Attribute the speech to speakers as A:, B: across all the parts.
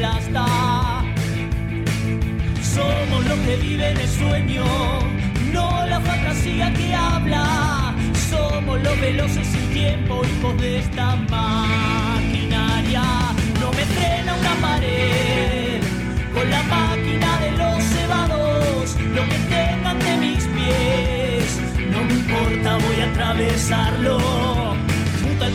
A: basta. Somos los que viven el sueño, no la fantasía que habla. Somos los veloces sin tiempo, hijos de esta maquinaria. No me frena una pared con la máquina de los cebados, lo que tengan de mis pies. No me importa, voy a atravesarlo junto al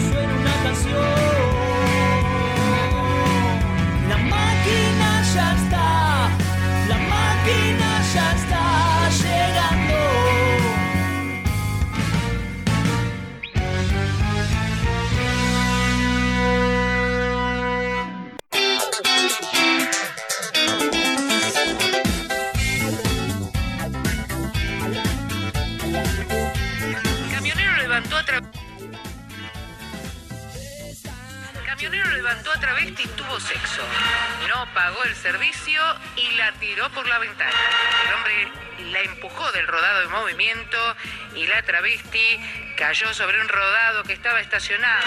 A: suena una canción. La máquina ya está, la máquina ya está llegando.
B: Camionero levantó a tra... Camionero levantó a travesti y tuvo sexo. No pagó el servicio y la tiró por la ventana. El hombre la empujó del rodado en movimiento y la travesti cayó sobre un rodado que estaba estacionado.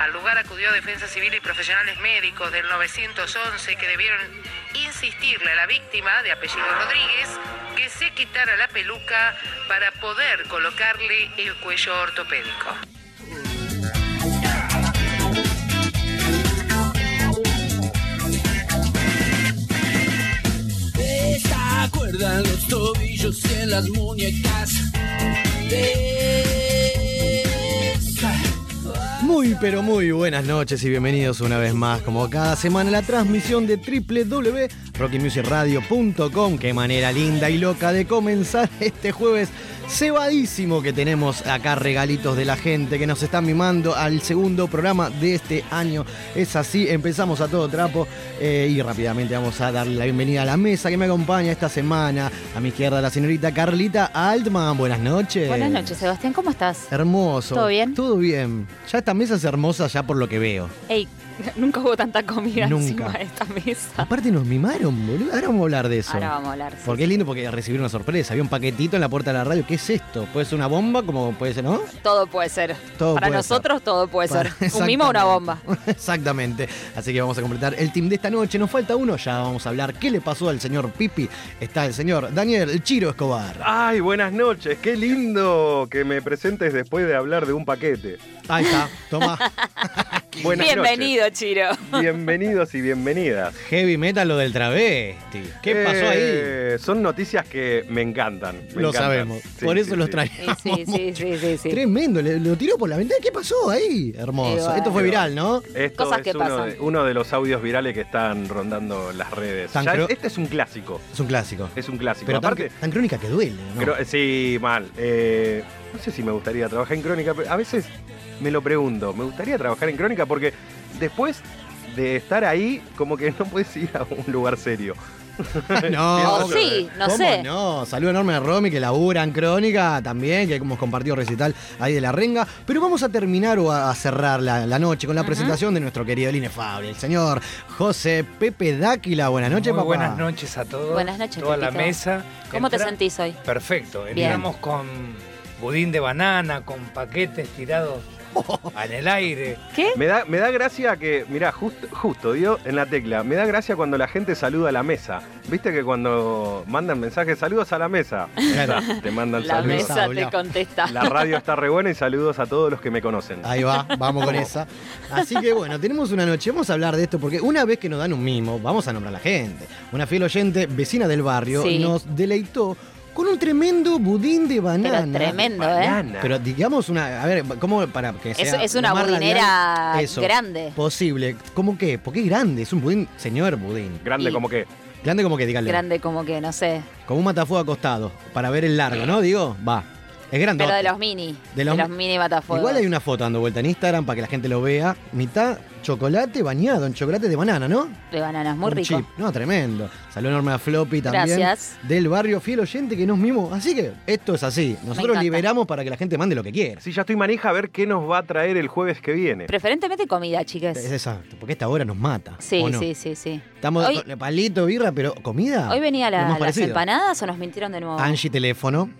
B: Al lugar acudió Defensa Civil y profesionales médicos del 911 que debieron insistirle a la víctima de apellido Rodríguez que se quitara la peluca para poder colocarle el cuello ortopédico.
C: Desacuerdan los tobillos y en las muñecas.
D: Muy pero muy buenas noches y bienvenidos una vez más como cada semana a la transmisión de www.rockymusicradio.com Qué manera linda y loca de comenzar este jueves cebadísimo que tenemos acá regalitos de la gente que nos están mimando al segundo programa de este año. Es así, empezamos a todo trapo eh, y rápidamente vamos a darle la bienvenida a la mesa que me acompaña esta semana. A mi izquierda la señorita Carlita Altman. Buenas noches.
E: Buenas noches, Sebastián, ¿cómo estás?
D: Hermoso.
E: ¿Todo bien?
D: Todo bien. Ya esta mesa es hermosa ya por lo que veo.
E: Ey, nunca hubo tanta comida
D: Nunca.
E: encima de esta mesa.
D: Aparte nos mimaron, boludo. Ahora vamos a hablar de eso.
E: Ah. Ahora vamos a hablar. sí.
D: Porque es lindo porque recibir una sorpresa. Había un paquetito en la puerta de la radio. ¿Qué es esto? ¿Puede ser una bomba? Como puede ser, ¿no?
E: Todo puede ser.
D: Todo
E: Para
D: puede ser.
E: nosotros todo puede
D: Para-
E: ser. Un mimo o una
D: Exactamente.
E: bomba.
D: Exactamente. Así que vamos a completar el team de esta noche. Nos falta uno, ya vamos a hablar. ¿Qué le pasó al señor Pipi? Está el señor Daniel El Chiro Escobar.
F: Ay, buenas noches. Qué lindo que me presentes después de hablar de un paquete.
D: Ahí está, toma.
F: Buenas
E: Bienvenido, Chiro.
F: noches. Bienvenidos y bienvenidas.
D: Heavy metal lo del travesti. ¿Qué pasó ahí?
F: Eh, Son noticias que me encantan. me
D: Lo
F: encantan.
D: sabemos.
F: Sí,
D: por
F: sí,
D: eso los
F: sí.
E: Sí,
D: traíamos.
E: sí, sí, sí, sí, sí.
D: Tremendo, le- lo tiró por la ventana. ¿Qué pasó ahí? Hermoso.
E: Y bueno.
D: Esto fue viral, ¿no?
F: Esto
E: Cosas
F: es
E: que
F: uno,
E: pasan.
F: De, uno de los audios virales que están rondando las redes.
D: Tan
F: Ya es-
D: creo-
F: este es un clásico.
D: Es un clásico.
F: Es un clásico.
D: Pero tan,
F: Aparte,
D: tan crónica que duele, ¿no?
F: creo- sí, mal. Eh, no sé si me gustaría trabajar en crónica. pero A veces me lo pregunto. Me gustaría trabajar en crónica porque después de estar ahí, como que no puedes ir a un lugar serio.
D: no,
E: O sí, no
D: ¿Cómo
E: sé.
D: No, saludo enorme a Romy que labura en Crónica también, que hemos compartido recital ahí de la renga. Pero vamos a terminar o a, a cerrar la, la noche con la presentación de nuestro querido el inefable, el señor José Pepe Dáquila. Buenas noches,
G: Muy
D: papá.
G: buenas noches a todos.
E: Buenas noches,
G: Toda la
E: Pepito.
G: mesa.
E: ¿Cómo te
G: Entra-
E: sentís hoy?
G: Perfecto.
E: Bien.
G: Entramos con budín de banana, con paquetes tirados
D: Oh.
G: en el aire.
E: ¿Qué?
F: Me da, me da gracia que, mirá, justo, justo, dio en la tecla. Me da gracia cuando la gente saluda a la mesa. Viste que cuando mandan mensajes, saludos a la mesa.
D: Claro.
F: Está, te mandan
E: La
F: saludos.
E: mesa
D: Habla.
E: te contesta.
F: La radio está re buena y saludos a todos los que me conocen.
D: Ahí va, vamos con esa. Así que bueno, tenemos una noche, vamos a hablar de esto porque una vez que nos dan un mimo, vamos a nombrar a la gente. Una fiel oyente, vecina del barrio,
E: Sí.
D: nos deleitó con un tremendo budín de banana.
E: Pero tremendo, ¿eh?
F: Banana.
D: Pero digamos una, a ver, ¿cómo para que
E: Es,
D: sea
E: es una
D: lo más
E: budinera
D: radial? Eso,
E: grande.
D: Posible. ¿Cómo qué? ¿Por qué grande? Es un budín, señor budín.
F: Grande
E: Y-
F: como que.
D: Grande como que, dígale.
E: Grande como que, no sé.
D: Como un matafuego acostado, para ver el largo, ¿no? Digo, va. Es grande.
E: Pero de los mini.
D: De
E: De
D: los
E: los, mini matafuegos.
D: Igual hay una foto dando vuelta en Instagram para que la gente lo vea. Mitad chocolate bañado en chocolate de banana, ¿no?
E: De bananas, muy
D: Un
E: rico.
D: chip. No, tremendo. Saludo enorme a Floppy también.
E: Gracias.
D: Del barrio fiel oyente que nos mimó. Así que esto es así. Nosotros
E: encanta.
D: liberamos para que la gente mande lo que quiera.
F: Sí, ya estoy manija a ver qué nos va a traer el jueves que viene.
E: Preferentemente comida, chicas.
D: Es exacto, porque esta hora nos mata.
E: Sí,
D: Eh, ¿o no?
E: sí, sí, sí.
D: Estamos
E: Hoy-
D: con el palito, birra, pero comida.
E: Hoy venía
D: lo
E: la-
D: más
E: las
D: parecido.
E: empanadas o nos mintieron de nuevo.
D: Angie teléfono.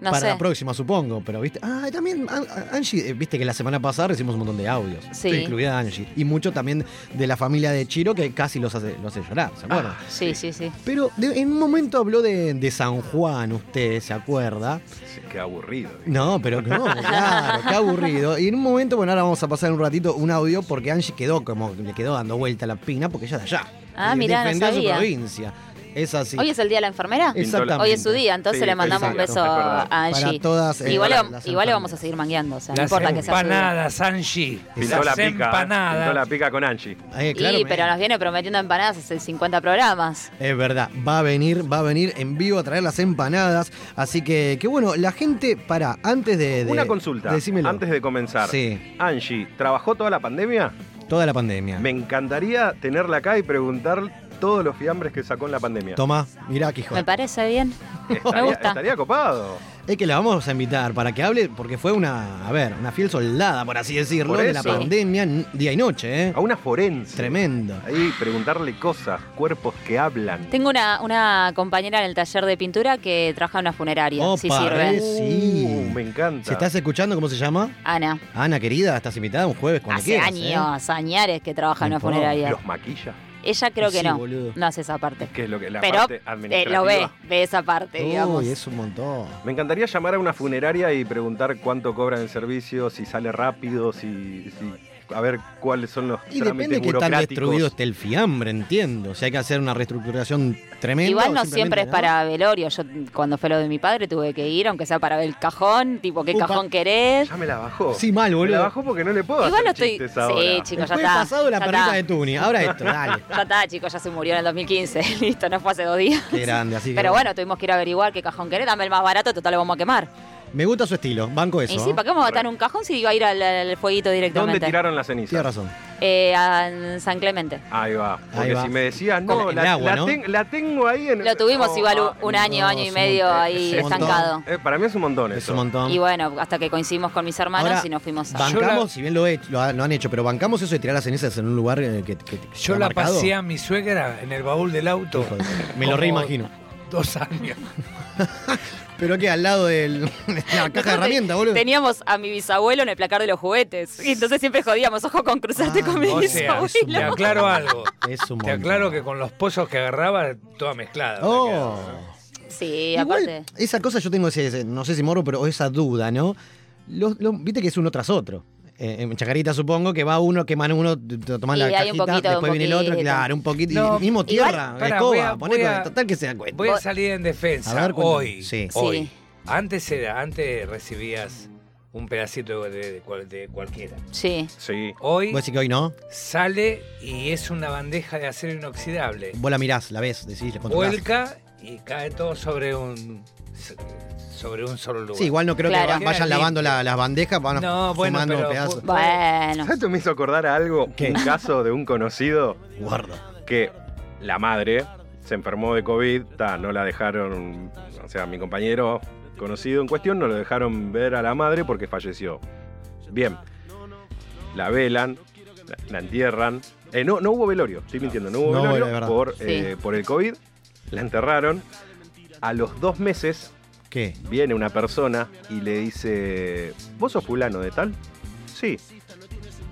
E: no
D: para
E: sé.
D: la próxima, supongo, pero viste. Ah, y también An- An- Angie, eh, viste que la semana pasada recibimos un montón de audios.
E: Sí.
D: Incluida Angie. Y mucho también de la familia de Chiro que casi los hace, los hace llorar, ¿se acuerdan?
E: Ah, Sí, sí, sí.
D: Pero de- en un momento habló de, de San Juan, usted se acuerda.
F: Sí, Qué aburrido.
D: No, pero no, claro, qué aburrido. Y en un momento, bueno, ahora vamos a pasar un ratito un audio porque Angie quedó como, le quedó dando vuelta la pina porque ella es de allá.
E: Ah,
D: Y
E: mirá, no
D: Defendió su
E: sabía.
D: provincia. Es así.
E: Hoy es el día de la enfermera.
D: Es- Exactamente.
E: Hoy es su día, entonces
F: Sí,
E: le mandamos un
D: exacto.
E: beso a
F: Para
E: Angie.
D: todas, eh,
E: igual le,
D: las
E: igual le vamos
D: enfermeras.
E: a seguir mangueando, o sea, no
G: Las
E: importa que sea su día.
G: empanadas, Angie.
F: Pintó
G: Las
F: la pica. ¿eh? Pintó la
G: empanadas.
F: pica con Angie.
D: Eh,
E: y,
D: me-
E: pero nos viene prometiendo empanadas hace 50 programas.
D: Es verdad, va a venir, va a venir en vivo a traer las empanadas. Así que, que bueno, la gente, para, antes de. de-
F: Una consulta,
D: Decímelo.
F: antes de comenzar.
D: Sí.
F: Angie, ¿trabajó toda la pandemia?
D: Toda la pandemia.
F: Me encantaría tenerla acá y preguntar todos los fiambres que sacó en la pandemia.
D: Tomá, mirá, Quijote.
E: Me parece bien.
F: Estaría,
E: me gusta.
F: estaría copado.
D: Es que la vamos a invitar para que hable, porque fue una, a ver, una fiel soldada, por así decirlo,
F: Por
D: de la
F: eso.
D: pandemia, n- día y noche, ¿eh?
F: A una forense.
D: Tremendo.
F: Ahí preguntarle cosas, cuerpos que hablan.
E: Tengo una, una compañera en el taller de pintura que trabaja en una funeraria. sí
D: Opa,
E: sirve.
D: re- sí.
F: Uh, me encanta.
D: Si estás escuchando, ¿cómo se llama?
E: Ana.
D: Ana, querida, estás invitada un jueves cuando
E: Hace
D: quieras. ¿eh?
E: años, añares que trabaja en
D: No
E: una
D: importa,
E: funeraria.
F: ¿Los maquilla?
E: Ella creo que
D: Sí,
E: no.
D: boludo.
E: No hace esa parte.
F: Que es lo que la
E: Pero
F: parte
E: eh,
F: administrativa.
E: lo ve, ve esa parte, digamos.
D: Uy, es un montón.
F: Me encantaría llamar a una funeraria y preguntar cuánto cobran el servicio, si sale rápido, si, si- a ver cuáles son los
D: Y
F: trámites
D: depende de qué tan
F: burocráticos.
D: destruido esté el fiambre, entiendo. Si hay que hacer una reestructuración tremenda.
E: Igual
D: o
E: no
D: simplemente
E: siempre es
D: nada.
E: para velorio. Yo cuando fue lo de mi padre tuve que ir, aunque sea para ver el cajón, tipo, ¿qué
D: Upa.
E: cajón querés?
F: Ya me la bajó.
D: Sí, mal,
F: Me la
D: boludo.
F: bajó porque no le puedo hacer
E: Igual no estoy...
F: chistes
E: Sí,
F: ahora.
E: chicos, ya
D: Después
E: está.
D: pasado la
E: ya
D: perrita
E: está.
D: de Tuni. Ahora esto, dale.
E: Ya está, chicos, ya se murió en el 2015. Listo, no fue hace dos días.
D: Qué grande, así que-
E: Pero bueno, tuvimos que ir a averiguar qué cajón querés. Dame el más barato, total, lo vamos a quemar.
D: Me gusta su estilo. Banco eso. ¿eh?
E: y sí, ¿para qué vamos a botar un cajón si iba a ir al, al fueguito
F: ¿Dónde
E: directamente?
F: tiraron la ceniza?
D: Tienes razón.
E: Eh, a San Clemente.
F: Ahí va. Porque
D: Ahí va.
F: si me decías,
D: Con
F: no,
D: el
F: la,
D: agua,
F: la
D: ¿no?
F: ten- la tengo ahí en.
E: Lo tuvimos
F: Oh,
E: igual
F: ah,
E: un
D: no,
E: año, año y
D: es
E: medio
D: un-
E: ahí
D: es un montón.
E: estancado.
F: eh, para mí es un montón
D: Es
F: eso.
D: un montón.
E: Y bueno, hasta que coincidimos con mis hermanos
D: Ah. Ahora,
E: y nos fuimos a...
D: Bancamos,
G: Yo la-
D: si bien lo, he- lo ha- lo han hecho, pero bancamos eso de tirar las cenizas en un lugar eh, que, que- que
G: Yo
D: está
G: la
D: marcado.
G: pasé a mi suegra en el baúl del auto.
D: Hijo de- Me lo
G: Como
D: reimagino.
G: Dos años.
D: Pero que al lado del- de la caja de herramientas, boludo.
E: Teníamos a mi bisabuelo en el placar de los juguetes. Y entonces siempre jodíamos, ojo con cruzarte
D: Ah,
E: con mi
G: O sea,
E: bisabuelo.
D: es un
G: te aclaro algo.
D: Es un
G: Te
D: montón.
G: aclaro que con los pozos que agarraba, toda mezclada.
D: Oh.
E: Sí,
D: Igual,
E: aparte.
D: esa cosa yo tengo ese, ese- no sé si morro, pero esa duda, ¿no? Los- los- Viste que es uno tras otro. Eh, en Chacarita supongo que va uno, queman uno, t- t- toman
E: Y
D: la
E: hay un
D: cajita,
E: poquito, un
D: después viene el otro,
E: poquito.
D: claro, un poquito. y
G: No,
D: mismo
E: igual-
D: tierra,
G: Pará, voy
D: escoba,
G: a-
D: poné
G: voy
D: con-
G: a-
D: total que se dan cuenta.
G: Voy a salir en defensa.
D: A ver, cuéntame.
G: hoy.
D: Sí.
G: hoy.
E: Sí.
G: Antes era, antes recibías un pedacito de, de cual- de cualquiera.
E: Sí.
F: Sí.
G: Hoy
D: Vos decís que hoy no,
G: sale y es una bandeja de acero inoxidable.
D: vos la mirás, la ves, decís, la controlás.
G: Vuelca y cae todo sobre un sobre un solo lugar.
D: Sí, igual no creo
E: Claro.
D: que vayan lavando la- las bandejas, van
G: No, bueno,
D: fumando
G: pero-
D: pedazos.
E: Bueno.
F: ¿Sabes? Esto me hizo acordar a algo.
D: ¿Qué?
F: Un caso de un conocido
D: Guarda.
F: que la madre se enfermó de COVID, ta, no la dejaron, o sea, mi compañero conocido en cuestión, no lo dejaron ver a la madre porque falleció. Bien, la velan, la, la entierran. Eh, no, no hubo velorio, estoy mintiendo, no hubo
D: No, es
F: velorio
D: verdad.
F: por, eh, por el COVID, la enterraron. A los dos meses
D: ¿Qué?
F: viene una persona y le dice, ¿vos sos fulano de tal? Sí.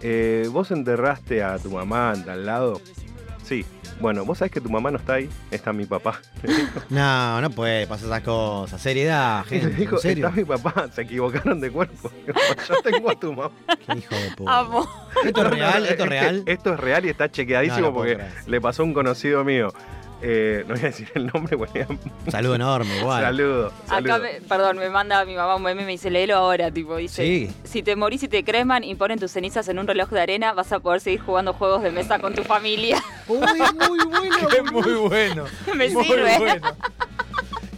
F: "Eh, ¿Vos enterraste a tu mamá en tal lado? Sí. Bueno, vos sabés que tu mamá no está ahí, está mi papá.
D: No, no puede pasar esas cosas. Seriedad,
F: Y
D: gente.
F: le dijo,
D: ¿En serio?
F: está mi papá, se equivocaron de cuerpo. Yo tengo a tu mamá.
D: Qué hijo de puta.
E: Amo.
D: Esto es real, esto
F: que
D: es real.
F: esto es real y está chequeadísimo
D: No, no puedo
F: porque
D: creer.
F: le pasó a un conocido mío. Eh, no voy a decir el nombre, porque
D: Saludo enorme, igual.
F: saludo.
E: Acá,
F: saludo.
E: me- perdón, me manda mi mamá un meme y me dice, léelo ahora, tipo, dice,
D: Sí.
E: si te morís y te creman y ponen tus cenizas en un reloj de arena, vas a poder seguir jugando juegos de mesa con tu familia.
D: Uy, muy bueno.
G: Es muy bueno.
E: Me
G: muy
E: sirve.
G: bueno.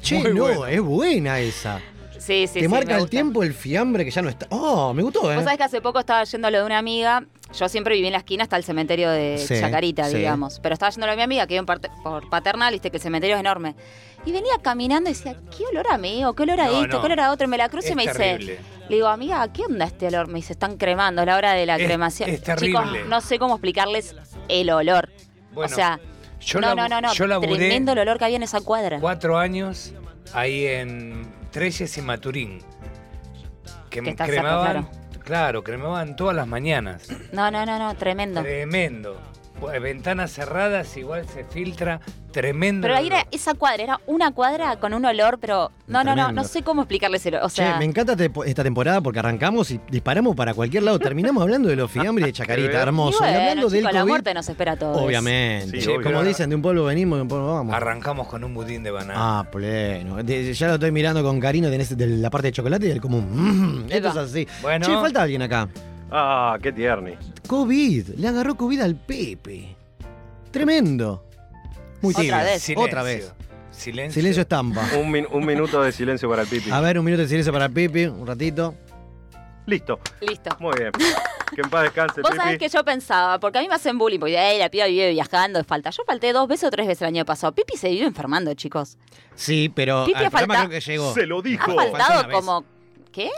D: Che,
G: Muy
D: no,
G: bueno.
D: es buena esa.
E: Sí, sí,
D: Te
E: sí, me
D: marca el
E: gusta.
D: tiempo el fiambre que ya no está. ¡Oh! Me gustó, ¿eh?
E: Vos sabés que hace poco estaba yendo a lo de una amiga. Yo siempre viví en la esquina hasta el cementerio de
D: Sí,
E: Chacarita,
D: sí.
E: digamos. Pero estaba yendo a lo de mi amiga, que vive en parte- por paternal, viste que el cementerio es enorme. Y venía caminando y decía, ¿qué olor a mí? ¿O qué olor a
G: No,
E: esto?
G: no.
E: ¿Qué olor a otro? Y Me la cruzo
G: Es
E: y me
G: terrible.
E: dice. Le digo, amiga, ¿qué onda este olor? Me dice, están cremando, es la hora de la
G: Es-
E: cremación.
G: es terrible.
E: Chicos, no sé cómo explicarles el olor.
G: Bueno,
E: o sea,
G: yo
E: no,
G: labu-
E: no, no, no,
G: yo laburé-
E: tremendo el olor que había en esa cuadra.
G: Cuatro años ahí en Trelles y Maturín. Que,
E: Que
G: me
E: está cerca,
G: cremaban. claro. cremaban todas las mañanas.
E: No, no, no, no, tremendo.
G: Tremendo. Bueno, Ventanas cerradas, igual se filtra. Tremendo.
E: Pero ahí
G: olor.
E: era esa cuadra, era una cuadra con un olor, pero no, no, no,
D: Tremendo.
E: no sé cómo explicarles el olor. O
D: Che,
E: sea,
D: me encanta te- esta temporada porque arrancamos y disparamos para cualquier lado. Terminamos hablando de los fiambres de Chacarita,
E: y
D: hermoso.
E: bueno, pues.
D: y hablando
E: chicos,
D: del
E: la
D: COVID,
E: muerte nos espera a todos.
D: Obviamente.
F: Sí,
D: Che,
F: obvio.
D: como dicen, de un pueblo venimos, de un pueblo vamos.
G: Arrancamos con un budín de banana.
D: Ah, pleno. De- ya lo estoy mirando con cariño tenés de la parte de chocolate y el común. Mm, esto
E: Epa.
D: es así.
G: Bueno.
D: Che, falta alguien acá.
F: Ah, qué tierni.
D: COVID. Le agarró COVID al Pepe. Tremendo. Muy
E: Otra
D: tibio.
E: vez.
G: Silencio.
D: Otra vez.
G: Silencio.
D: Silencio estampa.
F: Un, min- un minuto de silencio para el Pipi.
D: A ver, un minuto de silencio para el Pepe, un ratito.
F: Listo.
E: Listo.
F: Muy bien. Que en paz descanse,
E: Vos
F: Pipi.
E: sabés que yo pensaba, porque a mí me hacen bullying, porque "Ey, la piba vive viajando, es falta. Yo falté dos veces o tres veces el año pasado. Pipi se vive enfermando, chicos.
D: Sí, pero
E: Pipe,
D: al programa
E: falta-
D: creo que llegó.
F: Se lo
E: Ha
F: dijo.
D: faltó una
E: faltado
D: vez.
E: como. ¿Qué?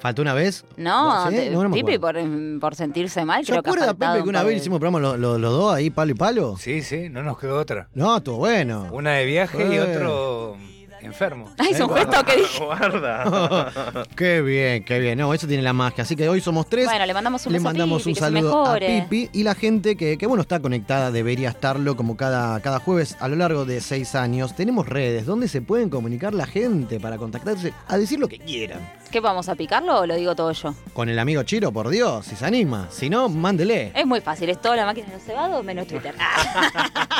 D: ¿Faltó una vez?
E: No,
D: ¿Sí?
E: te-
D: No, no me
E: Pipi
D: acuerdo.
E: por, em, por sentirse mal,
D: ¿Se
E: creo que ha
D: acuerda,
E: faltado
D: Pepe, que
E: un
D: una
E: par
D: vez
E: de-
D: hicimos programa los los dos ahí, palo y palo?
G: Sí, sí, no nos quedó otra.
D: No, estuvo bueno.
G: Una de viaje y
D: Eh.
G: otro enfermo.
E: Ay, es un gesto que dije.
F: Guarda.
D: Qué bien, qué bien. No, eso tiene la magia. Así que hoy somos tres.
E: Bueno, le mandamos un
D: Le
E: beso a
D: mandamos
E: Pipi,
D: un
E: que se
D: saludo a
E: mejore.
D: Pipi y la gente que, que, bueno, está conectada, debería estarlo como cada, cada jueves a lo largo de seis años. Tenemos redes donde se pueden comunicar la gente para contactarse a decir lo que quieran.
E: ¿Qué vamos a picarlo o lo digo todo yo?
D: Con el amigo Chiro, por Dios, si se anima. Si no, mándele.
E: Es muy fácil, es toda la máquina de los cebados menos Twitter.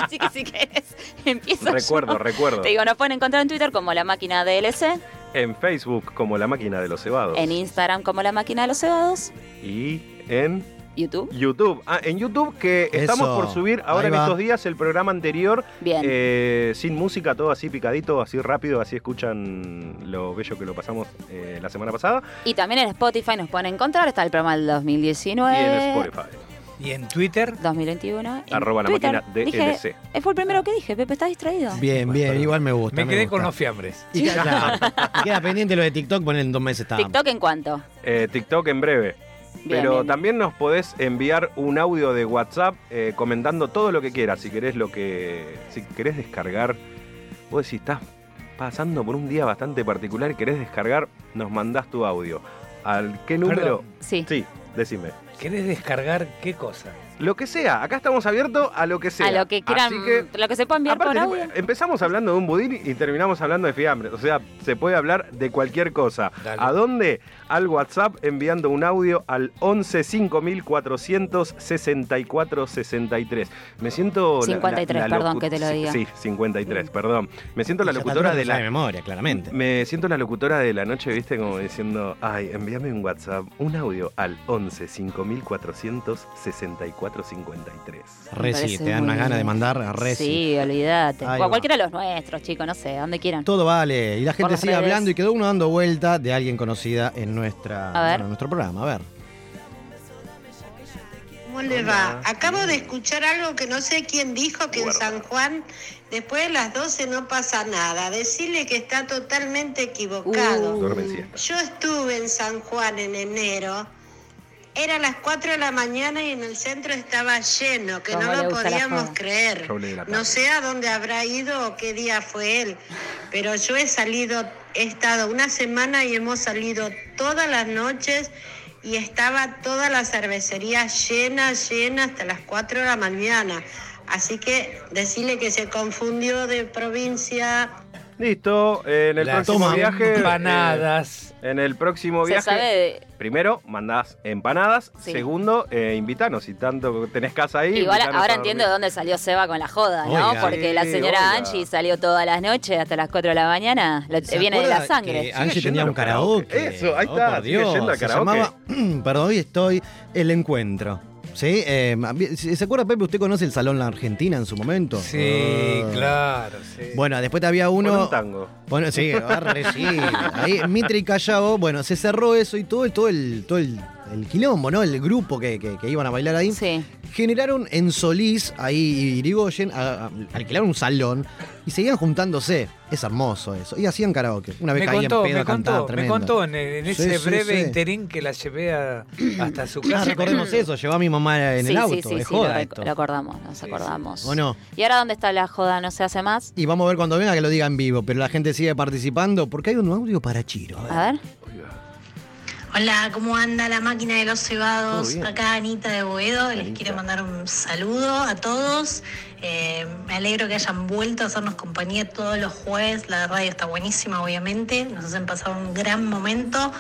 E: Así que si querés, empiezo yo.
F: recuerdo, recuerdo.
E: Te digo, nos pueden encontrar en Twitter como La Máquina DLC,
F: En Facebook como La Máquina de los Cebados.
E: en Instagram como La Máquina de los Cebados,
F: Y en
E: YouTube.
F: YouTube. Ah, en YouTube que
D: Eso.
F: estamos por subir ahora
D: Ahí
F: en
D: va.
F: estos días el programa anterior.
E: Bien.
F: eh, sin música, todo así picadito, así rápido, así escuchan lo bello que lo pasamos eh, la semana pasada.
E: Y también en Spotify nos pueden encontrar, está el programa del 2019.
F: y en Spotify.
G: Y en Twitter,
E: 2021. en
F: Arroba La
E: Twitter.
F: Máquina
E: Dije,
F: DLC.
E: eh, fue el primero que dije, Pepe, ¿estás distraído?
D: Bien, bien, igual me gusta.
G: me quedé
D: gusta.
G: con los fiambres.
D: Y queda, claro, y queda pendiente lo de TikTok, ponen en dos meses está.
E: TikTok en cuanto.
F: Eh, TikTok en breve.
E: Bien,
F: Pero
E: bien.
F: también nos podés enviar un audio de WhatsApp eh, comentando todo lo que quieras. Si querés lo que. Si querés descargar. Vos decís, estás pasando por un día bastante particular y querés descargar, nos mandás tu audio. ¿Al qué número?
G: Perdón.
E: Sí.
F: Sí, decime.
G: ¿Querés descargar qué cosa?
F: Lo que sea, acá estamos abiertos a lo que sea.
E: A lo que
F: Así
E: quieran,
F: que,
E: lo que se pueda enviar
F: aparte,
E: por
F: tipo,
E: audio.
F: empezamos hablando de un budín y terminamos hablando de fiambres. O sea, se puede hablar de cualquier cosa.
G: Dale.
F: ¿A dónde? Al WhatsApp enviando un audio al 11 5464 63. Me siento. la- la-
E: 53,
F: la locu-
E: perdón que te lo
F: sí,
E: diga.
F: Sí, 53, perdón. Me siento la
D: Ya está,
F: locutora
D: tú
F: de
D: no sabes
F: la.
D: memoria, claramente.
F: Me siento la locutora de la noche, viste, como diciendo, ay, envíame un WhatsApp, un audio al 11 5464 53.
D: Re
E: Me
D: sí,
E: parece
D: te dan
E: muy
D: más ganas de
E: bien.
D: mandar a re sí.
E: Sí, olvídate.
D: Ahí
E: O a
D: va.
E: cualquiera de los nuestros, chicos, no sé, donde quieran.
D: Todo vale. Y la gente
E: las
D: sigue
E: redes.
D: hablando y quedó uno dando vuelta de alguien conocida en, nuestra,
E: A ver.
D: bueno, en nuestro programa. A ver.
H: ¿Cómo le
F: Hola.
H: va? Acabo de escuchar algo que no sé quién dijo, que en
F: Guarda.
H: San Juan después de las 12 no pasa nada. Decirle que está totalmente equivocado.
F: Duermen siesta.
H: Yo estuve en San Juan en enero. Era las 4 de la mañana y en el centro estaba lleno, que
E: ¿Cómo
H: no
E: le
H: lo
E: gusta la
H: podíamos
E: joda?
H: creer.
F: Yo hablé de la tarde.
H: No sé a dónde habrá ido o qué día fue él, pero yo he salido, he estado una semana y hemos salido todas las noches y estaba toda la cervecería llena, llena hasta las 4 de la mañana. Así que decirle que se confundió de provincia.
F: Listo, eh, en el
G: Las
F: próximo viaje.
G: empanadas.
F: eh, en el próximo
E: Se
F: viaje.
E: sabe de-
F: Primero, mandás empanadas.
E: Sí.
F: Segundo, eh, invitanos. Si tanto tenés casa ahí.
E: Igual
F: invitanos
E: ahora
F: a dormir.
E: entiendo de dónde salió Seba con la joda, ¿no?
D: Oiga.
E: Porque la
F: Sí,
E: señora
F: oiga.
E: Angie salió todas las noches hasta las 4 de la mañana. Lo-
D: ¿Se
E: viene de la
D: acuerda
E: sangre.
D: que Angie
F: yendo
D: tenía
F: a los
D: un karaoke. Oh,
F: karaoke. Eso, ahí está,
D: por
F: sigue
D: Dios.
F: yendo al
D: Se
F: karaoke.
D: llamaba, perdón, hoy estoy, El Encuentro. Sí, eh, ¿se acuerda, Pepe? ¿Usted conoce el Salón La Argentina en su momento?
G: Sí,
D: Ah.
G: claro, sí.
D: Bueno, después te había uno.
F: Pon un tango.
D: Bueno, sí, arre, sí. Ahí, Mitre y Callao, bueno, se cerró eso y todo, el- todo el, todo el, el quilombo, ¿no? El grupo que, que- que iban a bailar ahí.
E: Sí.
D: Generaron en Solís, ahí Irigoyen, a- a- alquilaron un salón y seguían juntándose. Es hermoso eso. Y hacían karaoke. Una vez
G: Me
D: caía
G: contó,
D: en pedo
G: me
D: a cantar,
G: contó, me
D: tremendo.
G: contó en, en
D: Sí,
G: ese
D: sí,
G: breve
D: sí.
G: interín que la llevé a- hasta su
D: Ah,
G: casa.
D: recordemos eso, llevó a mi mamá en
E: sí,
D: el
E: sí,
D: auto,
E: sí,
D: es
E: sí,
D: joda
E: lo, rec-
D: esto.
E: lo acordamos, nos
G: Sí, sí.
E: acordamos.
D: ¿O no?
E: ¿Y ahora dónde está la joda? ¿No se hace más?
D: Y vamos a ver cuando venga que lo diga en vivo, pero la gente sigue participando porque hay un audio para Chiro. ¿eh? A ver.
E: A ver.
H: Hola, ¿cómo anda la máquina de los
F: Todo
H: cebados?
F: bien.
H: Acá Anita de Boedo, les
F: Anita.
H: quiero mandar un saludo a todos. Eh, me alegro que hayan vuelto a hacernos compañía todos los jueves. La radio está buenísima, obviamente. Nos hacen pasar un gran momento.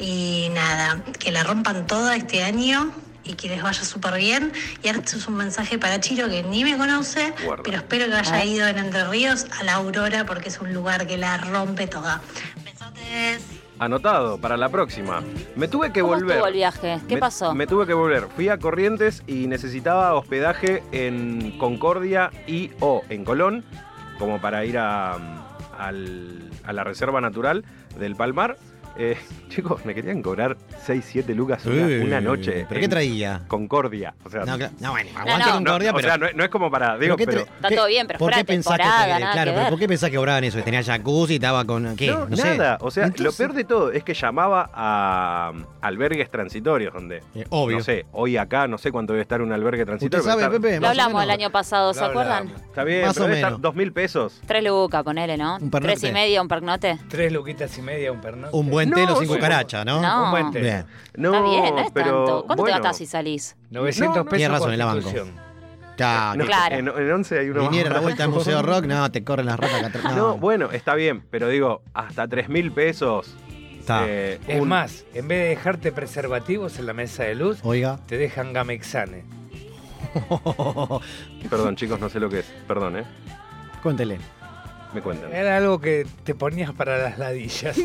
H: Y nada, que la rompan toda este año y que les vaya súper bien. Y ahora este es un mensaje para Chiro que ni me conoce,
F: Guarda.
H: pero espero que haya ido en Entre Ríos a la Aurora porque es un lugar que la rompe toda. Besotes.
F: Anotado para la próxima. Me tuve que
E: ¿Cómo
F: volver.
E: estuvo el viaje? ¿Qué
F: Me-
E: pasó?
F: Me tuve que volver. Fui a Corrientes y necesitaba hospedaje en Concordia y o en Colón, como para ir a, mm, al- a la Reserva Natural del Palmar. Eh, chicos, me querían cobrar 6, 7 lucas una,
D: Eh,
F: una noche.
D: ¿Pero qué
F: en
D: traía?
F: Concordia. O sea, no,
D: No, cla- no, bueno, aguante
E: no.
D: Concordia,
F: o
D: pero.
F: sea, no, es- no es como para.
D: pero
F: Digo,
D: qué
F: pero.
D: tra-
E: Está
D: qué-
E: todo bien, pero
D: ¿por
E: fuera
D: qué
E: de
D: pensás que,
E: temporada, nada
D: claro,
E: que
D: pero
E: ver.
D: ¿por qué pensás que cobraban eso? Que tenía jacuzzi y estaba con qué?
F: No,
D: No, sé.
F: nada. O sea, lo
D: Entonces-
F: peor de todo es que llamaba a um, albergues transitorios, donde.
D: Eh, obvio.
F: No sé, hoy acá no sé cuánto debe estar un albergue
D: ¿Usted
F: transitorio. pero
D: sabe,
F: está-
D: Pepe?
E: Lo
D: Más o
E: hablamos el
D: menos.
E: año pasado, ¿se
G: Lo
E: acuerdan?
G: hablábamos.
F: Está bien,
D: Más
F: pero
D: o
F: debe estar
D: menos.
F: dos mil pesos.
E: Tres lucas, ponele, ¿no?
D: Un pernote.
E: Tres y media, un pernote.
G: Tres luquitas y media, un pernote.
D: Un buen
F: No,
D: telo sin
F: sí.
D: cucaracha, ¿no?
E: No.
G: Un buen té.
D: Bien.
F: No,
E: Está bien, no es
F: pero
E: tanto. ¿Cuánto
F: bueno,
E: te gastás si salís?
G: 900
F: No, no.
G: pesos.
D: Tiene razón, el banco.
G: constitución.
D: Ya,
F: no,
D: que-
E: Claro.
F: En, en 11 hay uno más
D: Viniera la
F: barato.
D: vuelta al Museo Rock, no, te corren las ratas acá atrás.
F: No, bueno, está bien, pero digo, hasta tres mil pesos.
D: Está.
F: eh,
G: Es
F: un-
G: más, en vez de dejarte preservativos en la mesa de luz,
D: Oiga.
G: te dejan gamexane.
F: Perdón, chicos, no sé lo que es. Perdón, ¿eh?
D: Cuéntele.
F: Me cuentan.
G: Era algo que te ponías para las ladillas.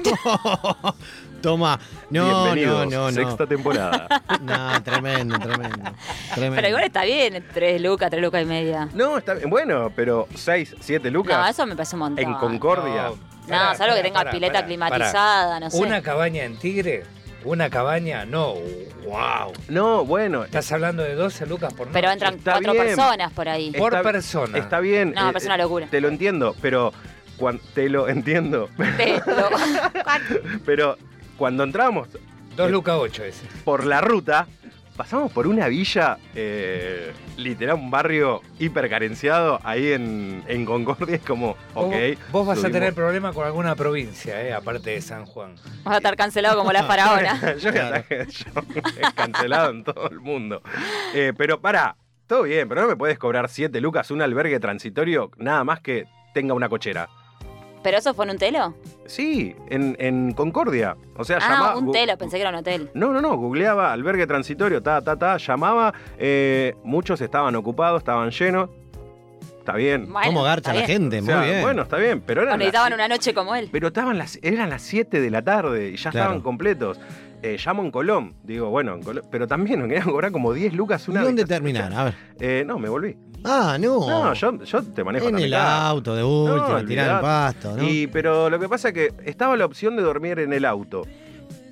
D: Toma. No, no,
F: Bienvenidos,
D: no, no.
F: sexta temporada.
D: No, tremendo, tremendo. tremendo.
E: Pero igual está bien, tres lucas, tres lucas y media.
F: no, está bien. Bueno, pero seis, siete lucas
E: No, eso me parece un montón.
F: en Concordia.
E: No, salvo que tenga pileta climatizada, no sé.
G: Una cabaña en Tigre, una cabaña, no, wow.
F: No, bueno.
G: Estás hablando de 12 lucas por noche.
E: Pero entran
F: Está
E: cuatro
F: bien.
E: personas por ahí.
G: por persona.
F: Está bien. eh,
E: No, me parece una locura.
F: Te lo entiendo, pero. cuan- te lo entiendo.
E: Te- lo-
F: Pero cuando entramos eh,
G: Dos lucas ocho ese.
F: por la ruta, pasamos por una villa, eh, literal, un barrio hipercarenciado ahí en, en Concordia. Es como, ok.
G: Vos, vos vas a
F: subimos.
G: tener problema con alguna provincia, eh, aparte de San Juan.
E: Vas a estar cancelado como la faraona.
F: yo, yo- cancelado en todo el mundo. Eh, pero pará, todo bien, pero no me puedes cobrar 7 lucas un albergue transitorio nada más que tenga una cochera.
E: ¿Pero eso fue en un telo?
F: Sí, en, en Concordia. O sea,
E: Ah,
F: llamá-
E: un
F: gu-
E: telo, pensé que era un hotel.
F: No, no, no, googleaba albergue transitorio, ta, ta, ta, llamaba, eh, muchos estaban ocupados, estaban llenos, está bien.
E: Bueno,
D: ¿Cómo garcha
E: está
D: la
E: bien.
D: gente?
F: O
D: Muy
F: sea,
D: bien.
F: Bueno, está bien, pero
E: Bueno,
F: eran,
E: necesitaban
F: las,
E: una noche como él.
F: pero estaban las, eran las 7 de la tarde y ya
D: Claro.
F: estaban completos. Eh, llamo en Colón, digo, bueno, en Colón, pero también nos querían cobrar como 10 lucas
D: ¿Y
F: una
D: dónde
F: habitación.
D: terminar? A ver.
F: Eh, no, me volví.
D: Ah, no.
F: No, yo, yo te manejo
D: en
F: hasta mi
D: el
F: casa.
D: auto de
F: No,
D: última, tirar el
F: olvidate.
D: pasto, ¿no?
F: Y, pero lo que pasa es que estaba la opción de dormir en el auto.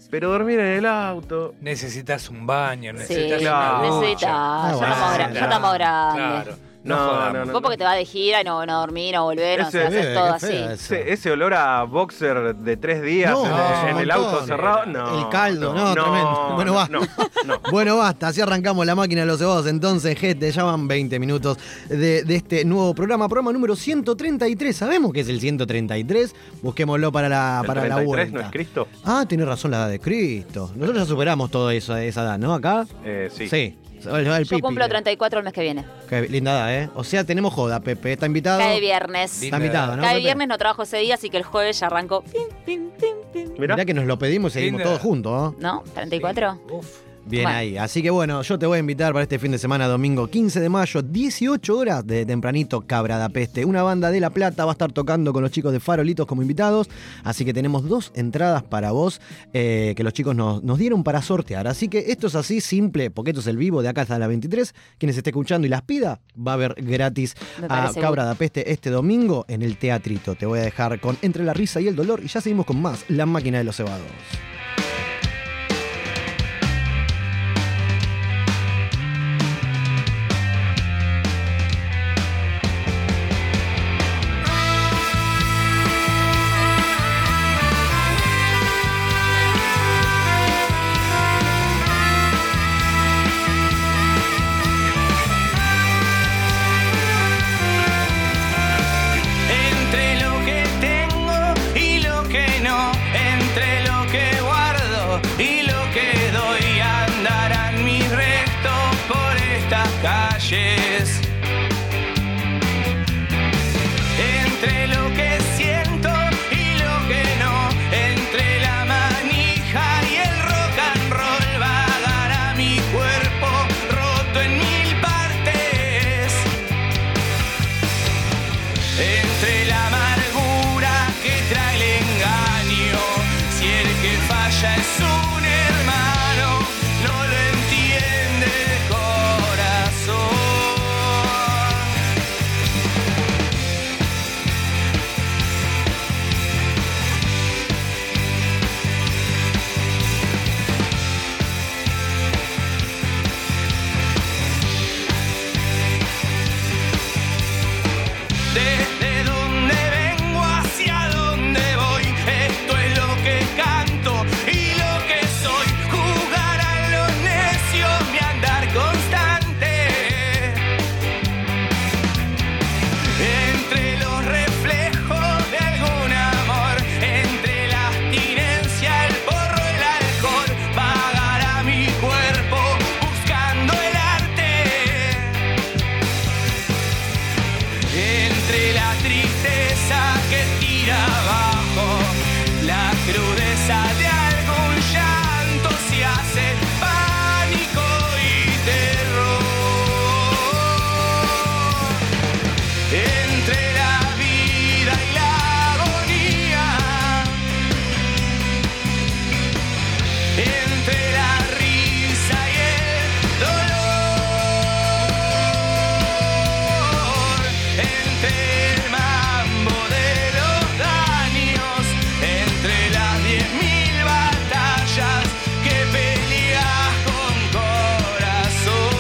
F: Pero dormir en el auto,
G: Necesitas un baño,
E: Sí,
G: necesitas
F: Claro.
G: una ducha.
E: necesitas. Ya
D: Ah, bueno,
E: estamos gra- ya estamos grandes.
G: Claro. No,
F: No,
G: jodamos.
F: no, no.
E: Vos porque te vas de gira y no, no dormí, no volver, no
F: Ese-
E: sé, haces
D: Eh,
E: todo
D: qué fea
E: así.
D: esa.
F: Ese, ese olor a boxer de tres días
D: No,
F: en, el- en el
D: montón.
F: auto cerrado, no.
D: El caldo, no, tremendo. Bueno,
F: no,
D: va.
F: no, no.
D: Bueno, basta, así arrancamos la máquina de los cebados. Entonces, gente, ya van 20 minutos de, de este nuevo programa, programa número 133. Sabemos que es el 133, busquémoslo para la,
F: El
D: para
F: 33
D: la vuelta.
F: no es Cristo?
D: Ah, tenés razón la edad de Cristo. Nosotros ya superamos todo eso, esa edad, ¿no? Acá.
F: Eh, sí.
D: El, el
E: Yo
D: pipi,
E: cumplo
D: creo.
E: 34 el mes que viene.
D: Qué linda edad, ¿eh? O sea, tenemos joda, Pepe. Está invitado.
E: Cae viernes.
G: Bien.
D: Está invitado, ¿no?
E: Cada
D: Pepe?
E: viernes no trabajo ese día, así que el jueves ya arranco. Pim, pim, pim, pim.
F: Mirá,
D: Mirá que nos lo pedimos y seguimos
G: Linda
D: todos
G: edad.
D: juntos, ¿no?
E: ¿No? ¿34?
G: Uf.
D: Bien
E: Bueno.
D: ahí. Así que bueno, yo te voy a invitar para este fin de semana, domingo 15 de mayo, 18 horas de tempranito Cabra da Peste. Una banda de La Plata va a estar tocando con los chicos de Farolitos como invitados. Así que tenemos dos entradas para vos eh, que los chicos nos, nos dieron para sortear. Así que esto es así, simple, porque esto es el vivo de acá hasta las 23. Quienes esté escuchando y las pida, va a ver gratis
E: Me
D: a
E: parece
D: Cabra da Peste este domingo en el teatrito. Te voy a dejar con Entre la risa y el dolor y ya seguimos con más La máquina de los cebados.
C: Entre lo que tengo y lo que no, entre lo que guardo y lo que doy, andarán mis restos por estas calles. Entre lo que siento y lo que no, entre la manija y el rock and roll, vagará mi cuerpo roto en mil partes. Entre la amargura que trae el engaño, si el que falla es un hermano, no lo entiende el corazón. Desde donde vengo hacia donde voy, esto es lo que canto y lo que soy. Jugarán los necios mi andar constante. Entre los reflejos de algún amor, entre la abstinencia, el porro, el alcohol, vagará mi cuerpo buscando el arte. Entre la tristeza que tira abajo, la crudeza de algún llanto se hace pánico y terror. Entre la vida y la agonía, entre la risa y el dolor, entre el mambo de los daños, entre las diez mil batallas que peleas con corazón.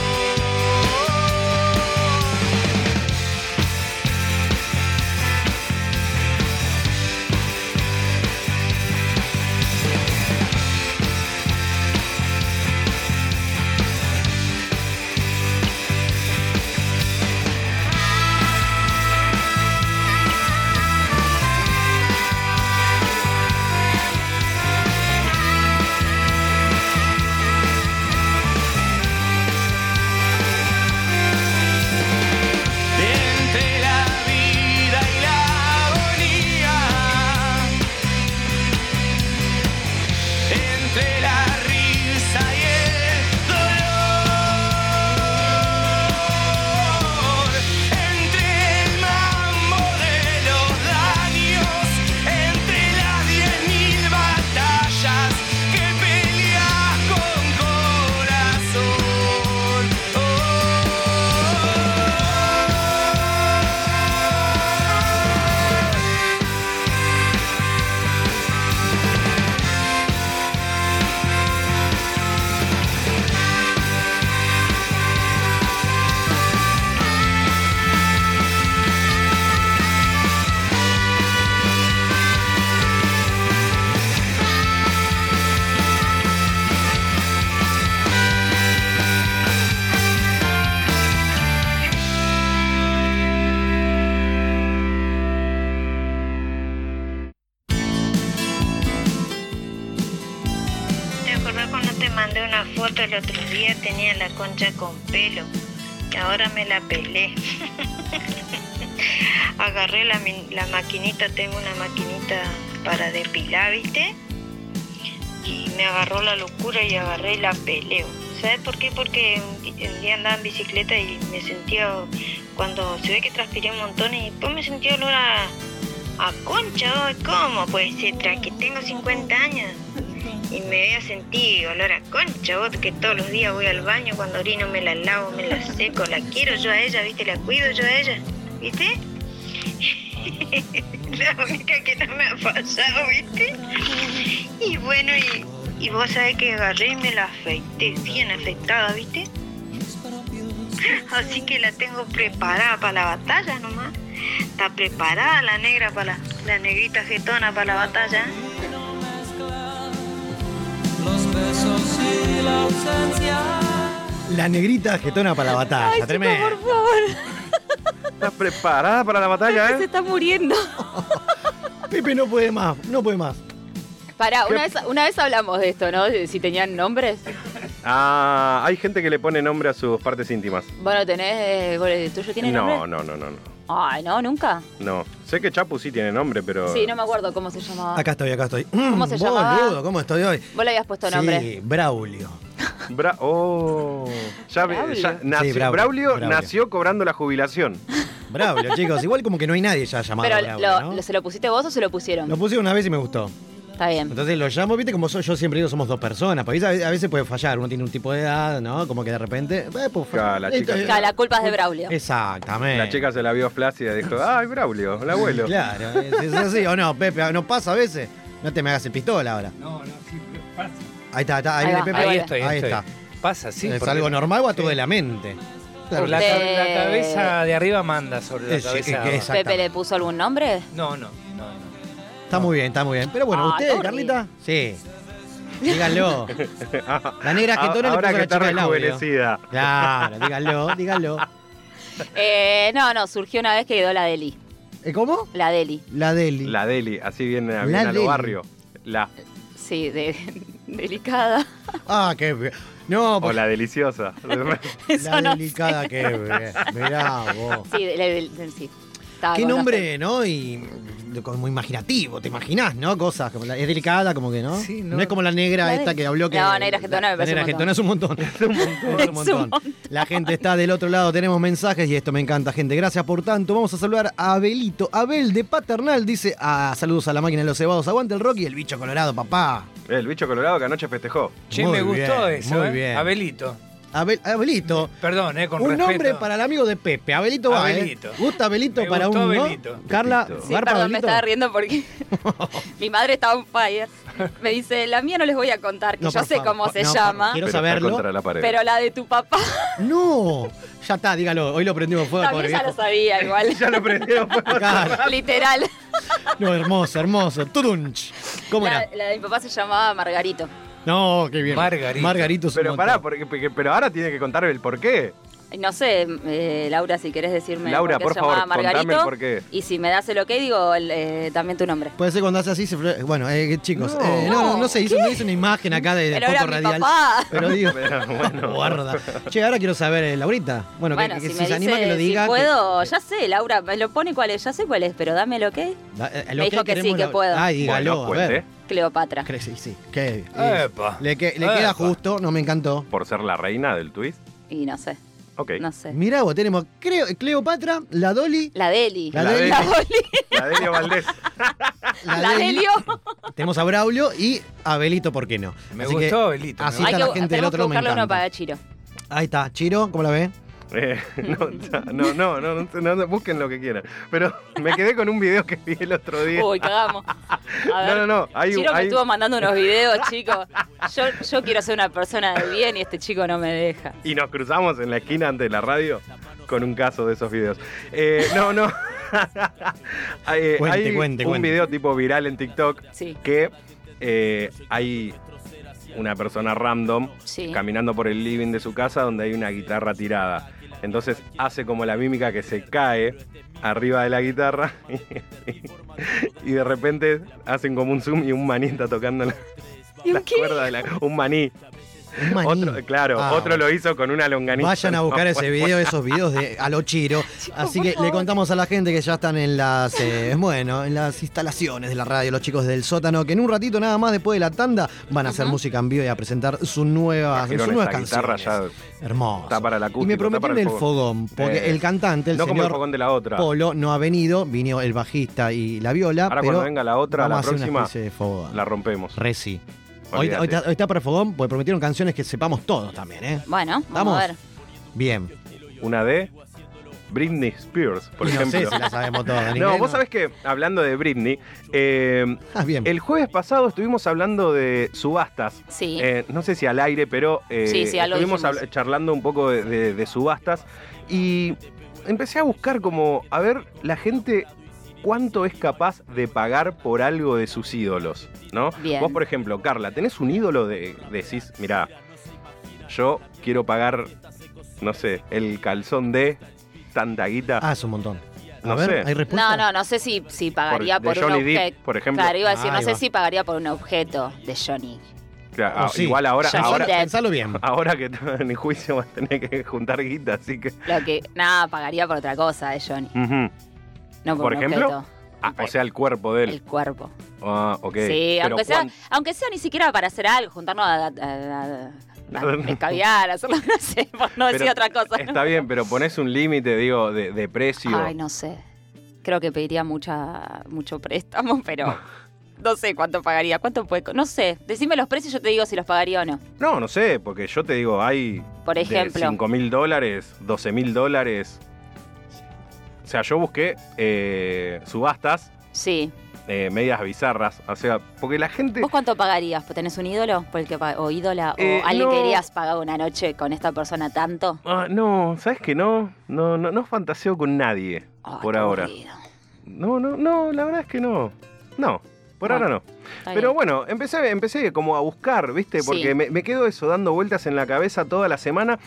C: entre la vida y la agonía, entre la risa y el dolor, entre el mambo de los daños, entre las diez mil batallas que peleas con corazón.
H: ¿Te acordás cuando te mandé una foto el otro día? Tenía la concha con pelo. Y ahora me la pelé. Agarré la, min- la maquinita, tengo una maquinita para depilar, ¿viste?
I: y me agarró la locura y agarré y la peleo. ¿Sabes por qué? Porque el día andaba en bicicleta y me sentía, cuando se ve que transpiré un montón y después me sentía olor a, a concha, ¿no? ¿cómo puede ser? Tras que tengo 50 años y me voy a sentir olor a concha, vos que todos los días voy al baño, cuando orino me la lavo, me la seco, la quiero yo a ella, ¿viste? La cuido yo a ella, ¿viste? la única que no me ha pasado, ¿viste? Y bueno, y, y vos sabés que agarré y me la afeité, bien afeitada, ¿viste? Así que la tengo preparada para la batalla nomás. Está preparada la negra para la, la negrita getona para la batalla.
C: Los besos y la ausencia.
D: La negrita getona para la batalla,
E: Ay, chico,
D: tremendo.
E: por favor.
F: ¿Estás preparada para la batalla,
E: Se
F: eh?
E: está muriendo.
D: Pepe no puede más, Ah, no puede más.
E: Pará, una vez, una vez hablamos de esto, ¿no? Si tenían nombres.
F: Ah, hay gente que le pone nombre a sus partes íntimas.
E: Bueno, tenés. eh, goles ¿Tuyo tiene
F: No,
E: nombre?
F: no, no, no, no.
E: Ay, no, nunca.
F: No. Sé que Chapu sí tiene nombre, pero.
E: Sí, no me acuerdo cómo se llamaba.
D: Acá estoy, acá estoy. Mm,
E: ¿Cómo se llamaba?
D: Boludo, ¿cómo estoy hoy?
E: Vos le habías puesto nombre.
D: Sí, Braulio.
F: Bra- oh. Ya, ve-
E: Braulio.
F: ya nació-
D: Sí, Braulio,
F: Braulio,
D: Braulio.
F: nació cobrando la jubilación.
D: Braulio, chicos. Igual como que no hay nadie ya llamado
E: Pero
D: Braulio,
E: lo-
D: ¿no?
E: lo- ¿se lo pusiste vos o se lo pusieron?
D: Lo puse una vez y me gustó.
E: Está bien.
D: Entonces lo llamo, viste, como so- yo siempre digo, somos dos personas. Porque a veces- a veces puede fallar, uno tiene un tipo de edad, ¿no? Como que de repente. eh, pues,
F: Claro, la chica-
D: eh,
E: Claro, la culpa es de Braulio.
D: Exactamente.
F: La chica se la vio flácida y dijo, ay, Braulio, el abuelo.
D: Claro, es, es así. O no, Pepe, ¿no pasa a veces? No te me hagas el pistola ahora.
G: No, no, sí, pasa.
D: Ahí está, está ahí,
E: Ahí
D: viene
E: va,
D: Pepe.
G: Ahí
E: vuelve.
G: estoy, ahí,
D: Ahí
G: estoy.
D: está.
G: Pasa, sí.
D: ¿Es
G: porque-
D: algo normal o a todo
G: Sí.
D: de la mente?
G: Por La,
E: Sí.
G: la cabeza de arriba manda sobre la
D: Es-
G: cabeza.
D: es-
G: de abajo.
D: es-
E: ¿Pepe le puso algún nombre?
G: No, no, no, no.
D: Está muy bien, está muy bien. Pero bueno,
E: Ah,
D: ¿ustedes,
E: todo
D: Carlita? Sí. Díganlo. La negra que todo
F: Ahora que
D: le puso
F: está
D: a la chica del audio.
F: rejuvenecida.
D: Claro, díganlo, díganlo.
E: Eh, no, no, surgió una vez que quedó la Deli.
D: ¿Eh, ¿Cómo?
E: La Deli.
D: La Deli.
F: La Deli, así viene,
D: La
F: viene a
D: Deli.
F: los barrios. La
E: Sí, de- delicada.
D: Ah, qué bien. No,
F: o
D: pues
F: la deliciosa.
E: Eso
D: la
E: no sé.
D: delicada que bien. Mirá vos.
E: Sí, de- de- de- sí. Estaba
D: Qué
E: con los
D: nombre, ¿no? Y de- como muy imaginativo, te imaginás, ¿no? Cosas como la, es delicada, como que, ¿no?
G: Sí, no.
D: es como la negra
E: La
D: esta
E: del-
D: que habló que.
E: No, negra getona me
D: la
E: parece
D: negra
E: un
D: getona es un montón. Es un montón.
E: Es un montón.
D: La gente está del otro lado, tenemos mensajes y esto me encanta, gente. Gracias por tanto. Vamos a saludar a Abelito. Abel de Paternal dice: ah, Saludos a la máquina de los cebados. Aguante el rock y el bicho colorado, papá.
F: El bicho colorado que anoche festejó.
G: Che,
D: Muy
G: me gustó
D: bien,
G: eso,
D: muy
G: ¿eh?
D: bien.
G: Abelito.
D: Abel- Abelito.
G: Perdón, ¿eh? Con
D: un
G: respeto.
D: nombre para el amigo de Pepe, Abelito va, ¿eh?
G: Abelito.
D: Gusta Abelito
G: Me
D: para
G: gustó
D: un. ¿no?
G: Abelito.
D: Carla,
F: Abelito.
E: Sí,
D: ¿garpa
E: perdón, me
D: Abelito?
E: estaba riendo porque mi madre estaba on fire. Me dice, la mía no les voy a contar, que
D: No,
E: yo
D: por
E: sé
D: favor,
E: cómo se
D: no, por-
E: llama,
D: quiero
F: Pero
D: saberlo,
F: Está contra la pared.
E: pero la de tu papá
D: No, ya está, dígalo. Hoy lo prendimos fuego, pobre
E: también ya lo
D: viejo.
E: sabía igual.
F: Ya lo prendió.
D: Claro.
E: Literal.
D: No, hermoso, hermoso. Tudunch. ¿Cómo
E: La,
D: era?
E: la de mi papá se llamaba Margarito.
D: No, qué bien.
G: Margarito.
D: Margarito es un
F: Pero
D: montón.
F: pará, porque, porque- pero ahora tiene que contar el porqué.
E: Y No sé, eh, Laura, si querés decirme
F: Laura,
E: por qué
F: por
E: se
F: favor,
E: llamaba Margarito.
F: contame el porqué.
E: Y si me das el ok, digo el, eh, también tu nombre.
D: Puede ser cuando hace así, se fre- bueno, eh, chicos, eh,
F: No.
D: no, no, no se hizo, no hizo una imagen acá de, de
E: Pero era
D: foco
E: mi
D: radial.
E: papá.
D: Pero digo,
F: Pero bueno.
D: guarda. Che, ahora quiero saber, eh, Laurita. Bueno, que- que,
E: bueno, si
D: si,
E: me
D: se anima
E: dice
D: que lo diga.
E: si
D: que-
E: puedo, ya sé, Laura, me lo pone cuál es, ya sé cuál es, pero dame el ok.
D: Da- eh, lo
E: Me dijo que sí,
D: queremos
E: que
D: la-
E: puedo.
D: Ay, dígalo,
F: Bueno,
D: a ver.
F: cuente.
E: Cleopatra.
D: Cre- Sí, sí. que- eh,
G: Epa.
D: le que- le
G: Epa.
D: queda justo, no me encantó.
F: Por ser la reina del tuit.
E: Y no sé,
F: Ok.
E: no sé.
D: Mirá vos, tenemos Creo, Cleopatra, la Dolly,
E: La Deli.
D: La
F: Deli.
E: La Doli.
F: La Delio Valdés.
D: la,
E: La
D: Deli,
E: Delio.
D: Tenemos a Braulio y a Belito, ¿por qué no?
G: Me
D: Así que-
G: gustó, Abelito. me
D: así
G: gustó.
E: Hay
D: está
E: que,
D: la gente del
E: tenemos
D: otro
E: que
D: lado, me
E: buscarle uno
D: encanta.
E: para Chiro.
D: Ahí está, Chiro, ¿cómo la ve?
F: Eh, no, no, no, no, no, no, no, busquen lo que quieran. Pero me quedé con un video que vi el otro día.
E: Uy, cagamos. A ver.
F: No, no, no. Hay, un-
E: Chiro me
F: hay-
E: estuvo mandando unos videos, chicos. Yo, yo quiero ser una persona de bien y este chico no me deja.
F: y nos cruzamos en la esquina ante la radio con un caso de esos videos. Eh, no, no. hay eh,
D: Cuente,
F: hay
D: cuente,
F: un
D: cuente.
F: video tipo viral en TikTok
E: Sí.
F: que eh, hay una persona random
E: Sí.
F: caminando por el living de su casa donde hay una guitarra tirada. Entonces hace como la mímica que se cae arriba de la guitarra y, de repente hacen como un zoom y un maní está tocando la,
E: ¿Y
F: la
E: un qué?
F: cuerda de la, un maní
D: Un maní.
F: Otro, claro,
D: Ah,
F: otro lo hizo con una longaniza.
D: Vayan a buscar
F: No,
D: ese video, esos videos de a lo Chiro. Así que le contamos a la gente que ya están en las eh, bueno, en las instalaciones de la radio, los chicos del sótano, que en un ratito nada más después de la tanda van a hacer música en vivo y a presentar su nueva, sus
F: Trajeron
D: nuevas
F: esa guitarra
D: canciones. Hermoso.
F: Está para el
D: y
F: acústico,
D: me
F: está
D: prometieron
F: para el
D: el fogón, porque
F: Eh,
D: el cantante, el
F: no como el
D: señor
F: fogón de la otra.
D: Polo, no ha venido, vino el bajista y la viola.
F: Ahora
D: pero
F: cuando venga la otra,
D: vamos
F: la
D: a hacer una
F: próxima,
D: especie de fogón.
F: La rompemos.
D: Re sí. Hoy,
F: Olvídate.
D: hoy está, hoy está para el fogón, porque prometieron canciones que sepamos todos también, ¿eh?
E: Bueno, vamos,
D: Vamos.
E: a ver.
D: Bien.
F: Una de Britney Spears, por
D: Y no
F: ejemplo.
D: sé si la sabemos todas. en
F: No,
D: inglés,
F: vos sabés que, hablando de Britney, eh,
D: Ah, bien.
F: el jueves pasado estuvimos hablando de subastas.
E: Sí.
F: Eh, no sé si al aire, pero eh,
E: Sí, sí, algo
F: estuvimos
E: dijimos.
F: habla- charlando un poco de, de- de subastas y empecé a buscar como, a ver, la gente cuánto es capaz de pagar por algo de sus ídolos, ¿no?
E: Bien.
F: Vos, por ejemplo, Carla, ¿tenés un ídolo de decís, mirá, yo quiero pagar, no sé, el calzón de tanta guita?
D: Ah, es un montón. A
F: No
D: ver,
F: sé.
D: ¿hay
E: No,
D: respuesta?
E: no, no sé si, si pagaría
F: Por-
E: por,
F: de
E: un
F: Johnny Depp,
E: objeto.
F: por ejemplo.
E: Claro, iba a decir,
D: Ahí
E: no sé
D: va.
E: si pagaría por un objeto de Johnny.
F: Claro,
D: O
F: ah,
D: sí.
F: Igual ahora,
E: Ya
F: ahora,
E: Depp.
D: Pensalo bien.
F: ahora que están en juicio vas a tener que juntar guita, así que...
E: Lo que, nada, pagaría por otra cosa de Johnny.
F: ujú.
E: No por,
F: Por
E: un
F: ejemplo,
E: objeto.
F: Ah, o sea, el cuerpo de él.
E: El cuerpo.
F: Ah, ok.
E: Sí,
F: Pero
E: aunque sea,
F: cuán-
E: aunque sea ni siquiera para hacer algo, juntarnos a, a, a- a- a escabiar, hacerlo, no sé, por no
F: pero
E: decir otra cosa.
F: Está bien, pero pones un límite, digo, de, de precio.
E: Ay, no sé. Creo que pediría mucha, mucho préstamo, pero no sé cuánto pagaría. ¿Cuánto puede? co- No sé. Decime los precios y yo te digo si los pagaría o no.
F: No, no sé, porque yo te digo, hay.
E: Por ejemplo.
F: 5 mil dólares, 12 mil dólares. O sea, yo busqué eh, subastas,
E: Sí.
F: eh, medias bizarras. O sea, porque la gente.
E: ¿Vos cuánto pagarías? ¿Pues ¿Tenés un ídolo? Por el que pa- ¿O ídola? ¿O
F: Eh,
E: alguien
F: no.
E: que dirías pagado una noche con esta persona tanto?
F: Ah, no, ¿sabes que no? No, no, no fantaseo con nadie
E: Ay,
F: por
E: qué
F: ahora.
E: aburrido. Está
F: No, no, no, la verdad es que no. No, por
E: Bueno.
F: ahora no.
E: bien.
F: Pero bueno, empecé, empecé como a buscar, ¿viste?
E: Sí.
F: Porque me, me quedo eso dando vueltas en la cabeza toda la semana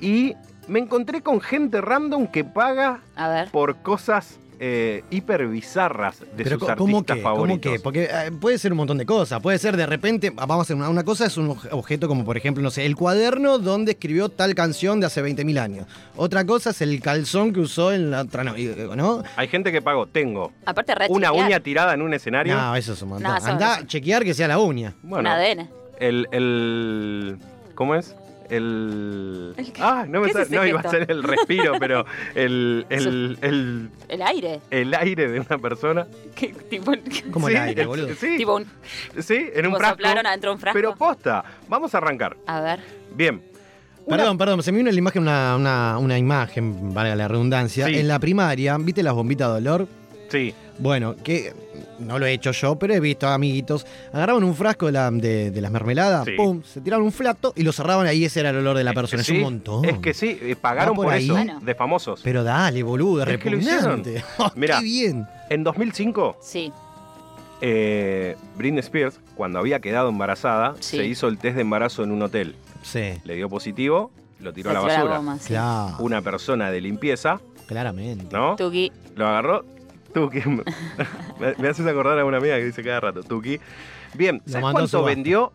F: y me encontré con gente random que paga
E: A ver.
F: por cosas eh, hiper bizarras de
D: Pero
F: sus
D: co-
F: artistas
D: ¿cómo qué? ¿Cómo
F: favoritos.
D: qué? Porque eh, puede ser un montón de cosas. Puede ser de repente, ah, vamos a hacer una, una cosa, es un obje- objeto como por ejemplo, no sé, el cuaderno donde escribió tal canción de hace 20.000 años. Otra cosa es el calzón que usó en la otra no, y- ¿no?
F: Hay gente que pagó, tengo
E: Aparte, re
F: una
E: chequear.
F: uña tirada en un escenario.
D: No, eso es un montón.
E: No, eso
D: Andá
E: no.
D: a chequear que sea la uña.
F: bueno,
E: Una ADN.
F: el, el- ¿Cómo es? El.
E: ¿El qué?
F: Ah, no me
E: ¿Qué es
F: sale-
E: ese
F: no, iba a
E: gesto?
F: ser el respiro, pero el- el- el,
E: El aire.
F: el aire de una persona.
E: ¿Qué, tipo,
D: Como
F: Sí,
D: el aire,
F: el-
D: boludo.
F: Sí,
E: tipo un,
F: sí, en un
E: tipo
F: frasco.
E: soplaron adentro de un frasco.
F: Pero posta, vamos a arrancar.
E: a ver.
F: Bien. Una-
D: Perdón, perdón, se me vino en la imagen una, una- una imagen, valga la redundancia.
F: Sí.
D: En la primaria, ¿viste las bombitas de olor?
F: Sí,
D: Bueno, que no lo he hecho yo, pero he visto amiguitos. Agarraban un frasco de, la- de- de las mermeladas,
F: Sí.
D: pum, se tiraban un flato y lo cerraban ahí. Ese era el olor de la persona.
F: sí,
D: Es un montón.
F: Es que sí, eh, pagaron
D: Va por
F: por,
D: ahí.
F: eso,
E: Bueno.
F: de famosos.
D: Pero dale, boludo, es
F: Es que lo hicieron.
D: repugnante. Oh,
F: Mirá.
D: Qué bien.
F: En 2005,
E: Sí.
F: eh, Britney Spears, cuando había quedado embarazada,
E: Sí.
F: se hizo el test de embarazo en un hotel.
D: Sí,
F: Le dio positivo, lo tiró
E: Se
F: a la
E: tiró
F: basura.
E: goma, sí.
D: claro,
F: Una persona de limpieza,
D: claramente.
F: ¿no?
E: Tuki.
F: Lo agarró. Tuki. me, me haces acordar a una amiga que dice cada rato, Tuki. Bien,
D: Lo
F: ¿sabes
D: mandó a
F: cuánto
D: subasta.
F: vendió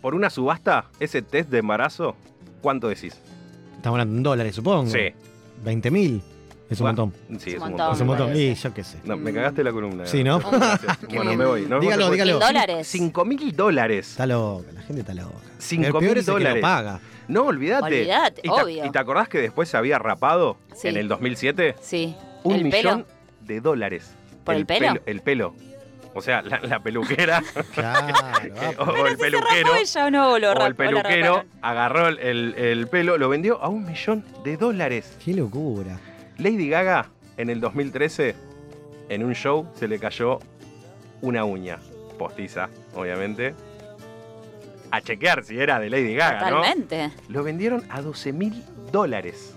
F: por una subasta ese test de embarazo? ¿Cuánto decís?
D: Estamos hablando en dólares, supongo.
F: Sí.
D: 20 mil. Es un
F: Bueno,
D: montón.
F: Sí, es
E: Es
F: un
E: un
F: montón.
D: Es un
E: me
D: montón.
E: parece.
D: Y yo qué sé.
F: No, me cagaste la columna.
D: Sí, ¿no?
F: Gracias. bueno, me voy. ¿no?
D: Dígalo, dígalo.
E: ¿En dólares?
F: 5 mil dólares.
D: Está loca, la gente está loca.
F: Cinco
D: El peor
F: mil
D: es el que lo
F: dólares.
D: paga.
F: No, olvídate.
E: Olvídate,
F: ¿Y te-
E: obvio.
F: ¿Y te acordás que después se había rapado
E: Sí.
F: en el 2007?
E: Sí.
F: Un
E: ¿El
F: millón
E: pelo?
F: de dólares.
E: ¿Por el pelo?
F: El pelo. O sea, la, la peluquera
D: Claro.
F: que-
D: va.
F: o, o el
E: ¿Se
F: peluquero.
E: rapó ella o no? Lo
F: o el
E: rapó, la
F: peluquero
E: raparon?
F: agarró el, el pelo, lo vendió a un millón de dólares.
D: Qué locura.
F: Lady Gaga, en el 2013, en un show, se le cayó una uña. Postiza, obviamente. A chequear si era de Lady Gaga,
E: Totalmente.
F: ¿no? Lo vendieron a 12 mil dólares.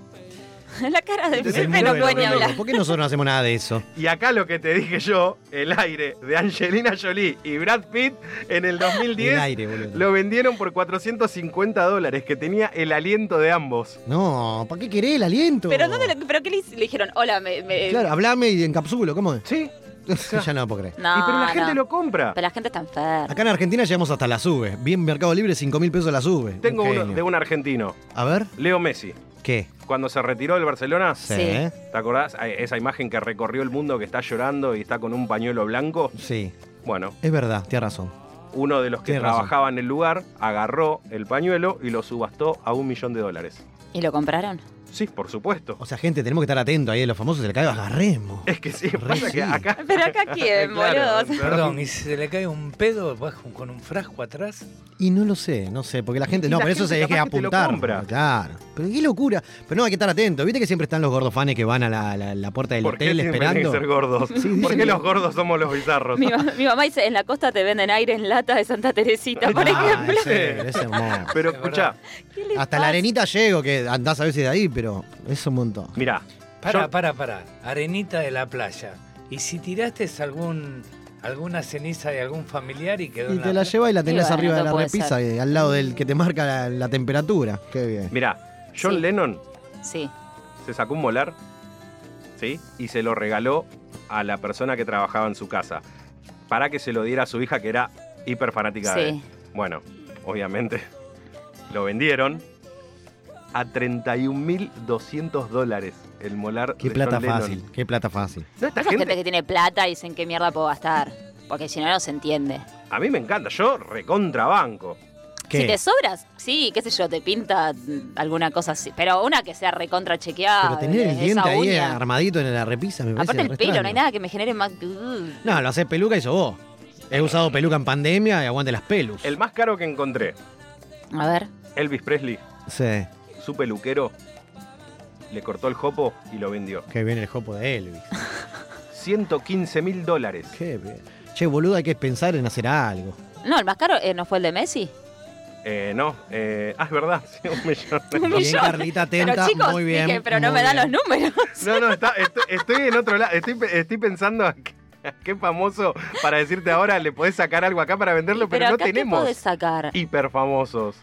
E: La cara de
D: Este es el
E: Pepe no
D: mundo de
E: puede
D: los
E: ni
D: locos.
E: hablar.
D: ¿Por qué nosotros no hacemos nada de eso?
F: Y acá lo que te dije yo, el aire de Angelina Jolie y Brad Pitt en el 2010
D: El aire, boludo.
F: lo vendieron por 450 dólares, que tenía el aliento de ambos.
D: No, ¿para qué querés el aliento?
E: Pero, ¿dónde lo- pero qué le, le dijeron? Hola, me, me-
D: Claro, hablame y encapsulo, ¿cómo es?
F: Sí,
D: ya no puedo creer.
E: No,
F: y pero la gente
E: no.
F: lo compra.
E: Pero la gente está enferma.
D: Acá en Argentina llegamos hasta la sube. Bien, Mercado Libre, 5 mil pesos la sube.
F: Tengo
D: Un
F: uno
D: genio.
F: de un argentino,
D: A ver,
F: Leo Messi.
D: ¿qué?
F: Cuando se retiró del Barcelona,
E: Sí.
F: ¿te acordás? Ay, Esa imagen que recorrió el mundo que está llorando y está con un pañuelo blanco.
D: Sí.
F: Bueno,
D: Es verdad, tienes razón.
F: uno de los que
D: Tienes razón.
F: trabajaba en el lugar agarró el pañuelo y lo subastó a un millón de dólares.
E: ¿Y lo compraron?
F: Sí, por supuesto.
D: O sea, gente, tenemos que estar atentos ahí de los famosos. Se le cae, agarremos.
F: Es que sí,
D: Re
F: pasa
D: sí.
F: que acá.
E: Pero acá quién,
F: Claro,
E: boludo.
G: Perdón, y si se le cae un pedo, vas con- con un frasco atrás.
D: Y no lo sé, no sé, porque la gente.
F: Y
D: No,
F: la
D: por eso
F: gente
D: se deja
F: capaz que te lo
D: apuntar.
F: compra.
D: Claro. Pero qué locura. Pero no, hay que estar atento. Viste que siempre están los gordofanes que van a la, la- la puerta del
F: ¿Por qué
D: hotel
F: siempre tienen que
D: esperando.
F: ser gordos? ¿Por qué los gordos somos los bizarros?
E: Mi, ma- mi mamá dice, en la costa te venden aire en lata de Santa Teresita, por
D: Ah,
E: ejemplo.
D: es, serio, es hermoso.
F: Pero
G: Es
F: escucha,
G: verdad.
E: ¿Qué le
D: Hasta la
E: pasa?
D: arenita llego, que andás a veces de ahí, pero es un montón.
F: mirá,
G: Para,
F: Yo-
G: para, para. Arenita de la playa. ¿Y si tiraste algún, alguna ceniza de algún familiar y quedó
D: Y
G: en
D: te la
G: playa?
D: llevas y la tenés
E: bueno,
D: arriba de
E: no
D: la
E: puede
D: repisa, eh, al lado del que te marca la, la temperatura. Qué bien.
F: mirá, John
E: Sí.
F: Lennon
E: Sí.
F: se sacó un molar, ¿sí? Y se lo regaló a la persona que trabajaba en su casa para que se lo diera a su hija que era hiper fanática de
E: Sí.
F: él. Bueno, obviamente lo vendieron a 31.200 dólares el molar
D: Qué
F: de
D: plata
F: John Lennon.
D: fácil, qué plata fácil.
F: No, esta
E: Esa gente...
F: gente-
E: que tiene plata y dicen qué mierda puedo gastar. Porque si no, no se entiende.
F: a mí me encanta, yo recontrabanco.
D: ¿Qué?
E: Si te sobras, sí, qué sé yo, te pinta mm, alguna cosa así. Pero una que sea recontra chequeada.
D: Pero tener el diente ahí armadito en la repisa me parece
E: Aparte el
D: re
E: pelo, no hay
D: extraño.
E: nada que uh. me genere más. Ugh.
D: No, lo haces peluca y sos vos. He usado peluca en pandemia y aguante las pelus.
F: El más caro que encontré,
E: A ver.
F: Elvis Presley,
D: Sí,
F: su peluquero, le cortó el jopo y lo vendió.
D: qué bien el jopo de Elvis.
F: 115 mil dólares.
D: Qué bien. Che, boludo, hay que pensar en hacer algo.
E: No, el más caro eh, no fue el de Messi.
F: Eh, no, eh, ah, es verdad, sí, un millón.
E: Un
D: Bien,
E: millón.
D: Carlita, atenta.
E: pero chicos,
D: muy bien.
E: dije, pero no
D: muy
E: me dan los
D: bien.
E: números.
F: No, no, está- estoy, estoy en otro lado, estoy, pe- estoy pensando a qué, a qué famoso para decirte ahora le podés sacar algo acá para venderlo, pero,
E: acá
F: no
E: ¿qué podés
F: tenemos
E: sacar?
F: hiper famosos.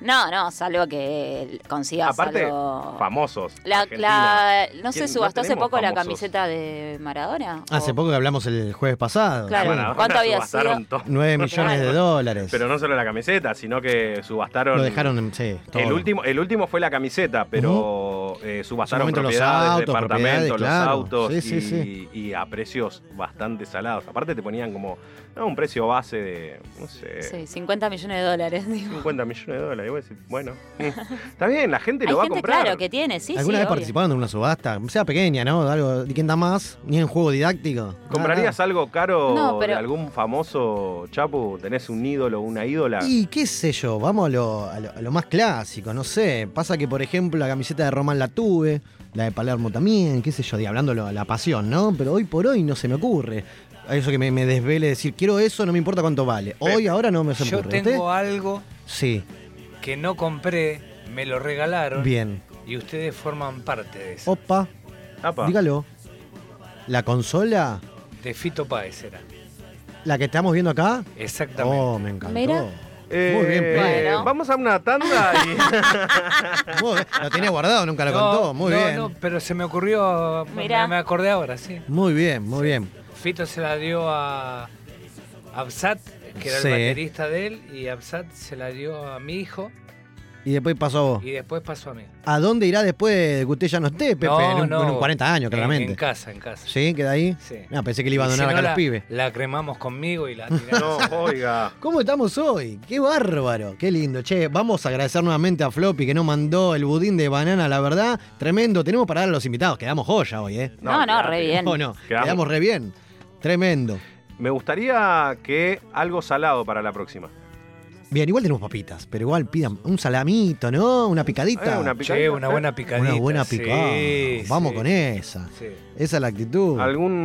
E: No, no, salvo que consigas
F: Aparte,
E: algo.
F: famosos.
E: La,
F: Argentina.
E: la- no sé,
F: ¿Quién- no
E: subastó hace
F: tenemos
E: poco la
F: famosos?
E: camiseta de Maradona.
D: Hace
E: ¿O-
D: poco que hablamos el jueves pasado.
E: Oh. Claro.
D: Sí.
F: Maradona
E: ¿Cuánto había
F: subastaron
E: sido?
F: todo.
D: 9 millones de dólares.
F: Pero no solo la camiseta, sino que subastaron.
D: Lo dejaron en. Sí, todo.
F: El último, el último fue la camiseta, pero eh,
D: En
F: subastaron
D: su momento los
F: propiedades,
D: autos,
F: departamentos, los
D: propiedades, claro.
F: autos
D: Sí, sí,
F: y,
D: sí.
F: y a precios bastante salados. Aparte te ponían como no, un precio base de, no sé,
E: Sí, 50 millones de dólares. digo.
F: 50 millones de dólares. Y vos decís, bueno, mm, está bien, la gente
E: Hay
F: lo va
E: gente,
F: a comprar.
E: claro, que tiene, sí,
D: ¿Alguna
E: sí.
D: vez
E: obvio.
D: participaron de una subasta? Sea pequeña, ¿no? De algo. ¿Y quién da más? Ni en juego didáctico.
F: ¿Comprarías
D: Ah,
F: algo caro
E: No, pero-
F: de algún famoso chapu? ¿Tenés un ídolo, una ídola?
D: Y qué sé yo, vamos a lo, a lo- a lo más clásico, no sé. Pasa que, por ejemplo, la camiseta de Román la tuve, la de Palermo también, qué sé yo, di- hablando lo- la pasión, ¿no? Pero hoy por hoy no se me ocurre. Eso que me, me desvele decir, quiero eso, no me importa cuánto vale. Hoy,
F: Pepe,
D: ahora no me se me
G: Yo
D: ocurre.
G: tengo
D: ¿Usted?
G: algo
D: Sí,
G: que no compré, me lo regalaron
D: bien.
G: y ustedes forman parte de eso.
D: Opa,
F: Apa.
D: dígalo. La consola,
G: De Fito Páez era.
D: la que estamos viendo acá.
G: Eh. Exactamente.
D: Oh, me encantó.
E: Mira.
F: Eh,
D: Muy bien, Pepe.
E: Bueno.
F: Vamos a una tanda y...
D: Muy bien. Lo tenía guardado, nunca lo contó. Muy
G: no,
D: bien.
G: no, pero se me ocurrió, me-
E: Mirá.
G: me acordé ahora, sí.
D: Muy bien, muy bien.
G: Fito se la dio a Absat, que era
D: Sí.
G: el baterista de él, y Absat se la dio a mi hijo
D: Y después pasó a vos.
G: y después pasó a mí.
D: ¿A dónde irá después de que usted ya no esté, Pepe?
G: No,
D: en, un,
G: no.
D: en un 40 años,
G: En-
D: claramente.
G: En, casa, en casa.
D: ¿Sí? ¿Queda ahí?
G: Sí.
D: No, pensé que le iba a
G: Y si
D: donar acá
G: no,
D: a los
G: la-
D: pibes.
G: La cremamos conmigo y la tiramos.
F: No, oiga.
D: ¿Cómo estamos hoy? ¡Qué bárbaro! ¡Qué lindo! Che, vamos a agradecer nuevamente a Floppy que nos mandó el budín de banana, la verdad. Tremendo. Tenemos para dar a los invitados. Quedamos joya hoy, ¿eh?
E: No, no,
F: olvidate.
E: re bien.
D: ¿O no?
F: Quedamos.
D: Quedamos re bien. Tremendo.
F: Me gustaría que algo salado para la próxima.
D: Bien, igual tenemos papitas, pero igual pidan un salamito, ¿no? Una picadita.
F: Eh, una
G: Che,
F: picadita,
G: una
F: ¿eh?
G: buena picadita.
D: Una buena
G: sí,
D: picada. Vamos
G: sí,
D: con esa.
G: sí.
D: Esa es la actitud.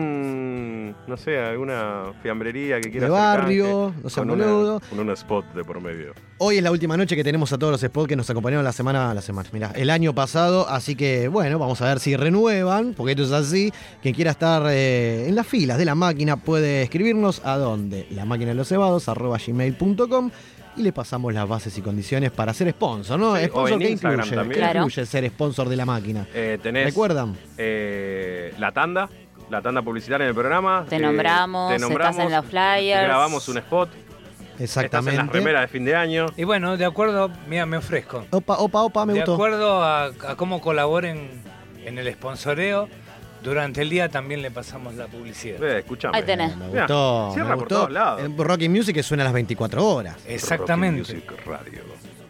F: Algún, no sé, alguna fiambrería que quiera
D: De
F: acercar,
D: barrio,
F: que-
D: no sea
F: con una-
D: boludo.
F: Con un spot de por medio.
D: Hoy es la última noche que tenemos a todos los spots que nos acompañaron la semana, la semana, mirá, el año pasado, así que bueno, vamos a ver si renuevan, porque esto es así. Quien quiera estar eh, en las filas de la máquina puede escribirnos a dónde, la máquina de los cebados, arroba gmail.com y le pasamos las bases y condiciones para ser sponsor, ¿no?
F: Sí, o
D: sponsor
F: en
D: que
F: Instagram
D: incluye,
F: también.
D: ¿Qué
E: Claro.
D: incluye ser sponsor de la máquina.
F: Eh, tenés
D: ¿Recuerdan?
F: eh, la tanda, la tanda publicitaria en el programa.
E: Te
F: eh,
E: nombramos,
F: te nombramos,
E: estás en los flyers.
F: Grabamos un spot. Estás en las
D: Exactamente.
F: remeras de fin de año.
G: Y bueno, de acuerdo, mira, me ofrezco.
D: Opa, opa, opa, Ah, me
G: de
D: gustó.
G: acuerdo a, a cómo colaboren en el esponsoreo, durante el día también le pasamos la publicidad.
F: Ve, escuchame.
E: Ahí tenés.
D: Me
F: Mirá,
D: gustó,
F: cierra
D: me
F: por
D: gustó.
F: todos lados.
D: Eh, Rocky Music que suena a las 24 horas.
G: Exactamente.
F: Rocky Music Radio.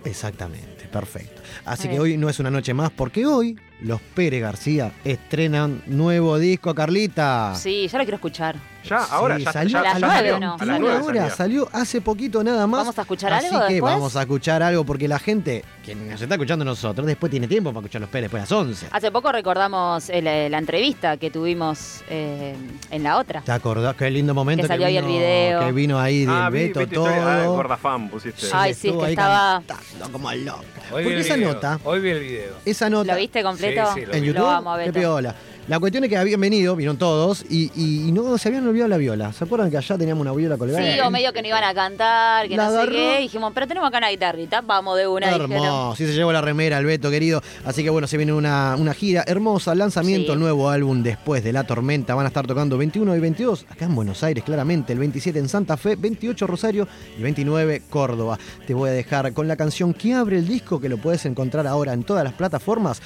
D: Exactamente, perfecto. Así
E: Muy
D: que hoy
E: bien.
D: no es una noche más porque hoy los Pérez García estrenan nuevo disco, Carlita.
E: Sí, ya lo quiero escuchar.
F: Ya, ahora
D: Sí,
F: ya,
D: salió
F: ya-
E: a las
F: ya
E: nueve,
F: salió.
E: ¿no?
F: A las
D: Salió
F: nueve
D: ahora,
F: salía.
D: salió hace poquito nada más.
E: ¿Vamos a escuchar
D: Así
E: algo
D: que
E: después?
D: vamos a escuchar algo porque la gente, quien nos está escuchando nosotros, después tiene tiempo para escuchar los Pérez después de las 11.
E: Hace poco recordamos el- eh, la entrevista que tuvimos eh, en la otra.
D: ¿Te acordás? Qué lindo momento
E: Que salió ahí el video.
D: Que vino ahí del
F: Ah, vi-
D: Beto
F: viste
D: todo.
F: historia. Ah, Gordafam pusiste.
E: Ay, sí, es
D: Estuvo
E: que
D: ahí
E: estaba-
D: cantando como loco.
G: Hoy vi
D: Porque
G: el
D: esa
G: video,
D: nota,
G: Hoy vi el video.
D: esa nota.
E: ¿Lo viste completo?
G: Sí, sí, lo
D: en
G: vi.
D: YouTube.
E: Lo amo,
D: qué
E: Beto.
D: piola. La cuestión es que habían venido, vieron todos, y, y- y no se habían olvidado la viola. ¿Se acuerdan que allá teníamos una viola colgada?
E: Sí, o medio que no iban a cantar, que
D: La
E: no sé
D: agarró.
E: qué. Dijimos, pero tenemos acá una guitarrita, vamos de una. dijeron.
D: Hermoso, sí se llevó la remera, el Beto querido. Así que bueno, se viene una, una gira hermosa, lanzamiento,
E: Sí.
D: nuevo álbum después de La Tormenta. Van a estar tocando 21 y 22 acá en Buenos Aires, claramente. El 27 en Santa Fe, 28 Rosario y 29 Córdoba. Te voy a dejar con la canción que abre el disco, que lo puedes encontrar ahora en todas las plataformas,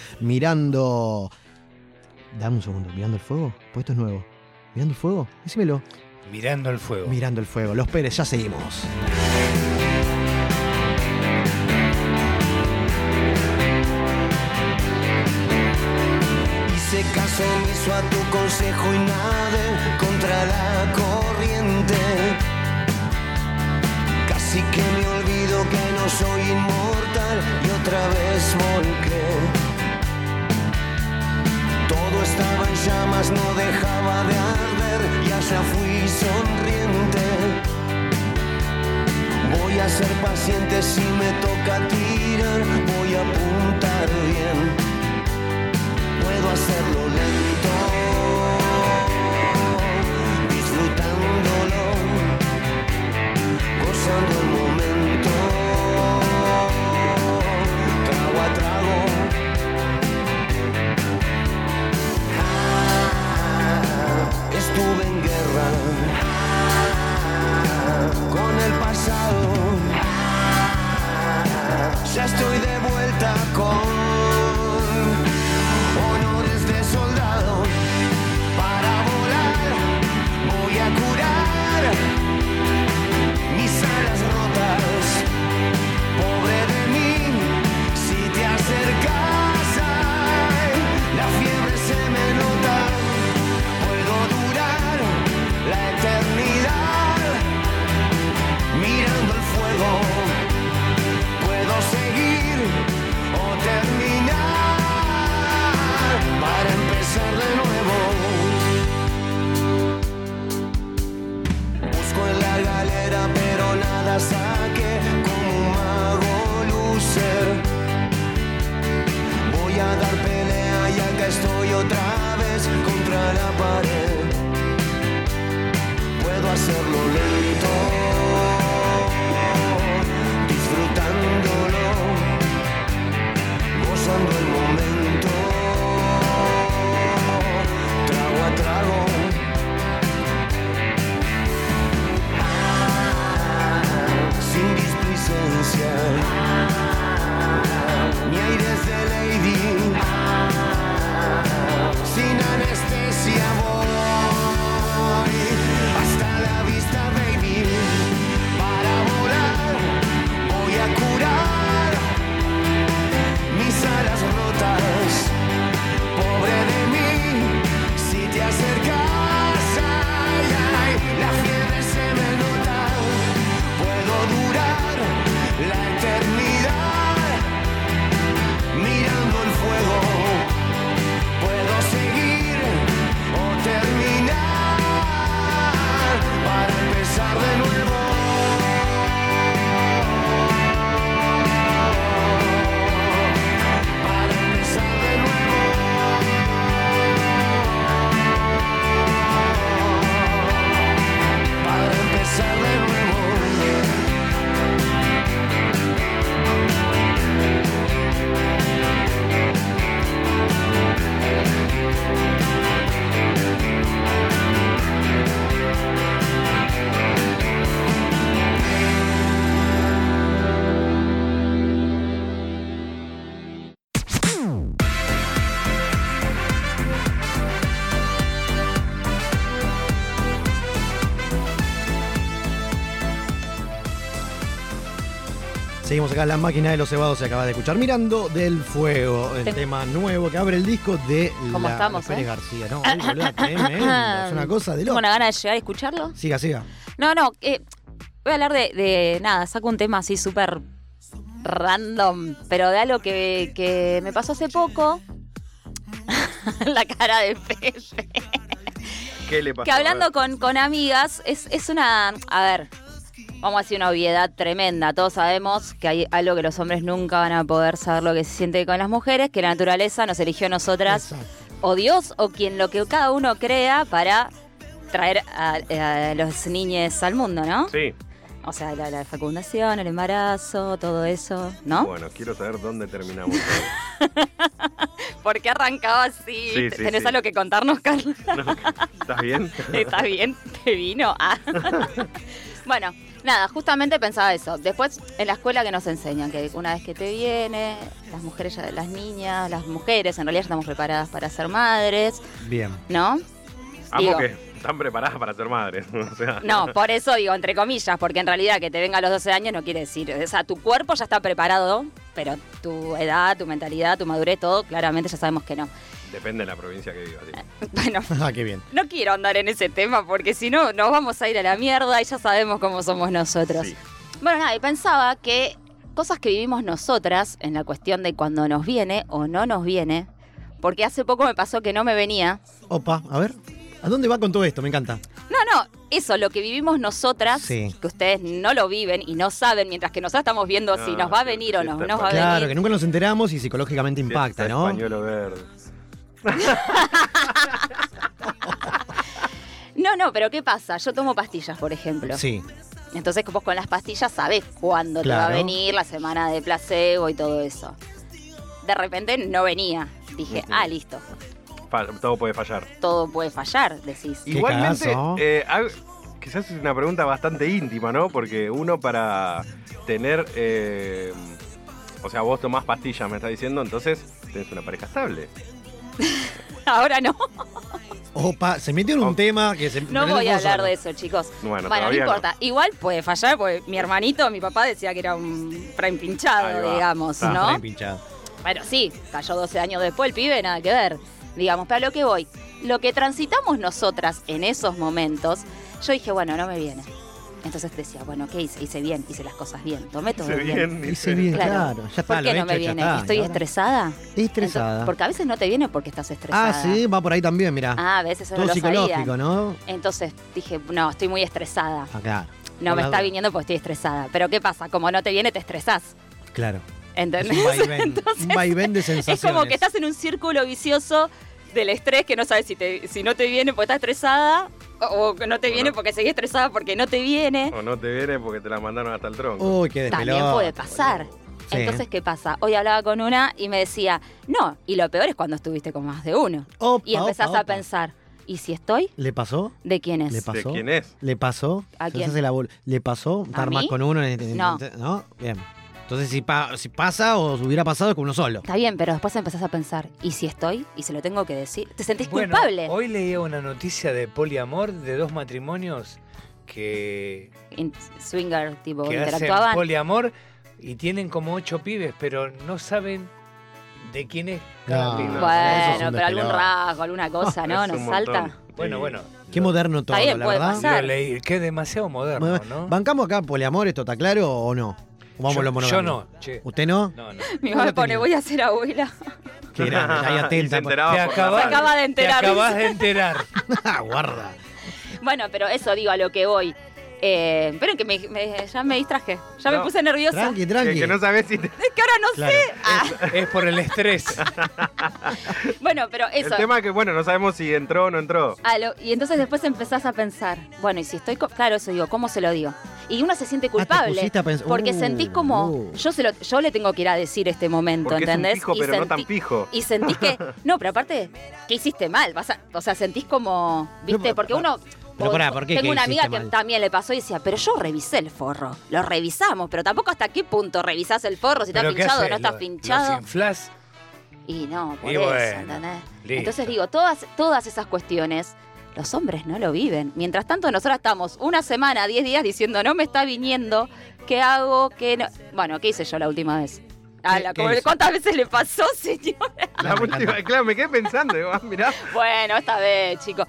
D: mirando. Dame un segundo, mirando el fuego, pues esto es nuevo. ¿Mirando el fuego? Decímelo.
G: Mirando el fuego.
D: Mirando el fuego. Los Pérez, ya seguimos.
J: Hice caso omiso a tu consejo y nadé contra la corriente. Casi que me olvido que no soy inmortal y otra vez volqué. Todo estaba en llamas, no dejaba de arder y allá fui sonriente. Voy a ser paciente si me toca tirar, voy a apuntar bien puedo hacerlo lento, disfrutándolo, gozando el momento, trago a trago. Ah, estuve en guerra ah, con el pasado. Ah, Ya estoy de vuelta con honores de soldado para volar voy a curar mis alas rotas pobre de mí si te acercas ay, la fiebre se me nota puedo durar la eternidad mirando el fuego puedo seguir o terminar para empezar de nuevo. Busco en la galera pero nada saque como un mago lucer. Voy a dar pelea y acá estoy otra vez contra la pared. Puedo hacerlo lento, disfrutándolo gozando el momento, trago a trago. Ah, Sin displicencia, Ah, ni aires de lady, Ah, sin anestesia voy hasta la vista, baby.
D: Seguimos acá en la máquina de los cebados. Se acaba de escuchar Mirando del Fuego, el
E: Te-
D: tema nuevo que abre el disco de
E: ¿Cómo
D: la
E: estamos,
D: Pérez
E: eh?
D: García. No, uy, boluda, tremendo. Es una cosa de
E: Tengo
D: loco.
E: una gana de llegar y escucharlo.
D: Siga, siga.
E: No, no, eh, voy a hablar de, de nada, saco un tema así súper random, pero de algo que, que me pasó hace poco. la cara de Pepe.
F: Eh, ¿Qué le pasa?
E: Que hablando con, con amigas, es, es una. A ver, vamos a decir una obviedad tremenda. Todos sabemos que hay algo que los hombres nunca van a poder saber lo que se siente con las mujeres, que la naturaleza nos eligió a nosotras
D: Exacto.
E: o Dios o quien lo que cada uno crea para traer a, a los niños al mundo, ¿no?
F: Sí.
E: O sea, la, la fecundación, el embarazo, todo eso, ¿no?
F: Bueno, quiero saber dónde terminamos.
E: Porque arrancaba así.
F: Sí, sí,
E: ¿Tenés
F: sí.
E: algo que contarnos, Carlos?
F: No, ¿Estás bien?
E: ¿Está bien? ¿Te vino? Ah. bueno, nada, justamente pensaba eso. Después, en la escuela que nos enseñan, que una vez que te viene, las mujeres, ya- las niñas, las mujeres, en realidad ya estamos preparadas para ser madres,
D: Bien.
E: ¿no?
F: Amo
E: Digo.
F: que están preparadas para ser madres. O sea,
E: No, por eso digo, entre comillas, porque en realidad que te venga a los 12 años no quiere decir. O sea, tu cuerpo ya está preparado, pero tu edad, tu mentalidad, tu madurez, todo, claramente ya sabemos que no.
F: depende de la provincia que vivas. sí.
E: Bueno,
D: Ah, qué bien.
E: no quiero andar en ese tema porque si no, nos vamos a ir a la mierda y ya sabemos cómo somos nosotros.
F: Sí.
E: Bueno, nada, y pensaba que cosas que vivimos nosotras en la cuestión de cuando nos viene o no nos viene, porque hace poco me pasó que no me venía.
D: Opa, a ver. ¿A dónde va con todo esto? Me encanta.
E: No, no, eso, lo que vivimos nosotras,
D: Sí.
E: que ustedes no lo viven y no saben, mientras que nosotros estamos viendo si
F: Ah,
E: nos va a
F: sí,
E: venir o
F: sí,
E: no,
F: está
E: nos va a
D: claro, que
E: venir.
D: nunca nos enteramos y psicológicamente
F: Está
D: impacta,
F: el
D: ¿no?
F: Pañuelo verde.
E: No, no, pero ¿qué pasa? Yo tomo pastillas, por ejemplo.
D: Sí.
E: Entonces vos con las pastillas sabés cuándo te va
D: Claro.
E: a venir la semana de placebo y todo eso. De repente no venía. Dije,
F: Ujú.
E: ah, listo,
F: Fa- todo puede fallar.
E: todo puede fallar, decís.
D: Qué
F: Igualmente,
D: cagazo.
F: eh, hag- quizás es una pregunta bastante íntima, ¿no? Porque uno para tener... eh, o sea, vos tomás pastillas, me estás diciendo, entonces tenés una pareja estable.
E: Ahora no,
D: Opa, se metió en un
F: Oh.
D: tema que se.
E: no
D: me
E: voy a
D: vamos
E: hablar de eso, chicos.
F: Bueno,
E: Bueno, no
F: todavía no.
E: importa. Igual puede fallar, porque mi hermanito, mi papá decía que era un frame
F: Ahí
E: pinchado,
F: va.
E: digamos,
F: Ah,
E: ¿no?
D: Re pinchado.
E: Bueno, sí, cayó 12 años después el pibe, nada que ver. Digamos, pero a lo que voy, lo que transitamos nosotras en esos momentos, yo dije, bueno, no me viene. Entonces decía, bueno, ¿qué hice? Hice bien, hice las cosas bien, tomé todo
F: Se
E: bien.
F: bien,
D: Dice
F: dice.
D: bien, claro.
E: Claro.
D: Ya está,
E: ¿Por
D: lo
E: qué
D: he
E: no
D: hecho,
E: me
D: ya
E: viene?
D: está.
E: ¿Estoy
D: Y ahora-
E: estresada?
D: Estresada.
E: Entonces- porque a veces no te viene porque estás estresada.
D: Ah, sí, va por ahí también, mirá.
E: Ah, a veces
D: Todo
E: no lo
D: psicológico,
E: sabía.
D: ¿no?
E: Entonces dije, no, estoy muy estresada.
D: Acá.
E: No me
D: Claro.
E: está viniendo porque estoy estresada. Pero ¿qué pasa? Como no te viene, te estresás.
D: Claro. Es
E: ¿Entendés?
D: un vaivén.
E: Entonces,
D: un vaivén de
E: Es
D: sensaciones.
E: como que estás en un círculo vicioso del estrés que no sabes si, te- si no te viene porque estás estresada o o que no te
F: Bueno.
E: viene porque seguís estresada porque no te viene.
F: O no te viene porque te la mandaron hasta el tronco.
D: Uy, qué despelote.
E: También puede pasar.
D: Sí.
E: Entonces, ¿qué pasa? Hoy hablaba con una y me decía, no, y lo peor es cuando estuviste con más de uno.
D: Opa,
E: Y empezás
D: opa,
E: a
D: opa.
E: pensar, ¿y si estoy?
D: ¿Le pasó?
E: ¿De quién es?
D: ¿Le pasó?
F: ¿De quién es?
D: ¿Le pasó?
E: ¿A
D: Se
E: quién?
D: hace la bol- ¿Le pasó estar más
E: mí?
D: con uno? en este-
E: No.
D: ¿No? Bien. Entonces, si, pa- si pasa o si hubiera pasado es con uno solo.
E: Está bien, pero después empezás a pensar, ¿y si estoy? ¿Y se lo tengo que decir? ¿Te sentís
G: Bueno,
E: culpable?
G: hoy leía una noticia de poliamor de dos matrimonios que,
E: In- swinger, tipo,
G: que hacen
E: interactuaban.
G: poliamor y tienen como ocho pibes, pero no saben de quién es cada
D: No.
G: pibe.
D: Bueno, eso es
E: Bueno,
D: un
E: pero algún
D: despelote.
E: rasgo, alguna cosa, ¿no?
F: Es
E: Nos
F: un
E: salta.
F: montón.
G: Bueno,
F: Sí.
G: bueno.
D: Qué
G: lo-
D: moderno todo,
E: Está bien,
D: la
E: puede
D: verdad.
E: pasar.
G: Lo leí, que es demasiado moderno,
D: Bueno,
G: ¿no?
D: Bancamos acá poliamor, esto está claro o no. ¿O vamos a
G: yo,
D: lo monogamia?
G: yo no, che.
D: ¿Usted no?
G: No, no.
E: Mi
D: No
E: mamá
D: lo
E: me pone,
D: tenía.
E: voy a ser abuela.
D: Qué grande, ahí
F: Y se
D: atenta. pues.
F: enteraba
G: Te
F: por la
G: acabas-
E: Se
F: radio.
E: acaba de
G: Te
E: enterar.
G: acabas de enterar.
D: Ah, guarda.
E: Bueno, pero eso digo a lo que voy. Eh, esperen que me, me- ya me distraje. Ya me
F: No.
E: puse nerviosa.
D: Tranqui,
F: Que,
D: tranqui.
F: que no sabes si te-
E: Es que ahora no
D: Claro.
E: sé. Ah,
G: Es por el estrés.
E: bueno, pero
F: El
E: eso.
F: tema es que, bueno, no sabemos si entró o no entró.
E: A Ah, lo- y entonces después empezás a pensar, bueno, y si estoy. co- Claro, eso digo, ¿cómo se lo digo? Y uno se siente culpable.
D: Ah, pusiste a pens-
E: porque
D: Uh,
E: sentís como.
D: uh.
E: Yo, se lo, yo le tengo que ir a decir este momento,
F: Porque
E: ¿entendés?
F: es un pijo,
E: Y
F: pero no tan
E: sentí-
F: pijo.
E: Y sentís que. No, pero aparte, que hiciste mal. Vas a- o sea, sentís como. ¿Viste?
D: Pero, ah,
E: Porque uno.
D: pero
E: o-
D: pará, ¿por qué?
E: Tengo
D: ¿Qué
E: una amiga
D: hiciste
E: que
D: mal?
E: también le pasó y decía, pero yo revisé el forro. Lo revisamos, pero tampoco hasta qué punto revisás el forro, si está
G: Pero ¿qué
E: pinchado o
G: haces?
E: no está
G: Lo-
E: pinchado.
G: Los inflás.
E: Y no, por
G: Y
E: eso,
G: bueno,
E: ¿entendés?
G: listo.
E: Entonces digo, todas, todas esas cuestiones Los hombres no lo viven. Mientras tanto, nosotras estamos una semana, 10 días diciendo, no me está viniendo, ¿qué hago? ¿Qué no? Bueno, ¿qué hice yo la última vez? Ah,
D: ¿Qué-
E: la-
D: qué
E: como-
D: hizo?
E: ¿Cuántas veces le pasó, señora?
F: La última, claro, me quedé pensando, digo, ah, mirá.
E: Bueno, esta vez, chico.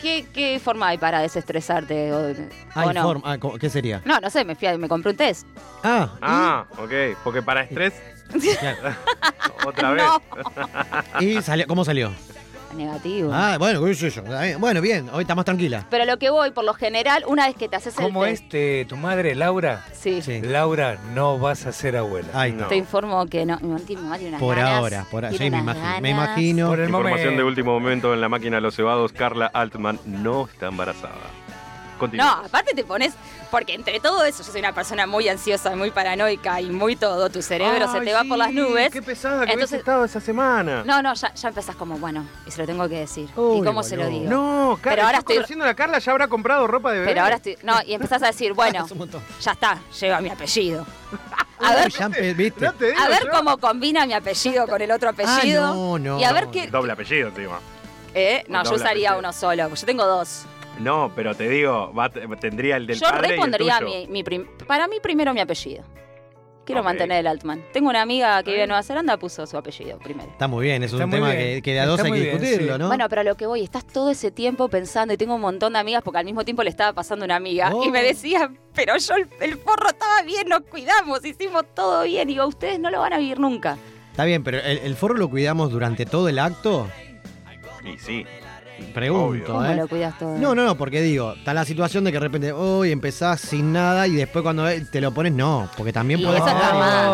E: ¿Qué, qué forma hay para desestresarte? ¿O,
D: Hay
E: o no?
D: forma- ah, co- ¿Qué sería?
E: No, no sé, me fui a- me compré un test.
D: Ah,
F: Ah, ok, porque para estrés,
D: claro.
F: otra vez.
E: No.
D: ¿Y salió, cómo salió?
E: Negativo.
D: Ah, bueno, qué sé yo. Está bien. Bueno, bien, hoy está más tranquila.
E: Pero lo que voy, por lo general, una vez que te haces
G: ¿Cómo
E: el test.
G: este, tu madre, Laura?
E: Sí.
D: Sí.
G: Laura, no vas a ser abuela.
D: Ahí está.
E: Te informo que no. Mi mamá tiene- mi mamá tiene unas
D: Por
E: ganas,
D: ahora, por ahora.
E: tiene
D: Sí, me
E: unas
D: imagino. Me
E: ganas.
D: imagino.
G: Por el
F: Información de
G: momento.
F: último momento en la máquina de los cebados, Carla Altman no está embarazada.
E: No,
F: Continúa.
E: aparte te pones. Porque entre todo eso, yo soy una persona muy ansiosa, muy paranoica y muy todo. Tu cerebro se
F: Ay,
E: te va
F: sí,
E: por las nubes.
F: Qué pesada que
E: Entonces-
F: habéis estado esa semana.
E: No, no, ya, ya empezás como, bueno, y se lo tengo que decir.
D: Uy,
E: ¿Y cómo se lo
D: boludo.
E: digo?
F: No, Carla,
E: Pero ahora
F: estás
E: estoy-
F: conociendo a la Carla, ya habrá comprado ropa de bebé.
E: Pero ahora estoy. No, y empezás a decir, bueno,
D: Es un montón.
E: ya está, lleva mi apellido. A ver,
D: Ya empe- ¿viste?
F: No te digo
E: a ver
F: yo.
E: cómo combina mi apellido con el otro apellido.
D: Ah, no, no,
E: y a ver
D: no.
E: qué.
F: Doble apellido, encima.
E: ¿Eh? No, yo
F: Doble
E: usaría
F: apellido.
E: uno solo, porque yo tengo dos.
F: No, pero te digo, va- tendría el del
E: yo
F: padre y el tuyo.
E: repondría mi, mi prim- para mí primero mi apellido. Quiero
F: Ok.
E: mantener el Altman. Tengo una amiga que vive en Nueva Zelanda, puso su apellido primero.
D: Está muy bien, es
G: Está
D: un
G: muy
D: tema
G: bien.
D: que, que de a dos
G: Está
D: hay que
G: muy bien,
D: discutirlo,
G: sí.
D: ¿no?
E: Bueno, pero a lo que voy, estás todo ese tiempo pensando y tengo un montón de amigas porque al mismo tiempo le estaba pasando una amiga
D: Oh.
E: y me decía, pero yo el, el forro estaba bien, nos cuidamos, hicimos todo bien. Y digo, ustedes no lo van a vivir nunca.
D: Está bien, pero el, el forro lo cuidamos durante todo el acto.
F: Y sí.
D: Pregunto,
E: ¿Cómo
D: ¿eh?
E: lo cuidas todo?
D: No, no, no, porque digo, está la situación de que de repente hoy empezás sin nada y después cuando eh, te lo pones, no, porque también
E: Y
D: podés
E: eso está
D: sacar-
E: mal.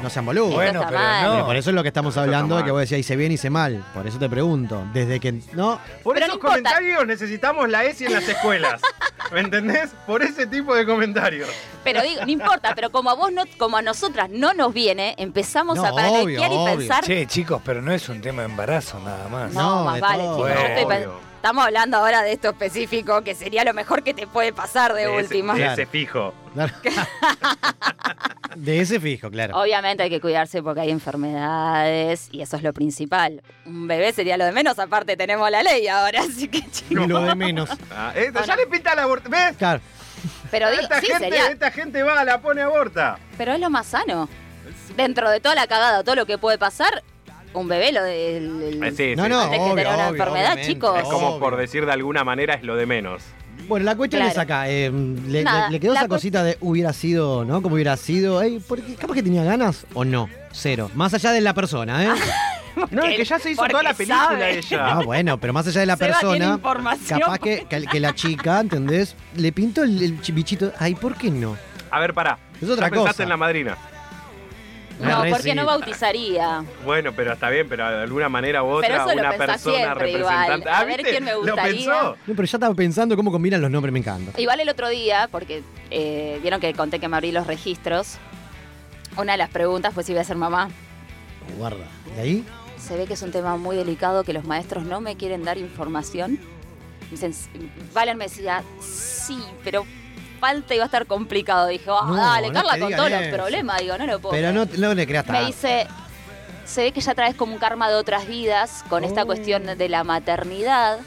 D: No sean boludos.
G: Bueno,
E: está
G: pero
E: mal.
G: no.
D: Pero por eso es lo que estamos
F: Eso está
D: hablando, de que
F: mal.
D: vos decías hice bien, hice mal. Por eso te pregunto. Desde que. No,
F: Por
E: Pero
F: esos
E: no importa.
F: comentarios necesitamos la ESI en las escuelas. ¿Me entendés? Por ese tipo de comentarios.
E: Pero digo, no importa, pero como a vos no, como a nosotras no nos viene, empezamos
D: No,
E: a paranoiquear
D: obvio,
E: y
D: obvio.
E: pensar.
G: Che, chicos, pero no es un tema de embarazo nada más.
E: No,
D: No, de
E: más vale,
D: todo.
E: chicos, yo estoy
F: Bueno, obvio.
E: pen- Estamos hablando ahora de esto específico, que sería lo mejor que te puede pasar de,
F: ese-
E: última.
F: de
D: Claro.
F: ese fijo.
D: claro. De ese fijo, claro.
E: Obviamente hay que cuidarse porque hay enfermedades y eso es lo principal. Un bebé sería lo de menos, aparte tenemos la ley ahora, así que
D: Y
E: chicos.
D: lo de menos.
F: Ah, esta- ya
E: Bueno.
F: le pinta la aborto. ¿Ves?
D: Claro.
E: Pero digo,
F: Esta,
E: sí,
F: gente,
E: sería,
F: esta gente va, la pone aborta.
E: pero es lo más sano. Dentro de toda la cagada, todo lo que puede pasar, un bebé lo de, el- el-
D: No, no,
E: Antes que
D: obvio,
E: tener una
D: obvio,
E: enfermedad,
D: obviamente.
E: chicos.
F: Eh, Es como
D: Obvio.
F: por decir de alguna manera es lo de menos.
D: Bueno, la cuestión
E: Claro.
D: es acá. eh, le,
E: Nada,
D: le- le quedó
E: la
D: esa cosita de hubiera sido, ¿no? Como hubiera sido. Ey, porque capaz que tenía ganas o no. Cero. Más allá de la persona, ¿eh?
F: No, es que ya se hizo
E: Porque
F: toda la película
E: sabe.
F: ella.
D: Ah, bueno, pero más allá de la
E: Seba tiene
D: persona.
E: información.
D: Capaz que, que- que la chica, ¿entendés? Le pinto el, el chi- bichito. Ay, ¿por qué no?
F: A ver, pará.
D: Es otra
F: Ya pensaste
D: cosa.
F: en la madrina.
E: No,
D: Re
E: porque
D: sí.
E: no bautizaría.
F: Bueno, pero está bien, pero de alguna manera u
E: Pero
F: otra,
E: eso lo
F: una
E: pensás
F: persona
E: siempre igual.
F: representante.
E: A
F: Ah,
E: ver
F: ¿viste?
E: quién me
F: Lo
E: gustaría.
F: pensó.
D: No, pero ya estaba pensando cómo combinan los nombres, me encanta.
E: Igual el otro día, porque eh, vieron que conté que me abrí los registros, una de las preguntas fue si voy a ser mamá. Eh.
D: Guarda. ¿Y ahí?
E: Se ve que es un tema muy delicado que los maestros no me quieren dar información. Me Dicen, Valen me decía, sí, pero falta y va a estar complicado. Dije, ah,
D: No,
E: dale,
D: no
E: Carla,
D: te
E: con
D: digan
E: todos los
D: eso.
E: problemas. Digo, no lo puedo.
D: Pero
E: creer".
D: no, no le creas
E: Me
D: tanto.
E: dice, se ve que ya traes como un karma de otras vidas con
D: Oh.
E: esta cuestión de la maternidad.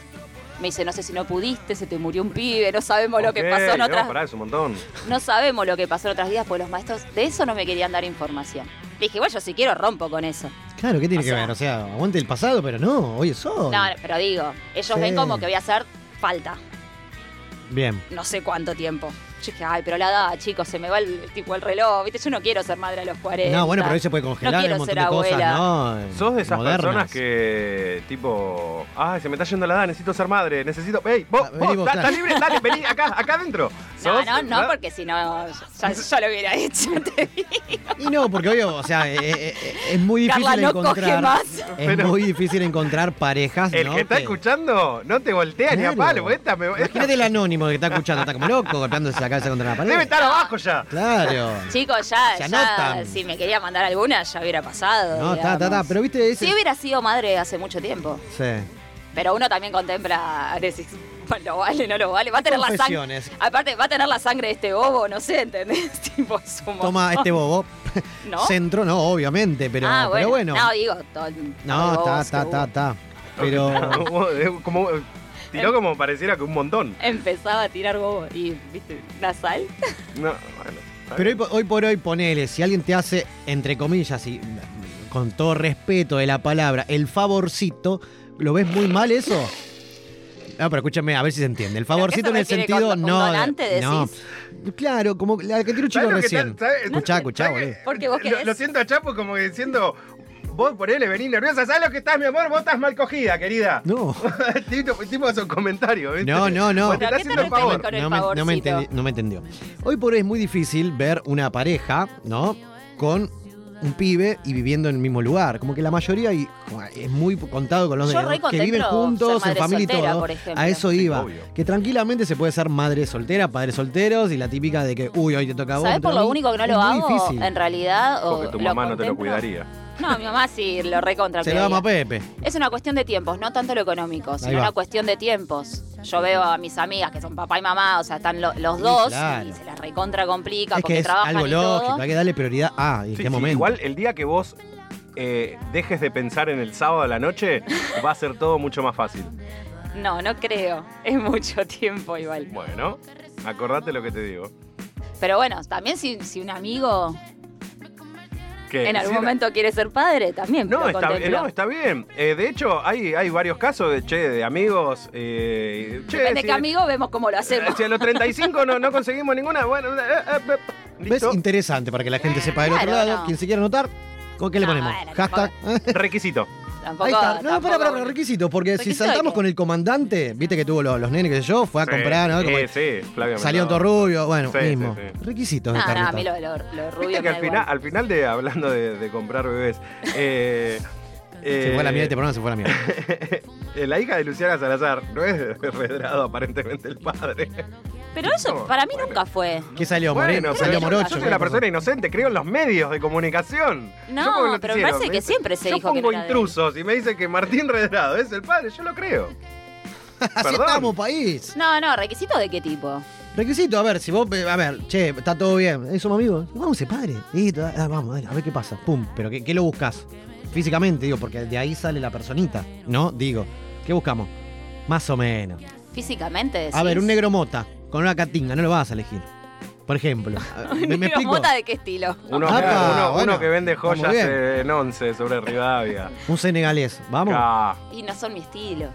E: Me dice, no sé si no pudiste, se te murió un pibe, no sabemos lo que
F: Ok,
E: pasó en
F: no,
E: otras
F: pará, es un montón.
E: no sabemos lo que pasó en otras vidas, pues los maestros de eso no me querían dar información. Dije, bueno, yo si quiero rompo con eso.
D: Claro, ¿qué tiene
E: o
D: que
E: sea-
D: ver? O sea, aguante el pasado, pero no, hoy es hoy.
E: No, pero digo, ellos
D: Sí.
E: ven como que voy a hacer falta,
D: Bien.
E: no sé cuánto tiempo. Yo dije, ay, pero la edad, chicos, se me va el tipo el reloj, ¿viste? Yo no quiero ser madre a los 40.
D: No, bueno, pero hoy se puede congelar
E: quiero
D: un montón
E: ser
D: de
E: abuela.
D: cosas, ¿no?
F: Sos de esas
D: Modernas.
F: personas que, tipo, ay, se me está yendo la edad, necesito ser madre, necesito. ¡Ey, vos,
D: Ah,
F: vos,
D: vení vos,
F: da-
D: claro.
F: estás libre! Dale, vení acá, acá adentro.
E: No,
F: Sos-
E: no, no,
F: ¿verdad?
E: porque si no, ya, ya lo hubiera hecho. te digo.
D: Y no, porque hoy, o sea, eh, eh, eh, es muy difícil
E: Carla no
D: encontrar.
E: coge más.
D: Es
F: Pero-
D: muy difícil encontrar parejas,
F: El
D: Ah, ¿no?
F: que está escuchando no te voltea ni a
D: Claro.
F: palo, porque esta me- esta-
D: Imagínate el anónimo que está escuchando, está como loco, golpeándose la cabeza contra la pared.
F: Debe estar abajo ya.
D: Claro.
E: Chicos, ya,
D: Se
E: ya,
D: anotan.
E: si me quería mandar alguna, ya hubiera pasado.
D: No, está, está, está.
E: digamos.
D: Pero viste ese.
E: Si hubiera sido madre hace mucho tiempo.
D: Sí.
E: Pero uno también contempla, decís, bueno, lo vale, no lo vale. Va a tener la sangre.
D: Confesiones.
E: Aparte, va a tener la sangre de este bobo, no sé, ¿entendés? tipo, es un montón,
D: Toma este bobo.
E: ¿No?
D: Centro, no, obviamente, pero
E: ah,
D: pero
E: bueno.
D: bueno.
E: No, digo, todo,
D: No, está, está, está, está. Pero.
F: eh, Como- como-
E: Eh.
F: Tiró como pareciera que un montón.
E: Empezaba a tirar bobo y, viste, nasal.
F: No, bueno. está
D: Pero hoy,
F: bien.
D: po- hoy por hoy, ponele, si alguien te hace, entre comillas, y con todo respeto de la palabra, el favorcito, ¿lo ves muy mal eso? No, pero escúchame, a ver si se entiende. El favorcito
E: eso
D: en el
E: refiere
D: sentido
E: con- con
D: no. de-
E: donante, decís.
D: no. Claro, como la que tiró chico
F: ¿Sabes lo que
D: recién.
F: tal- sabes?
D: Escuchá, escuchá,
F: ¿Sabes
D: boludo.
F: qué?
E: Porque vos
F: Lo,
E: querés-
F: lo siento a Chapo como que diciendo, vos ponele, venís nerviosa, ¿sabes lo que estás, mi amor? Vos estás mal cogida, querida.
D: No.
F: tipo, tipo esos comentarios, ¿viste?
D: No, no, no.
F: Como te
E: ¿Pero
F: está
E: a qué te
F: haciendo el
E: referís
F: favor.
E: con el
D: no, me, no me
E: favorcito?
D: entendi- no me entendió. Hoy por hoy es muy difícil ver una pareja, ¿no? Con un pibe y viviendo en el mismo lugar. Como que la mayoría y, bueno, es muy contado con los
E: Yo
D: de-
E: re
D: que viven
E: contemplo
D: juntos, en
E: ser madre
D: familia
E: soltera,
D: y todo.
E: por ejemplo.
D: A eso
F: Sí,
D: iba.
F: obvio.
D: Que tranquilamente se puede ser madre soltera, padres solteros y la típica de que, uy, hoy te toca a vos.
E: ¿Sabés
D: me toca
E: por
D: a
E: lo
D: mí?
E: único que no
D: Es
E: lo
D: muy
E: hago?
D: difícil.
E: En realidad. O
F: Porque tu
E: lo
F: mamá no te lo
E: contemplo.
F: cuidaría.
E: No, mi mamá sí lo recontra
D: Se lo damos a
E: cuidaría.
D: Pepe.
E: Es una cuestión de tiempos, no tanto lo económico, sino
D: va.
E: una cuestión de tiempos. Yo veo a mis amigas que son papá y mamá, o sea, están lo- los
D: Sí,
E: dos
D: claro.
E: y se las recontra complica
D: Es
E: porque
D: que es
E: trabajan
D: algo
E: y todo.
D: lógico, hay que darle prioridad a en
F: Sí,
D: qué
F: sí,
D: momento.
F: Igual el día que vos eh, dejes de pensar en el sábado a la noche, va a ser todo mucho más fácil.
E: No, no creo. Es mucho tiempo igual.
F: Bueno, acordate lo que te digo.
E: Pero bueno, también si, si un amigo
F: Que
E: en algún
F: quisiera-
E: momento quiere ser padre, también
F: No,
E: lo
F: está, eh,
E: contemplo.
F: no, está bien. Eh, de hecho, hay, hay varios casos de, che, de amigos. eh, che, Eh,
E: Depende
F: si-
E: qué amigo, vemos cómo lo hacemos.
F: Si a los 35 no, no conseguimos ninguna, bueno, eh, eh, eh,
D: ¿Ves?
F: listo.
D: Interesante para que la gente sepa del otro
E: Claro,
D: lado.
E: no.
D: Quien se quiera anotar, ¿con qué le
E: No,
D: ponemos?
E: bueno,
D: Hashtag.
F: Requisito.
E: Tampoco,
D: Ahí está. No,
E: tampoco-
D: para, para, requisitos, porque si
E: Requisito de
D: saltamos
E: qué.
D: con el comandante, viste que tuvo los, los nenes, que sé yo, fue a
F: Sí,
D: comprar, ¿no? Como
F: eh, sí, Flavio.
D: salió todo
F: Mendoza.
D: rubio, bueno,
F: Sí,
D: mismo.
F: sí,
D: Requisitos
E: No,
D: de
E: Ah, no,
D: carneta.
E: a mí lo, lo, lo rubio
F: Viste
E: me
F: que
E: da
F: al final,
E: igual.
F: al final de, hablando de, de comprar bebés, eh,
D: Se
F: eh,
D: fue a la mierda, este programa se fue a la mierda.
F: eh, la hija de Luciana Salazar no es de Redrado, aparentemente, el padre.
E: Pero eso
F: No,
E: para mí nunca fue.
D: ¿Qué salió, Moreno?
F: Bueno,
D: ¿Salió
F: pero yo-
D: Morocho?
F: Yo soy
D: ¿Qué
F: una
D: pasó?
F: persona inocente, creo en los medios de comunicación.
E: No,
F: Yo como
E: pero me
F: noticiero,
E: parece que
F: dice-
E: siempre se
F: yo
E: dijo que no
F: pongo
E: era de él.
F: intrusos y me dice que Martín Redrado es el padre, yo lo creo.
D: Así
F: Perdón.
D: estamos, país.
E: No, no, requisito de qué tipo.
D: Requisito, a ver, si vos, eh, a ver, che, está todo bien, eh, somos amigos. Vamos, eh, padre. Listo, ah, vamos, dale, a ver qué pasa. Pum, pero ¿qué, qué lo buscas? Físicamente, digo, porque de ahí sale la personita, ¿no? Digo, ¿qué buscamos? Más o menos.
E: Físicamente.
D: A
E: decís.
D: ver, un negro mota con una catinga, no lo vas a elegir. Por ejemplo. A- ¿Me,
E: ¿Un
D: me
E: negro
D: explico?
E: mota de qué estilo?
F: Uno,
D: Apa,
F: que, uno- uno
D: Ah, bueno,
F: que vende
D: estamos
F: joyas
D: bien.
F: en once sobre Rivadavia.
D: Un senegalés, vamos.
F: Acá,
E: Y no son mi estilo.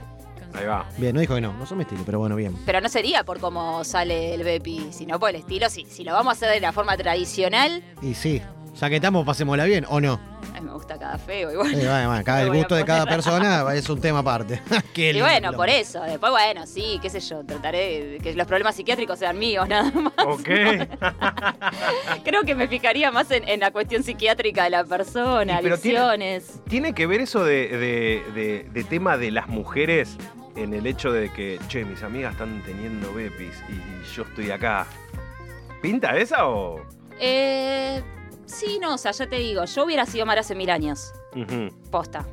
F: ahí va.
D: Bien, no dijo que no, no son mi estilo, pero bueno, bien.
E: Pero no sería por cómo sale el Bepi, sino por el estilo. Si, si lo vamos a hacer de la forma tradicional,
D: Y sí, ya que estamos, pasémosla bien, ¿o no?
E: ay, me gusta cada feo igual.
D: Eh, bueno, bueno, cada,
E: Me
D: el
E: voy a
D: gusto de
E: poner-
D: cada persona es un tema aparte. Qué
E: Y
D: lindo
E: bueno,
D: quilombo.
E: por eso. Después, bueno, sí, qué sé yo, trataré de que los problemas psiquiátricos sean míos, nada más.
F: Ok.
E: Creo que me fijaría más en, en la cuestión psiquiátrica de la persona,
F: Y pero tiene-
E: adicciones.
F: ¿Tiene que ver eso de, de- de- de tema de las mujeres en el hecho de que, che, mis amigas están teniendo bepis y, y yo estoy acá? ¿Pinta esa o...?
E: Eh, sí, no, o sea, ya te digo, yo hubiera sido Mara hace mil años.
F: Ujú.
E: posta.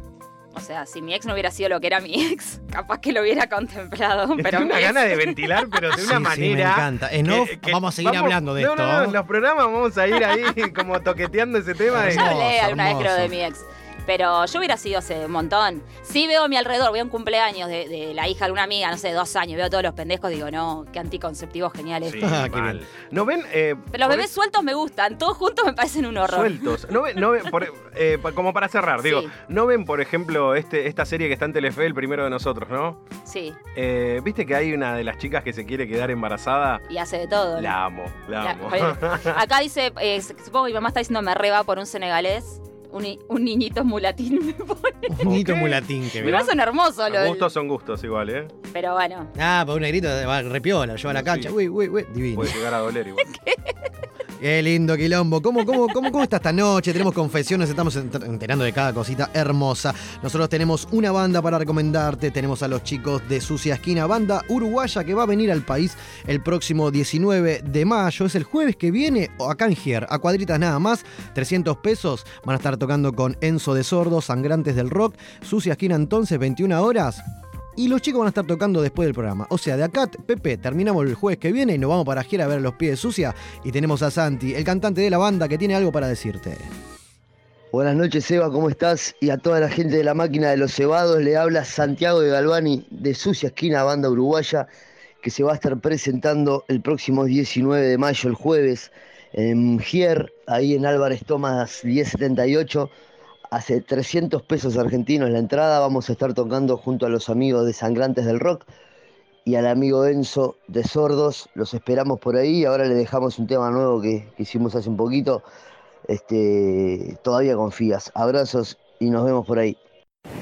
E: O sea, si mi ex no hubiera sido lo que era mi ex, capaz que lo hubiera contemplado.
F: Me
E: Pero
F: tiene una
E: mi ex-
F: gana de ventilar, pero de
D: Sí,
F: una
D: sí,
F: manera.
D: me encanta. En
F: que-
D: off
F: que
D: vamos a seguir hablando de
F: no,
D: esto. ¿eh?
F: No, no, en los programas vamos a ir ahí como toqueteando ese tema. de-
E: Ya hablé
D: Hermoso,
E: alguna vez creo de
D: hermoso.
E: mi ex. Pero yo hubiera sido hace un montón. Sí veo a mi alrededor, veo un cumpleaños de, de la hija de alguna amiga, no sé, de dos años, veo a todos los pendejos, digo, no, qué anticonceptivos geniales.
F: Sí,
D: Ah, qué
F: mal.
D: bien.
F: ¿No ven? eh,
E: Pero los
F: por
E: bebés sueltos me gustan, todos juntos me parecen un horror.
F: Sueltos. No ven, no ven- por- eh, pa- como para cerrar, digo,
E: Sí.
F: no ven, por ejemplo, este, esta serie que está en Telefe, el primero de nosotros, ¿no?
E: Sí,
F: Eh, ¿Viste que hay una de las chicas que se quiere quedar embarazada?
E: y hace de todo. ¿no?
F: La amo, la,
E: La-
F: amo.
E: Acá dice, eh, supongo que mi mamá está diciendo me reba por un senegalés, un, ni- un niñito mulatín me pone.
D: Un hito
F: Ok.
D: mulatín
F: Mirá.
D: que viene.
E: Igual son hermosos los...
F: gustos son gustos igual, ¿eh?
E: Pero bueno,
D: Ah, por un negrito va repiola, lo lleva a la
F: Sí.
D: cancha. Uy, uy, uy, divino.
F: Puede llegar a doler igual.
D: Qué lindo quilombo. ¿Cómo, cómo, cómo, cómo está esta noche? Tenemos confesiones, estamos enter- enterando de cada cosita hermosa. Nosotros tenemos una banda para recomendarte. Tenemos a los chicos de Sucia Esquina, banda uruguaya que va a venir al país el próximo 19 de mayo. Es el jueves que viene o acá en Gier, a cuadritas nada más. 300 pesos. Van a estar tocando con Enzo de Sordo, Sangrantes del Rock. Sucia Esquina entonces, 21 horas. Y los chicos van a estar tocando después del programa. O sea, de acá, Pepe, terminamos el jueves que viene y nos vamos para Gier a ver a los pies de Sucia. Y tenemos a Santi, el cantante de la banda, que tiene algo para decirte.
K: Buenas noches, Eva, ¿cómo estás? Y a toda la gente de la máquina de los cebados le habla Santiago de Galvani de Sucia Esquina, banda uruguaya, que se va a estar presentando el próximo 19 de mayo, el jueves, en Gier, ahí en Álvarez Tomás 1078. Hace 300 pesos argentinos la entrada. Vamos a estar tocando junto a los amigos de Sangrantes del Rock y al amigo Enzo de Sordos. Los esperamos por ahí. Ahora le dejamos un tema nuevo que, que hicimos hace un poquito. Este, todavía confías. Abrazos y nos vemos por ahí.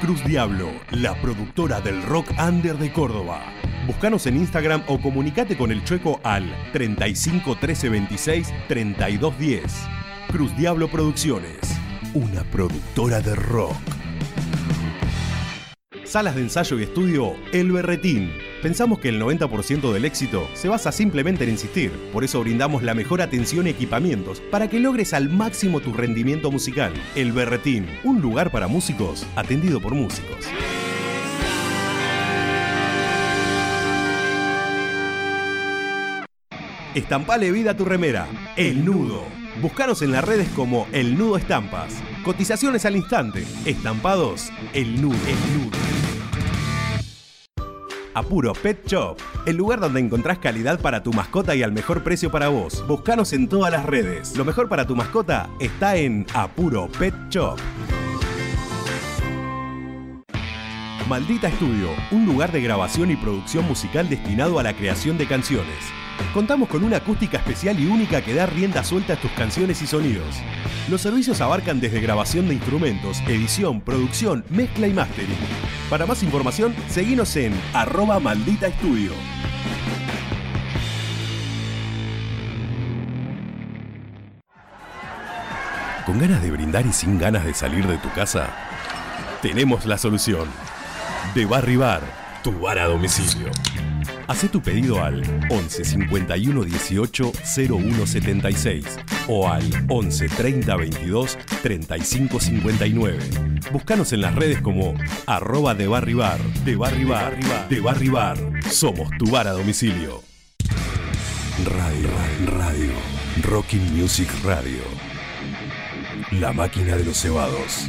L: Cruz Diablo, la productora del rock under de Córdoba. Búscanos en Instagram o comunicate con el Chueco al 35 13 26 32 10. Cruz Diablo Producciones, una productora de rock. Salas de ensayo y estudio El Berretín. Pensamos que el 90% del éxito se basa simplemente en insistir. Por eso brindamos la mejor atención y equipamientos para que logres al máximo tu rendimiento musical. El Berretín, un lugar para músicos atendido por músicos. Estampale vida a tu remera. El Nudo. Búscanos en las redes como El Nudo Estampas. Cotizaciones al instante. Estampados. El Nudo. El Nudo. Apuro Pet Shop, el lugar donde encontrás calidad para tu mascota y al mejor precio para vos. Búscanos en todas las redes. Lo mejor para tu mascota está en Apuro Pet Shop. Maldita Estudio, un lugar de grabación y producción musical destinado a la creación de canciones. Contamos con una acústica especial y única que da rienda suelta a tus canciones y sonidos. Los servicios abarcan desde grabación de instrumentos, edición, producción, mezcla y mastering. Para más información, seguinos en arroba maldita estudio. ¿Con ganas de brindar y sin ganas de salir de tu casa? Tenemos la solución. De Barry Bar, tu bar a domicilio. Haz tu pedido al 11 51 18 01 76 o al 11 30 22 35 59. Búscanos en las redes como arroba de Barry Bar, de Barry Bar, de Barry Bar. Somos tu bar a domicilio. Radio, radio, Rocking Music Radio. La máquina de los cebados.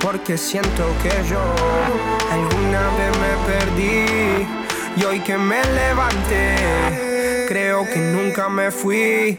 M: porque siento que yo alguna vez me perdí y hoy que me levanté creo que nunca me fui.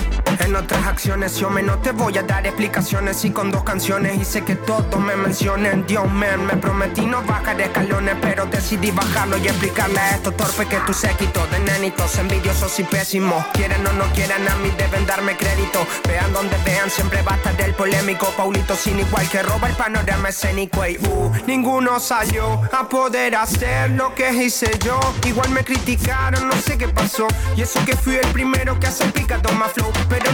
M: en otras acciones yo me no te voy a dar explicaciones y con dos canciones hice que todos me mencionen Dios man, me prometí no bajar escalones pero decidí bajarlo y explicarle a estos torpes que tu séquito de nenitos envidiosos y pésimos quieren o no quieran a mí deben darme crédito vean donde vean siempre va a estar el polémico Paulito sin igual que roba el panorama escénico y uh, ninguno salió a poder hacer lo que hice yo igual me criticaron no sé qué pasó y eso que fui el primero que hace picado más flow pero
N: pero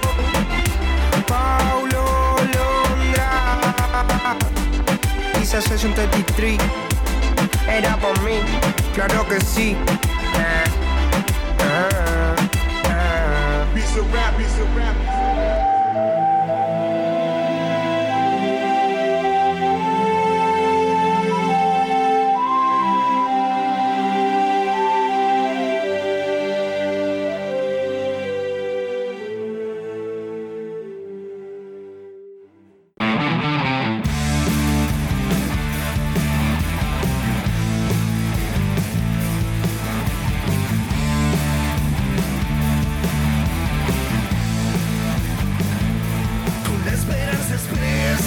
M: flor, Paulo Londra,
N: Pisa 63 Era por mí, claro que sí Ah, ah, ah.
O: Con la esperanza express,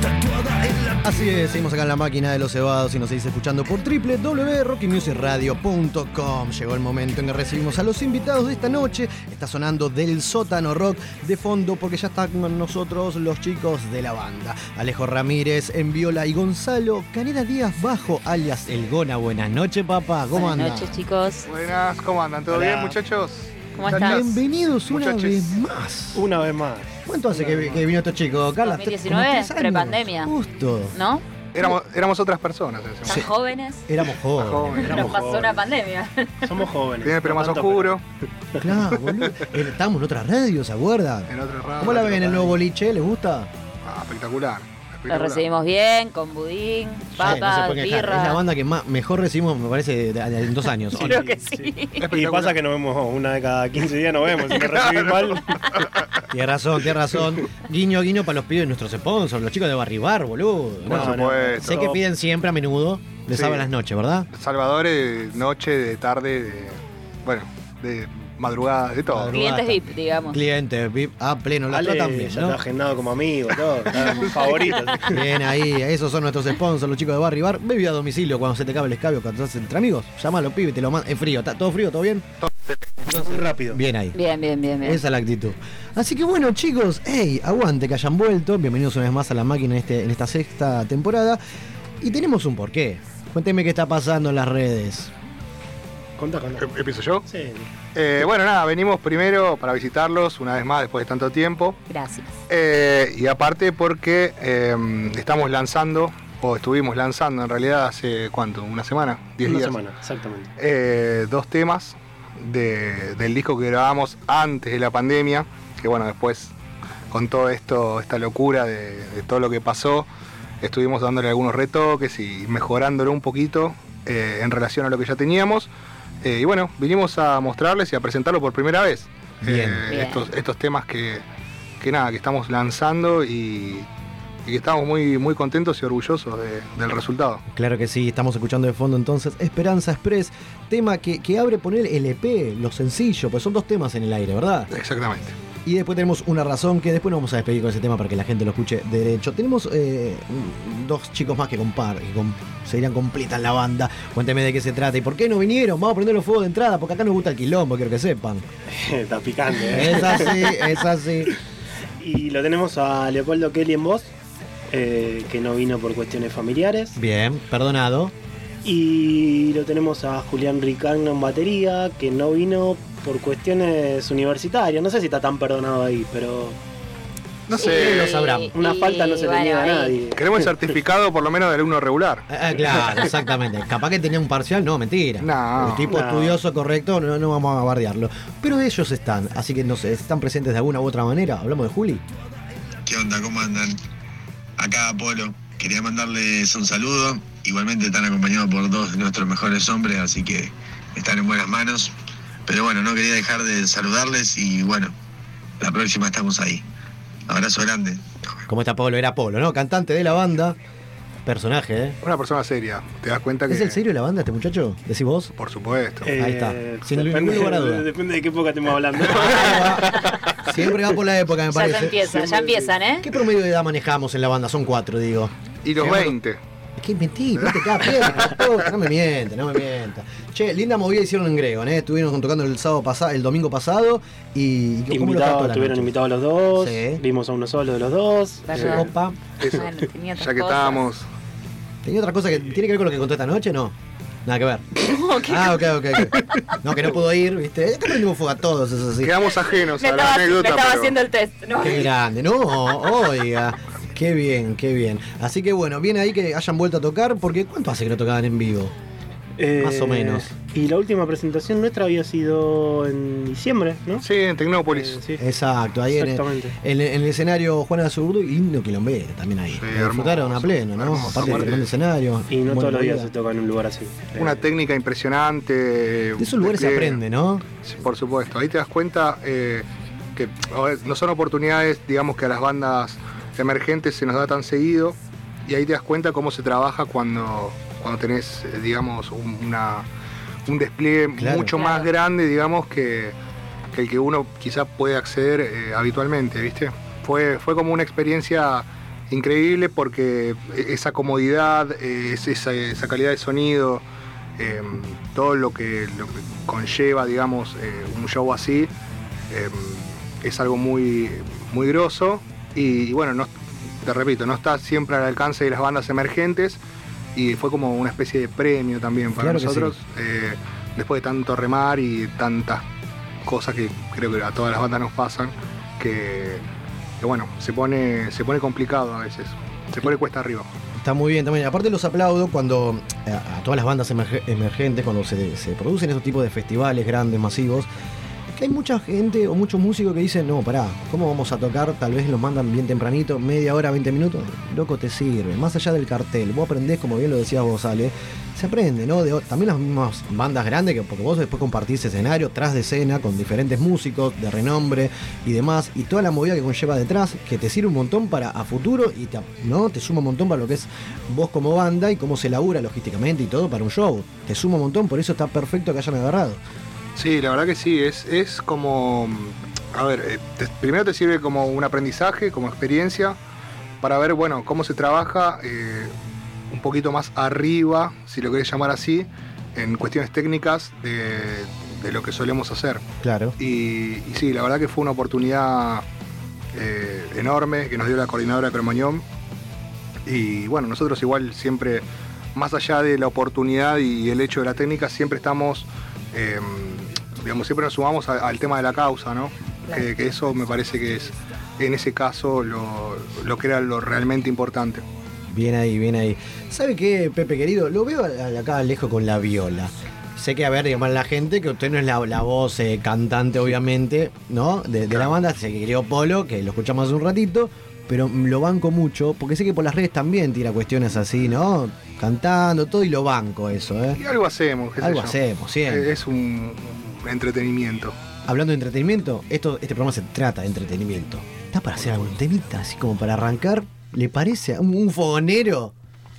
O: tatuada en la
D: Así es, seguimos acá en la máquina de los cebados y nos seguís escuchando por www.rockymusicradio.com. Llegó el momento en que recibimos a los invitados de esta noche. Está sonando del sótano rock de fondo porque ya están con nosotros los chicos de la banda. Alejo Ramírez en viola y Gonzalo Caneda Díaz Bajo, alias El Gona. Buenas noches, papá. ¿Cómo
E: Buenas
D: andan?
E: noches, chicos.
P: Buenas, ¿cómo andan? ¿Todo
D: Hola.
P: bien, muchachos?
E: ¿Cómo estás?
D: Bienvenidos una vez más.
P: Una vez más.
D: ¿Cuánto hace que, que vino este chico? Carla, tre- como
E: 2019,
D: tres años.
E: prepandemia.
D: Justo.
E: ¿No?
P: Éramos, éramos otras personas. en ese
E: Tan
P: momento.
E: jóvenes.
D: Éramos jóvenes.
E: Pero pasó una pandemia.
P: Somos jóvenes. Tiene el pelo
D: no
P: más
D: tanto,
P: oscuro.
D: Claro, boludo. Eh, Estábamos en otra radio, ¿se acuerdan?
P: En otra radio,
D: ¿Cómo la
P: otra
D: ven en el
P: radio.
D: nuevo boliche? ¿Les gusta?
P: Ah, espectacular.
E: Lo recibimos bien, con
D: Sí,
E: budín,
D: no se
E: papas,
D: pueden quejar. Es la
E: birra.
D: banda que más, mejor recibimos, me parece, de- de- en dos años.
E: Creo que sí.
Q: Y pasa que nos vemos una de cada 15 días, nos vemos. Si me recibís mal,
D: Tienes razón, tienes razón. Guiño, guiño para los pibes de nuestros sponsors, los chicos de Barribar, boludo.
P: Por supuesto.
D: Sé que piden siempre a menudo, les
P: Sí.
D: saben las noches, ¿verdad?
P: Salvador, eh, noche, de tarde, de, bueno, de madrugada, de todo.
E: Clientes VIP, digamos.
D: Clientes, VIP, a ah, pleno, la
Q: Ale,
D: tratan bien,
Q: ya
D: ¿no?
Q: está agendado como amigo, todo. Está favorito.
D: Bien ahí, esos son nuestros sponsors, los chicos de Barry Bar. Bebida a domicilio cuando se te cabe el escabio, cuando estás entre amigos. Llámalo, pibe, te lo manda. Es frío, ¿está todo frío? ¿Todo bien?
Q: rápido.
D: Bien ahí.
E: Bien, bien, bien, bien.
D: Esa es la actitud. Así que bueno, chicos, hey, aguante que hayan vuelto. Bienvenidos una vez más a la máquina en, este, en esta sexta temporada. Y tenemos un porqué. Cuénteme qué está pasando en las redes.
Q: Contá, contá.
P: ¿Em, ¿Empiezo yo?
Q: Sí.
P: Eh, bueno, nada, venimos primero para visitarlos una vez más después de tanto tiempo.
E: Gracias.
P: Eh, y aparte porque eh, estamos lanzando, o estuvimos lanzando en realidad hace cuánto, una semana, diez
Q: Una
P: días.
Q: semana, exactamente.
P: eh, dos temas de- del disco que grabamos antes de la pandemia, que bueno, después con todo esto, esta locura de, de todo lo que pasó, estuvimos dándole algunos retoques y mejorándolo un poquito eh, en relación a lo que ya teníamos. Eh, y bueno, vinimos a mostrarles y a presentarlo por primera vez.
D: Bien.
P: Eh,
D: Bien.
P: Estos, estos temas que, que nada, que estamos lanzando y, y que estamos muy, muy contentos y orgullosos de- del resultado.
D: Claro que sí, estamos escuchando de fondo entonces Esperanza Express, tema que, que abre poner el EP, lo sencillo, pues son dos temas en el aire, ¿verdad?
P: Exactamente.
D: Y después tenemos una razón que después nos vamos a despedir con ese tema para que la gente lo escuche derecho. Tenemos eh, un- dos chicos más que compar, que com- se dirán completan la banda. Cuénteme de qué se trata y por qué no vinieron. Vamos a prender los fuegos de entrada porque acá nos gusta el quilombo, quiero que sepan.
Q: Está picante, ¿eh?
D: Es así, es así.
Q: Y lo tenemos a Leopoldo Kelly en voz, eh, que no vino por cuestiones familiares.
D: Bien, perdonado.
Q: Y lo tenemos a Julián Ricagno en batería, que no vino por cuestiones universitarias. No sé si está tan perdonado ahí, pero.
P: No sé.
Q: Lo sabrá. Una falta no se le niega a nadie.
P: Queremos el certificado por lo menos de alumno regular.
D: Ah, claro, exactamente. Capaz que tenía un parcial, no, mentira.
P: No.
D: El tipo
P: No.
D: estudioso correcto, no, no vamos a bardearlo. Pero ellos están, así que no sé, están presentes de alguna u otra manera. Hablamos de Juli.
R: ¿Qué onda? ¿Cómo andan? acá Apolo. Quería mandarles un saludo. Igualmente están acompañados por dos de nuestros mejores hombres, así que están en buenas manos. Pero bueno, no quería dejar de saludarles y bueno, la próxima estamos ahí. Abrazo grande.
D: ¿Cómo está Polo? Era Polo, ¿no? Cantante de la banda. Personaje, ¿eh?
P: Una persona seria. ¿Te das cuenta que.?
D: ¿Es el serio de la banda este muchacho? ¿Decís vos?
P: Por supuesto.
D: Ahí está. Sin ningún lugar a duda.
Q: Eh, Depende de qué época estemos hablando.
D: Siempre va por la época, me
E: Ya se
D: parece.
E: empieza, ya empiezan, ¿eh?
D: ¿Qué promedio de edad manejamos en la banda? Son cuatro, digo.
P: Y los 20.
D: ¿Qué mentí? viste, cada piedra, posta, No me mientas, no me mientas. Che, linda movida hicieron en Grego, ¿eh? Estuvieron tocando el sábado pasado, el domingo pasado y ¿cómo los trató
Q: Invitados,
D: la
Q: estuvieron
D: noche?
Q: invitados los dos,
D: Sí.
Q: vimos a uno solo de los dos. Eh,
D: Verdad. Opa.
P: Eso.
E: Tenía otras
P: Ya que
E: cosas.
P: estábamos.
D: ¿Tenía otra cosa que tiene que ver con lo que contó esta noche? No. Nada que ver. Ah, ok, ok, ok. No, que no pudo ir, ¿viste? Es que prendimos fuego a todos, eso sí.
P: Quedamos ajenos
E: Me estaba, me estaba haciendo el test. No.
D: Qué grande, no, oiga. Qué bien, qué bien. Así que bueno, bien ahí que hayan vuelto a tocar, porque ¿cuánto hace que no tocaban en vivo?
Q: Eh,
D: Más o menos.
Q: Y la última presentación nuestra había sido en diciembre, ¿no? Eh,
P: Sí, en Tecnópolis.
D: Exacto, ahí en el,
Q: Exactamente.
D: en el- en el escenario Juana de Azurdu y lindo quilombé también ahí. Lo disfrutaron a pleno, ¿no? Aparte del tremendo escenario.
Q: Y no
D: buena
Q: todos los días
D: movida.
Q: se toca en un lugar así.
P: Eh, Una técnica impresionante. De
D: Eh, esos lugares se aprende, ¿no?
P: Sí, por supuesto. Ahí te das cuenta eh, que a ver, no son oportunidades, digamos, que a las bandas emergentes se nos da tan seguido. Y ahí te das cuenta cómo se trabaja cuando, cuando tenés, eh, digamos, un, una- un despliegue
D: Claro.
P: mucho más grande, digamos, que, que el que uno quizá puede acceder eh, habitualmente, ¿viste? Fue, fue como una experiencia increíble porque e-, esa comodidad, eh, es- esa, esa calidad de sonido, eh, todo lo que, lo que conlleva, digamos, eh, un show así, eh, es algo muy, muy grosso. Y, bueno, no, te repito, no está siempre al alcance de las bandas emergentes y fue como una especie de premio también para
D: Claro que
P: nosotros, eh, después de tanto remar y tantas cosas que creo que a todas las bandas nos pasan, que, que bueno, se pone, se pone complicado a veces, se pone cuesta arriba.
D: Está muy bien también. Aparte los aplaudo cuando eh, a, todas las bandas emerge- emergentes, cuando se, se producen esos tipos de festivales grandes, masivos, que hay mucha gente o muchos músicos que dicen, no, pará, ¿cómo vamos a tocar? Tal vez los mandan bien tempranito, media hora, 20 minutos. Loco, te sirve. Más allá del cartel, vos aprendés, como bien lo decías vos, Ale, se aprende, ¿no? De o- también las mismas bandas grandes, que porque vos después compartís escenario tras de escena con diferentes músicos de renombre y demás, y toda la movida que conlleva detrás, que te sirve un montón para a futuro y te, ¿no? te suma un montón para lo que es vos como banda y cómo se labura logísticamente y todo para un show. Te suma un montón, por eso está perfecto que hayan agarrado.
P: Sí, la verdad que sí, es, es como, a ver, eh, te- primero te sirve como un aprendizaje, como experiencia, para ver, bueno, cómo se trabaja eh, un poquito más arriba, si lo querés llamar así, en cuestiones técnicas de, de lo que solemos hacer.
D: Claro.
P: Y, y sí, la verdad que fue una oportunidad eh, enorme que nos dio la coordinadora Cromañón. Y bueno, nosotros igual siempre, más allá de la oportunidad y el hecho de la técnica, siempre estamos, eh, digamos, siempre nos sumamos a- al tema de la causa, ¿no?
S: Claro.
P: Que, que eso me parece que es, en ese caso, lo, lo que era lo realmente importante.
D: Bien ahí, bien ahí. ¿Sabe qué, Pepe querido? Lo veo a- a- acá lejos con la viola. Sé que, a ver, digamos, la gente, que usted no es la, la voz eh, cantante, obviamente, ¿no? De, de la banda, se creó Polo, que lo escuchamos hace un ratito, pero lo banco mucho, porque sé que por las redes también tira cuestiones así, ¿no? Cantando, todo, y lo banco eso, ¿eh?
P: Y algo hacemos, qué sé
D: Algo
P: yo.
D: hacemos, siempre.
P: Es un un entretenimiento.
D: Hablando de entretenimiento, esto, este programa se trata de entretenimiento. ¿Está para hacer algún temita, así como para arrancar? ¿Le parece? ¿Un, un fogonero?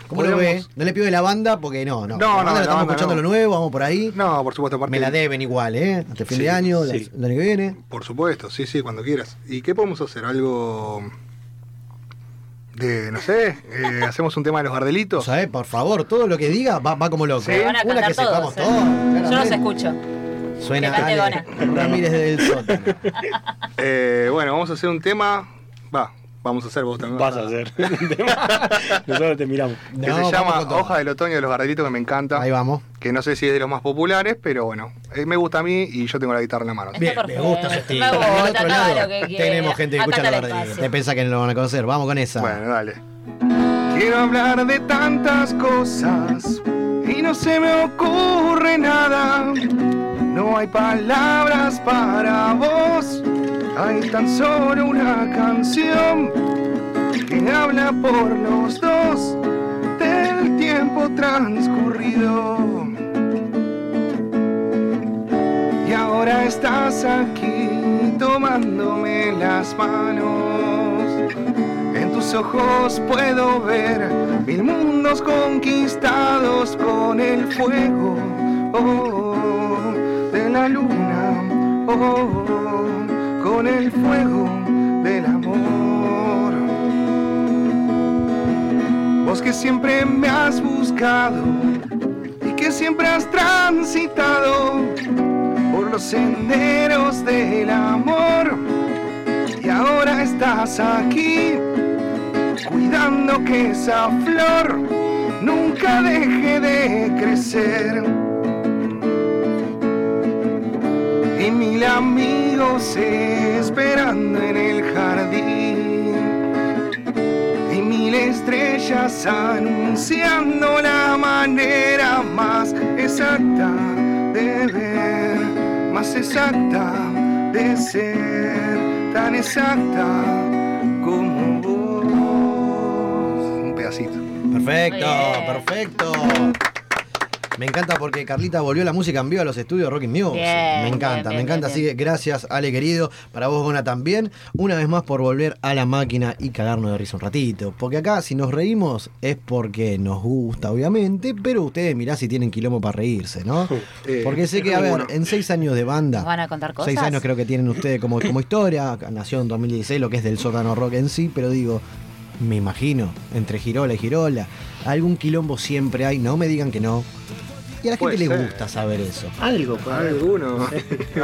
D: ¿Cómo lo ve?
P: Podemos-
D: No le pido de la banda porque no, no. La
P: No, no,
D: banda
P: la
D: la estamos
P: banda
D: escuchando
P: no.
D: lo nuevo, vamos por ahí.
P: No, por supuesto, aparte.
D: Me la deben igual, ¿eh? Hasta fin
P: Sí,
D: de año, la-
P: sí.
D: el año que viene.
P: Por supuesto, sí, sí, cuando quieras. ¿Y qué podemos hacer? ¿Algo de, no sé, eh, hacemos un tema de los gardelitos?
D: ¿Sabes? Por favor, todo lo que diga va, va como loco.
P: Sí. Van a
D: Una
E: cantar
D: que sepamos
E: todos, ¿eh?
D: todos.
E: Yo los
D: claramente.
E: escucho.
D: Suena
E: Que cante
D: Ale Ramírez del Sótano.
P: Eh, bueno, vamos a hacer un tema. Va, vamos a hacer vos también.
Q: Vas a hacer. Nosotros te miramos.
P: Que se llama Hoja del Otoño de los Gardelitos, que me encanta. Ahí
D: vamos.
P: Que no sé si es de los más populares, pero bueno, eh, me gusta a mí y yo tengo la guitarra en la mano.
D: Bien,
E: Eh,
D: me gusta su estilo. Del
E: gusta,
D: otro
E: cada
D: lado,
E: lo que quiera.
D: tenemos gente que
E: Acá
D: escucha
E: está
D: los
E: el
D: gardelitos.
E: espacio.
D: Te pensás que no lo van a conocer. Vamos con esa.
P: Bueno, dale.
S: Quiero hablar de tantas cosas y no se me ocurre nada. No hay palabras para vos, hay tan solo una canción que que habla por los dos del tiempo transcurrido. Y ahora estás aquí tomándome las manos. En tus ojos puedo ver mil mundos conquistados con el fuego oh, de la luna, oh, con el fuego del amor. Vos que siempre me has buscado y que siempre has transitado por los senderos del amor y ahora estás aquí cuidando que esa flor nunca deje de crecer. Y mil amigos esperando en el jardín. Y mil estrellas anunciando la manera más exacta de ver, más exacta de ser, tan exacta como vos.
P: Un pedacito.
D: Perfecto,
P: Muy bien.
D: perfecto. Me encanta porque Carlita volvió la música en vivo a los estudios Rocky Music.
E: Bien,
D: me encanta,
E: bien,
D: me
E: bien,
D: encanta.
E: bien,
D: Así que gracias, Ale querido. Para vos, Bona, también. Una vez más por volver a la máquina y cagarnos de risa un ratito. Porque acá, si nos reímos, es porque nos gusta, obviamente. Pero ustedes mirá si tienen quilombo para reírse, ¿no?
P: Eh,
D: Porque sé que, a ver, en seis años de banda.
T: ¿Nos van a contar cosas?
D: Seis años creo que tienen ustedes como, como historia. Nació en 2016, lo que es del sótano rock en sí, pero digo, me imagino, entre girola y girola, algún quilombo siempre hay, no me digan que no. Y a la
F: Puede
D: gente le
F: ser.
D: gusta saber eso.
Q: Algo,
F: Alguno.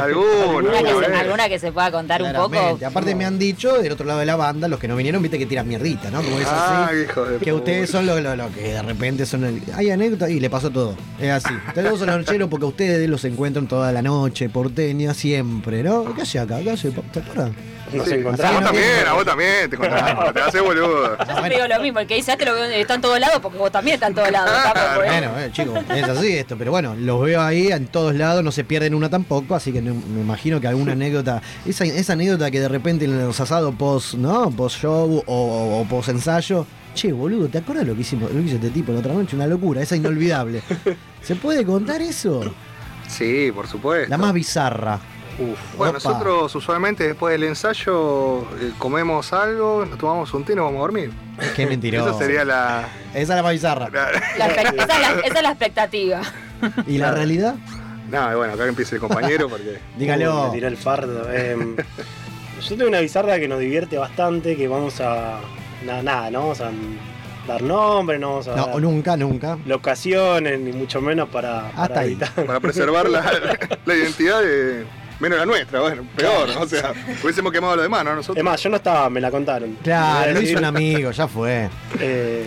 D: Alguno.
E: Alguna, que se,
D: eh.
E: alguna que se pueda contar un
D: Claramente.
E: poco.
D: Aparte me han dicho, del otro lado de la banda, los que no vinieron, viste que tiran mierdita, ¿no? Como es
F: Ah,
D: así.
F: hijo de
D: que
F: puta.
D: ustedes son los lo, lo que de repente son... el- hay anécdotas y le pasó todo. Es así. Tenemos los nocheros porque ustedes los encuentran toda la noche, porteña, siempre, ¿no? ¿Qué hace acá? ¿Qué hace? ¿Te acuerdas?
P: Sí. A vos también, a vos también, te contamos, te haces boludo.
E: Yo siempre digo lo mismo, el que dice "Hazte lo que está en todos lados, porque vos también estás en todos lados. capo, porque-
D: Bueno, eh, chicos, es así esto, pero bueno, los veo ahí en todos lados, no se pierden una tampoco, así que no- me imagino que alguna anécdota, esa, esa anécdota que de repente en los asados post, ¿no? Post show o, o post ensayo, che, boludo, ¿te acuerdas lo que hicimos, lo que hizo este tipo la otra noche? Una locura, esa inolvidable. ¿Se puede contar eso?
P: Sí, por supuesto.
D: La más bizarra.
P: Bueno,
D: Opa.
P: nosotros usualmente después del ensayo eh, comemos algo, nos tomamos un té y nos vamos a dormir.
D: Qué mentiroso.
P: Esa sería la.
D: Esa es la más bizarra.
E: La expect- esa, es la, esa es la expectativa.
D: ¿Y la realidad?
P: No, bueno, acá empieza el compañero porque.
Q: Uh, me tiró el fardo. Em, yo tengo una bizarra que nos divierte bastante, que vamos a. Nada, nada, no vamos a dar nombre, no vamos a
D: No,
Q: dar
D: nunca, nunca.
Q: locaciones, ni mucho menos para,
D: Hasta Ah, ahí.
P: Para preservar la, la identidad de. Menos la nuestra, bueno, peor, ¿no? O sea, hubiésemos quemado a los demás, ¿no? Nosotros.
Q: Es más, yo no estaba, me la contaron.
D: Claro,
Q: Iba a
D: lo hizo
Q: decir,
D: un amigo, ya fue.
Q: eh,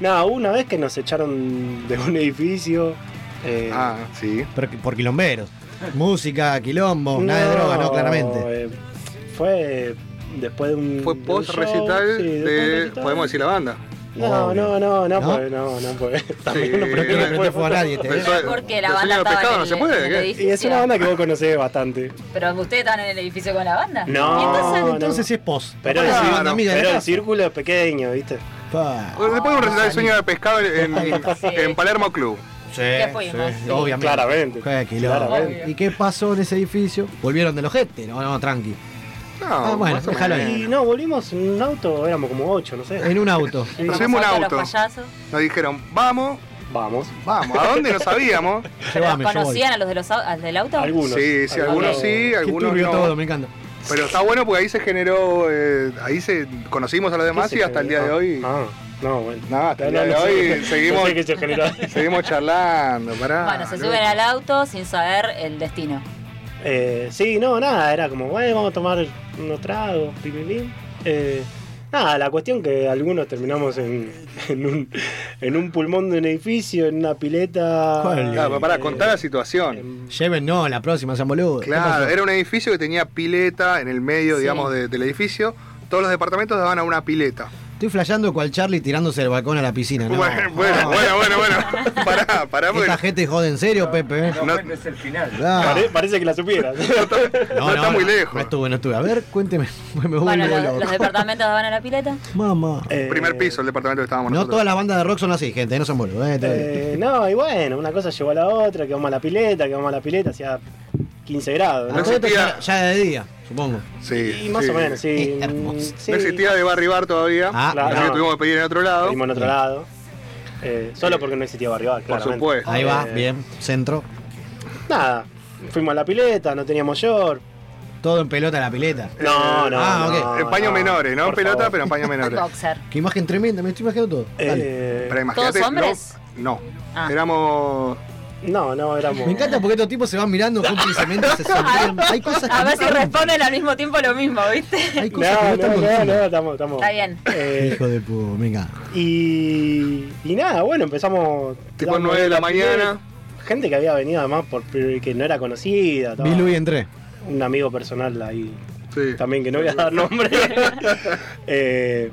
Q: nada, hubo una vez que nos echaron de un edificio. eh,
P: ah, sí.
D: Por, por quilomberos. Música, quilombo, nada de droga, no, claramente.
Q: eh, fue después de un.
P: Fue
Q: de un
P: post
Q: show,
P: recital
Q: sí, después de un
P: de.
Q: recital.
P: Podemos decir la banda.
Q: No, no, no, no,
P: ¿No?
Q: puede, no, no puede. También no
P: creo que le prende fuego a nadie, te- Pensó-
E: Porque la banda estaba en el, en el edificio.
Q: Y es una banda que vos conocés bastante.
E: Pero ustedes estaban en el edificio con la banda.
Q: No,
E: ¿Y entonces?
Q: no.
D: entonces sí es post.
Q: Pero,
D: Capaz
Q: el,
D: que
Q: círculo-
D: es banda amiga de
Q: pero
D: la
Q: el
D: casa.
Q: círculo es pequeño, ¿viste?
D: Pa.
P: Bueno, Después de un recital de sueño de pescado en, en Palermo Club.
D: Sí,
P: ¿Qué
Q: fuimos?
D: sí, obviamente.
Q: Claramente.
D: Qué quilombo.
Q: Claramente.
D: ¿Y qué pasó en ese edificio? Volvieron del ojete, no, no, tranqui. Ah, bueno,
Q: más o
D: déjalo
Q: menos.
D: ahí.
Q: Y no, volvimos en un auto, éramos como ocho, no sé.
D: En un auto.
Q: Sí.
P: Nos subimos un auto. Nos dijeron, vamos.
Q: Vamos.
P: Vamos. ¿A dónde no sabíamos?
E: ¿Pero ¿Conocían a los, de los au- al del auto?
P: Sí, sí, algunos sí,
D: Qué
P: algunos
D: turbio
P: no.
D: todo, me encanta.
P: Pero está bueno porque ahí se generó, eh, ahí se conocimos a los demás
Q: ¿Qué
P: y
Q: se
P: hasta el día de
Q: generó?
P: hoy.
Q: Ah, no, bueno.
P: No, hasta el
Q: No,
P: día de
Q: no
P: hoy
Q: sé.
P: seguimos,
Q: No sé qué se generó.
P: seguimos charlando, pará.
E: Bueno, se suben al auto sin saber el destino.
Q: Eh, sí, no, nada, era como, bueno, vamos a tomar unos tragos, pim, pim, pim. Eh, nada, la cuestión que algunos terminamos en, en, un, en un pulmón de un edificio, en una pileta. Eh,
P: Ah, pero pará, contá la situación.
D: Lleven, no, la próxima, sean boludos. ¿Qué
P: Claro,
D: pasó?
P: era un edificio que tenía pileta en el medio,
D: Sí.
P: digamos, de- del edificio. Todos los departamentos daban a una pileta.
D: Estoy flasheando cual Charlie tirándose del balcón a la piscina, ¿no?
S: Bueno, bueno, bueno, bueno, bueno. Pará, pará, porque
D: Esta gente jode en serio, Pepe. ¿eh?
S: no este es el final.
D: Ah. Pare-
Q: parece que la supieras.
D: No, no,
S: está
D: no,
S: muy lejos.
D: No estuve, no estuve. A ver, cuénteme. Me vuelvo
E: Bueno, lo-
D: loco.
E: los departamentos daban a la pileta.
D: Mamá.
P: Primer piso, el departamento Eh, que estábamos
D: No
P: nosotros.
D: todas las bandas de rock son así, gente, no son boludos. ¿eh?
Q: Eh, no, y bueno, una cosa llevó a la otra, que vamos a la pileta, que vamos a la pileta, hacía 15 grados.
D: A todo esto ya, ya de día, supongo.
P: Sí,
Q: Y más
P: sí.
Q: o menos, sí.
P: No existía de bar y bar todavía.
Q: Ah,
P: así
Q: no.
P: que tuvimos que pedir en otro lado.
Q: Pedimos en otro lado. Eh, solo porque no existía barrio bar,
P: Por
Q: claramente.
P: supuesto.
D: Ahí va,
Q: Eh,
D: bien, centro.
Q: Nada, fuimos a la pileta, no teníamos short.
D: Todo en pelota la pileta.
Q: No, no.
D: Ah, ok.
Q: no,
P: En
Q: no.
P: paños menores, no en
Q: Por
P: pelota,
Q: favor.
P: pero en paños menores.
E: Boxer.
D: Qué imagen tremenda, me estoy imaginando todo.
Q: Eh,
D: Dale.
P: Pero imagínate,
E: ¿Todos hombres?
P: No. no.
E: Ah.
P: Éramos.
Q: No, no, éramos.
D: Me encanta porque estos tipos se van mirando cómplicemente, se sonríen. Hay cosas que
E: A
D: no
E: ver si
D: saben.
E: responden al mismo tiempo lo mismo, ¿viste?
Q: No, no, no, no, estamos. estamos-
E: Está bien.
Q: eh,
D: Hijo de puta, venga.
Q: y, y nada, bueno, empezamos.
P: Tipo
Q: dándole
P: nueve de la
Q: pileta.
P: mañana.
Q: Gente que había venido además por, que no era conocida. estaba-
D: Vi Luis entré.
Q: un amigo personal ahí. También que no voy a dar nombre. Eh,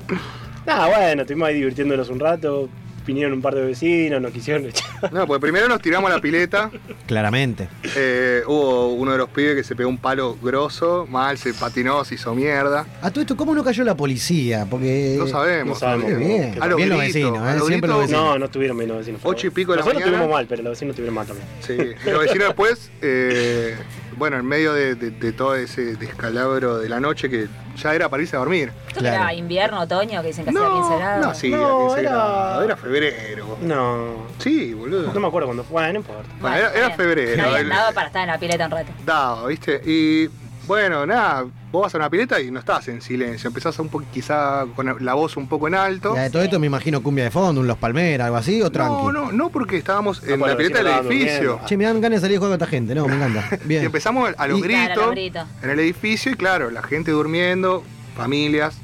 Q: nada, bueno, estuvimos ahí divirtiéndonos un rato. Vinieron un par de vecinos, nos quisieron echar.
P: No, pues primero nos tiramos a la pileta.
D: Claramente.
P: eh, hubo uno de los pibes que se pegó un palo grosso, mal, se patinó, se hizo mierda.
D: A todo esto, ¿cómo no cayó la policía? Porque.
P: No sabemos.
Q: No sabemos.
D: Qué bien.
P: A los
D: bien los
P: gritos,
D: vecinos,
P: a
D: ¿eh?
P: los
D: Siempre los
P: gritos.
D: vecinos.
Q: No, no estuvieron bien los vecinos. por
P: Ocho y
Q: favor.
P: pico de la
Q: Nosotros
P: mañana.
Q: estuvimos mal, pero los vecinos estuvieron mal también.
P: Sí, los vecinos después, eh, bueno, en medio de, de- de todo ese descalabro de la noche que ya era para irse a dormir.
E: ¿Esto que era invierno, otoño, que dicen que hacía 15 grados?
P: No, sí,
Q: Ah, No,
P: era 15
Q: era-
P: grados, era febrero.
Q: No.
P: Sí, boludo.
Q: No me acuerdo cuándo fue. Bueno, no importa.
P: Bueno, era, era febrero.
E: No había
P: el-
E: andado para estar en la pileta un rato.
P: dado, ¿viste? Y bueno, nada, vos vas a una pileta y no estás en silencio, empezás a un poco, quizá con la voz un poco en alto.
D: Y a todo esto me imagino cumbia de fondo, un Los Palmeras, algo así, o tranqui.
P: No, no, no porque estábamos en
Q: pues,
P: la
Q: los
P: pileta del
Q: vecinos estaban
P: edificio.
Q: durmiendo.
D: Che, me dan ganas de salir a jugar con esta gente, no, me encanta.
P: Y
D: Bien.
P: empezamos a los
D: Y-
P: gritos
E: Claro, los gritos.
P: en el edificio y claro, la gente durmiendo, familias.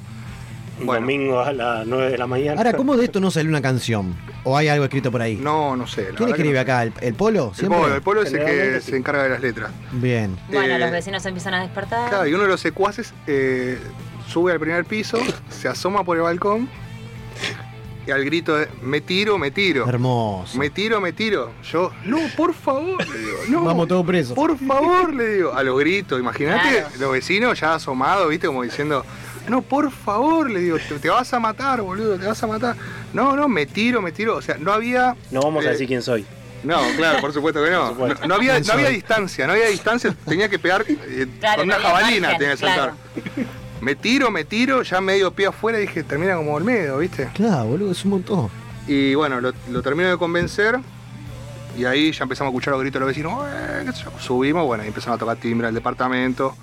Q: Un
P: Bueno.
Q: domingo a las 9 de la mañana.
D: Ahora, ¿cómo de esto no salió una canción? ¿O hay algo escrito por ahí?
P: No, no sé. la
D: ¿Quién
P: verdad que
D: escribe
P: no
D: acá? ¿El, el Polo?
P: sé. El
D: ¿Siempre?
P: polo, el polo es el que
Q: Generalmente
P: se encarga de las letras.
D: Bien.
E: Bueno,
P: Eh,
E: los vecinos se empiezan a despertar.
P: Claro, y uno de los secuaces eh, sube al primer piso, se asoma por el balcón y al grito de me tiro, me tiro.
D: Hermoso.
P: Me tiro, me tiro. Yo, no, por favor, le digo, no.
D: Vamos todos presos.
P: Por favor, le digo. A los gritos, imagínate,
E: Claro.
P: los vecinos ya asomados, viste, como diciendo, no, por favor, le digo, te, te vas a matar, boludo, te vas a matar. No, no, me tiro, me tiro. O sea, no había.
Q: No vamos
P: eh,
Q: a decir quién soy.
P: No, claro, por supuesto que no.
Q: Por supuesto.
P: No, no había, no
D: Pensaba.
P: había distancia, no había distancia, tenía que pegar eh,
E: Claro,
P: con una
E: no había
P: jabalina,
E: margen,
P: tenía que saltar. Me tiro, me tiro, ya medio pie afuera, dije, termina como Olmedo, ¿viste?
D: Claro, boludo, es un montón.
P: Y bueno, lo, lo termino de convencer. Y ahí ya empezamos a escuchar los gritos de los vecinos. "Eh", qué sé yo. Subimos, bueno, y empezaron a tocar timbre al departamento.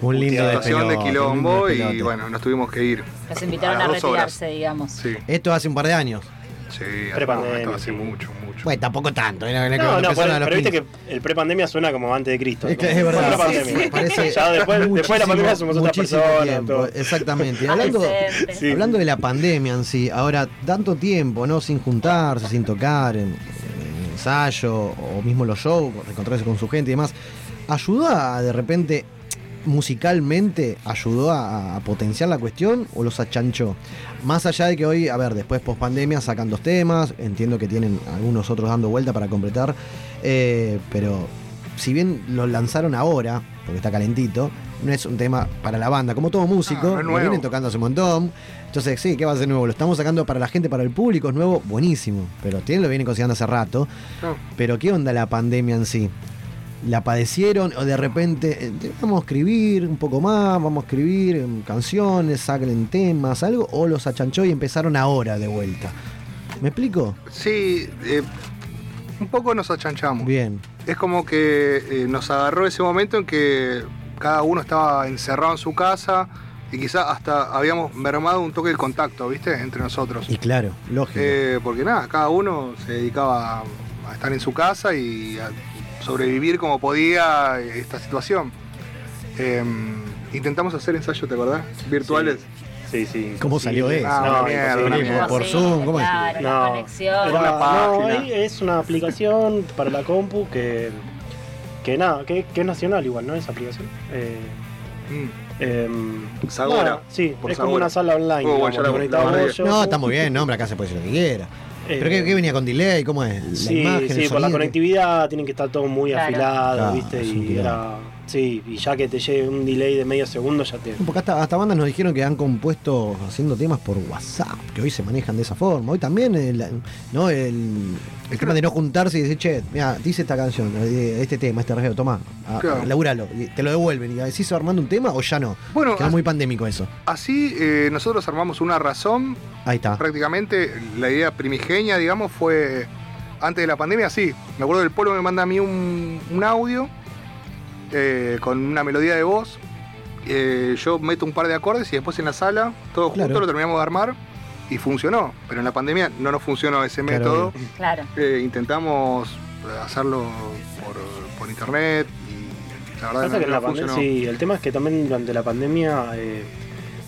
D: Un lindo
P: situación de
D: despelote, un
P: quilombo
D: lindo
P: y
D: despelote.
P: bueno, nos tuvimos que ir.
E: Los invitaron
P: las
E: a,
P: dos horas.
E: retirarse, digamos.
P: Sí,
D: Esto hace un par de años.
P: sí,
Q: Prepandemia,
P: no, esto hace
Q: sí.
P: mucho, mucho.
D: Bueno, tampoco tanto. Era, era
Q: No,
D: cuando
Q: no,
D: empezaron
Q: pero,
D: a los
Q: pero viste
D: 15.
Q: que el pre-pandemia suena como antes de Cristo.
D: Es que
Q: como-
D: es verdad.
Q: fue la
D: Sí,
Q: pandemia.
D: sí, parece
Q: ya después, después de la pandemia
D: muchísimo-
Q: somos otra
D: muchísimo
Q: persona.
D: tiempo,
Q: todo.
D: Exactamente. Y hablando,
E: Adolescente.
Q: Sí.
D: hablando de la pandemia en sí, ahora tanto tiempo, ¿no? Sin juntarse, sin tocar, en, en ensayo, o mismo los shows, encontrarse con su gente y demás, ¿ayudó a, de repente musicalmente ayudó a, a potenciar la cuestión o los achanchó? Más allá de que hoy, a ver, después post pandemia sacan dos temas, entiendo que tienen algunos otros dando vuelta para completar, eh, pero si bien los lanzaron ahora, porque está calentito, no es un tema para la banda, como todo músico,
P: Ah, no es
D: lo
P: nuevo.
D: vienen tocando hace un montón. Entonces, sí, ¿qué va a ser nuevo? Lo estamos sacando para la gente, para el público, es nuevo, buenísimo. Pero tienen, lo vienen considerando hace rato.
P: No.
D: Pero ¿qué onda la pandemia en sí? ¿La padecieron o de repente eh, vamos a escribir un poco más, vamos a escribir eh, canciones, saquen temas, algo? ¿O los achanchó y empezaron ahora de vuelta? ¿Me explico?
P: Sí, eh, un poco nos achanchamos.
D: Bien.
P: Es como que eh, nos agarró ese momento en que cada uno estaba encerrado en su casa y quizás hasta habíamos mermado un toque el contacto, ¿viste? Entre nosotros.
D: Y claro, lógico.
P: Eh, porque nada, cada uno se dedicaba a- a estar en su casa y a sobrevivir como podía eh, esta situación. Em, intentamos hacer ensayos, ¿te acordás? Virtuales.
Q: Sí, sí.
D: ¿Cómo salió
Q: Sí,
D: eso?
P: Ah, una
Q: No,
P: mierda, una
Q: imposible.
P: mierda.
D: Por Zoom, ¿cómo es?
E: claro,
Q: No.
E: la conexión.
Q: Era-
P: Por la
Q: no,
P: página.
Q: eh, es una aplicación para la compu que. que nada, que, que es nacional igual, ¿no? Esa aplicación. Eh,
P: Mm.
Q: Em,
P: Sagora,
Q: nada, sí,
P: por
Q: es como
P: Sagora.
Q: una sala online.
P: Oh,
Q: digamos,
P: ya la- la
Q: conectado a
P: mandé.
Q: Moyo.
D: No, está muy bien, no, hombre, acá se puede decir lo que quiera. ¿Pero qué, qué venía con delay? ¿Cómo es? ¿La
Q: Eh, Sí,
D: imagen? el
Q: sí, por la
D: sonido?
Q: conectividad tienen que estar todo muy
D: Claro.
Q: afilado,
D: Claro,
Q: ¿viste?
D: es un
Q: Y
D: quilombo.
Q: era. Sí, y ya que te llegue un delay de medio segundo, ya te.
D: Porque hasta, hasta bandas nos dijeron que han compuesto haciendo temas por WhatsApp, que hoy se manejan de esa forma. Hoy también el, ¿no? el, el tema de no juntarse y decir, che, mira, te hice esta canción, eh, este tema, este arreglo, tomá, a-
P: Claro.
D: laburalo, y te lo devuelven. Y a decís, armando un tema o ya no?
P: Bueno,
D: Queda muy pandémico eso.
P: Así eh, nosotros armamos una razón.
D: Ahí
Q: Ah.
D: está.
P: Prácticamente la idea primigenia, digamos, fue antes de la pandemia, sí. Me acuerdo del Polo me manda a mí un, un audio eh, con una melodía de voz. Eh, yo meto un par de acordes y después en la sala, todos
D: Claro.
P: juntos lo terminamos de armar y funcionó. Pero en la pandemia no nos funcionó ese
D: Claro.
P: método.
E: Claro.
P: Eh, intentamos hacerlo por, por internet y la verdad
Q: Pasa
P: no,
Q: que en
P: no
Q: la pandemia-
P: funcionó.
Q: sí, el tema es que también durante la pandemia, eh,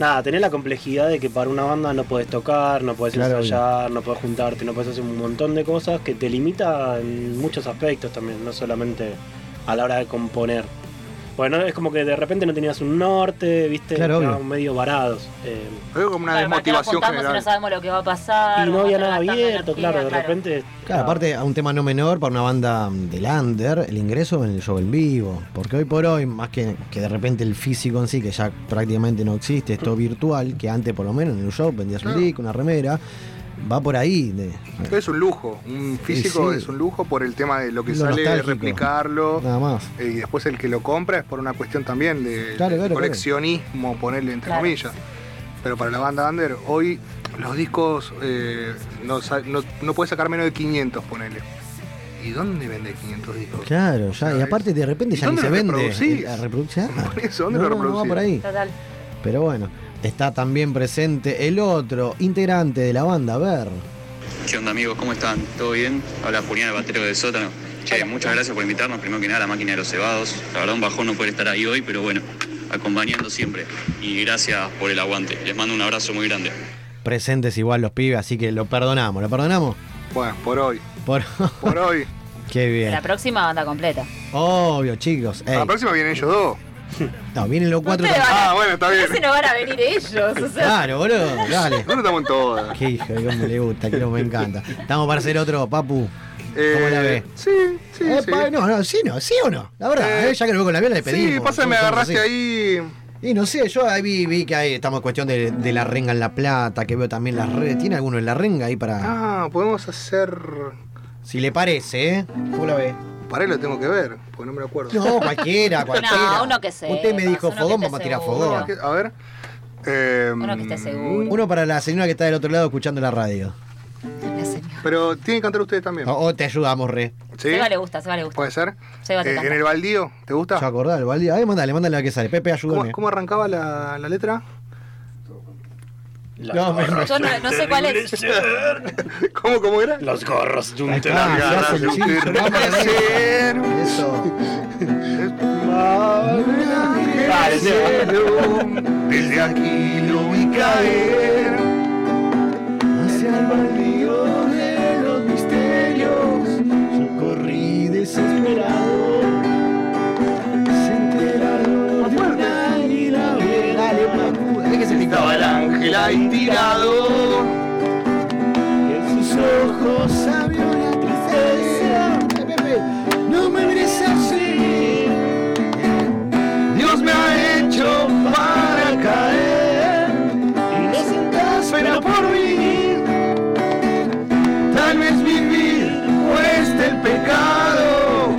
Q: nada, tenés la complejidad de que para una banda no podés tocar, no podés
D: Claro,
Q: ensayar, no podés juntarte, no podés hacer un montón de cosas que te limita en muchos aspectos también, no solamente a la hora de componer. Bueno, es como que de repente no tenías un norte, viste,
P: Claro, obvio.
Q: Estaban medio varados. eh,
P: Fue como una
Q: Claro,
E: Porque nos
P: desmotivación
E: juntamos y
P: general.
E: no sabemos lo que va a pasar.
Q: y no
E: vamos
Q: había
E: a
Q: nada
E: estar gastando
Q: abierto,
E: energía,
Q: claro, de repente.
D: Claro, aparte, a un tema no menor para una banda de Lander, el ingreso en el show en vivo. Porque hoy por hoy, más que, que de repente el físico en sí, que ya prácticamente no existe, es todo virtual, que antes por lo menos en el show vendías un disco, una remera, va por ahí. de-
P: Es un lujo, un físico
D: sí.
P: es un lujo por el tema de lo que
D: Lo
P: sale, de
D: nostálgico.
P: replicarlo.
D: nada más.
P: eh, Y después el que lo compra es por una cuestión también de
D: Claro, claro,
P: coleccionismo, ponerle entre
D: Claro.
P: comillas. Pero para la banda under, hoy los discos eh, no, sa- no, no puedes sacar menos de 500, ponele. ¿Y dónde vende 500 discos?
D: Claro, ya, y aparte de repente
P: ¿Y
D: ya ni
P: dónde
D: se
P: lo
D: vende.
P: reproducís?
D: La reproducción.
P: Por eso, ¿dónde
D: No,
P: lo
D: no, no, va
P: reproducís?
D: por ahí.
E: Total.
D: Pero bueno, está también presente el otro integrante de la banda, Ver.
T: ¿Qué onda amigos? ¿Cómo están? ¿Todo bien? Habla Julián, el batero del sótano. Che, muchas gracias por invitarnos, primero que nada, a la máquina de los cebados. La verdad, un bajón no poder estar ahí hoy, pero bueno, acompañando siempre. Y gracias por el aguante. Les mando un abrazo muy grande.
D: Presentes igual los pibes, así que lo perdonamos, lo perdonamos.
P: Bueno, por hoy.
D: Por,
P: Por hoy.
D: Qué bien.
E: La próxima banda completa.
D: Obvio, chicos.
P: A la
D: ey.
P: próxima vienen ellos dos.
D: No, vienen los cuatro
E: Ustedes
D: también.
E: van a-
P: Ah, bueno, está bien.
E: Se nos van a venir ellos. O sea,
D: Claro, boludo, dale.
P: Nosotros estamos en todas.
D: Qué hijo, Dios me le gusta, que no me encanta. Estamos para hacer otro, papu. ¿Cómo la
P: Eh,
D: ves?
P: Sí, sí,
D: Eh,
P: sí.
D: pa- No, no, sí, no, sí o no. La verdad,
P: Eh,
D: eh, ya que lo veo con la viola le
P: sí,
D: pedimos.
P: pasa que me
D: Somos
P: agarraste
D: así.
P: ahí.
D: Y no sé, yo ahí vi, vi que ahí estamos en cuestión de, de la renga en La Plata, que veo también las redes. ¿Tiene alguno en la renga ahí para.?
P: Ah, podemos hacer.
D: Si le parece, ¿eh? ¿Cómo la ves?
P: Para ahí lo tengo que ver, porque no me lo acuerdo.
D: No, cualquiera, cualquiera.
E: uno que sepa,
D: Usted me dijo
E: uno que
D: fogón,
E: esté
D: vamos a tirar
E: seguro.
D: fogón.
E: No, que-
P: a ver. eh,
E: Uno que
P: Mm.
E: esté seguro.
D: Uno para la señora que está del otro lado escuchando la radio.
P: Pero tienen que cantar ustedes también.
D: O, o te ayudamos, re.
P: ¿Sí?
E: Seba le gusta, Seba le gusta.
P: ¿Puede ser?
E: Seba te
P: Eh,
E: canta.
P: en el baldío, ¿te gusta?
D: Yo acordaba el baldío. Ahí mandale, mandale la que sale. Pepe,
P: ¿Cómo,
D: ayúdame.
P: cómo arrancaba la, la letra?
D: No, me- me-
E: Yo no, no sé cuál es.
P: ¿Cómo, cómo era?
Q: Los gorros de un
D: Ahí está, se hace el
Q: telaraño.
D: chicho, vamos
P: Ser.
D: Eso.
P: Al cielo, desde aquí lo vi caer
S: hacia el baldío de los misterios. Yo corrí desesperado, sin enterado de un águila
D: se
S: Estaba el ángel ahí tirado. En sus ojos abrió la tristeza. No me mires así. Dios me ha hecho para caer y no sientas pena por mí. Tal vez vivir cueste el pecado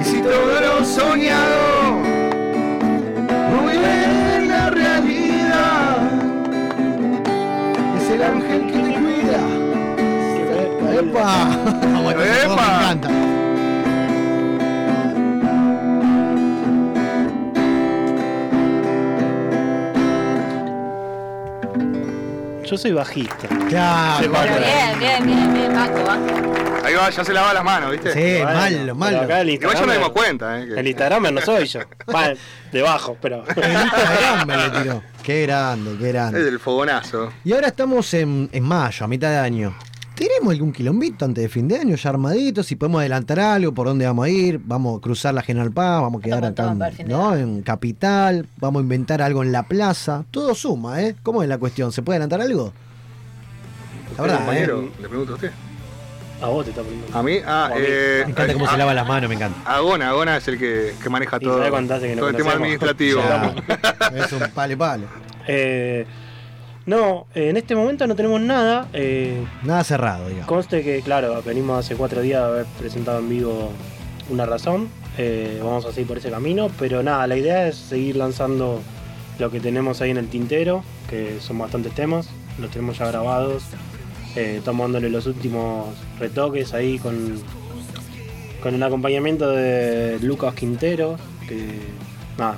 S: y si todo lo soñado no vive en la realidad. Es el ángel que te cuida.
D: ¡Epa! Bueno, ese fogón me encanta.
Q: Yo soy bajista.
D: Claro.
P: Se va.
E: Bien, bien, bien, bien, Paco, Paco.
P: Ahí va, ya se lava las manos, ¿viste?
D: Sí,
Q: Bueno,
D: malo, malo.
Q: pero acá el
P: Igual ya nos
Q: Instagram-
P: dimos cuenta, ¿eh? que-
Q: El Instagram no soy yo. Va, debajo, pero.
D: Instagram me le tiró. Qué grande, qué
P: Es
D: grande.
P: el fogonazo.
D: Y ahora estamos en, en mayo, a mitad de año. Tenemos algún quilombito antes de fin de año, ya armaditos, si podemos adelantar algo, por dónde vamos a ir, vamos a cruzar la General Paz, vamos a quedar acá en, ¿no? en Capital, vamos a inventar algo en la plaza, todo suma, ¿eh? ¿Cómo es la cuestión? ¿Se puede adelantar algo? La verdad,
P: compañero,
D: ¿eh?
P: le pregunto a usted.
Q: A vos te está poniendo.
P: A mí, ah, eh,
D: Me encanta cómo
P: ah,
D: se lava las manos, me encanta.
P: Agona, Agona es el que, que maneja todo,
Q: sabe cuántas hace que no
P: todo el tema
Q: conocemos.
P: administrativo.
Q: Ya.
D: Es un pale pale.
Q: Eh, no, en este momento no tenemos nada. eh,
D: Nada cerrado, digamos.
Q: Conste que, claro, venimos hace cuatro días de haber presentado en vivo una razón. eh, vamos a seguir por ese camino, pero nada, la idea es seguir lanzando lo que tenemos ahí en el tintero, que son bastantes temas, los tenemos ya grabados. eh, estamos dándole los últimos retoques ahí con, con el acompañamiento de Lucas Quintero, que nada.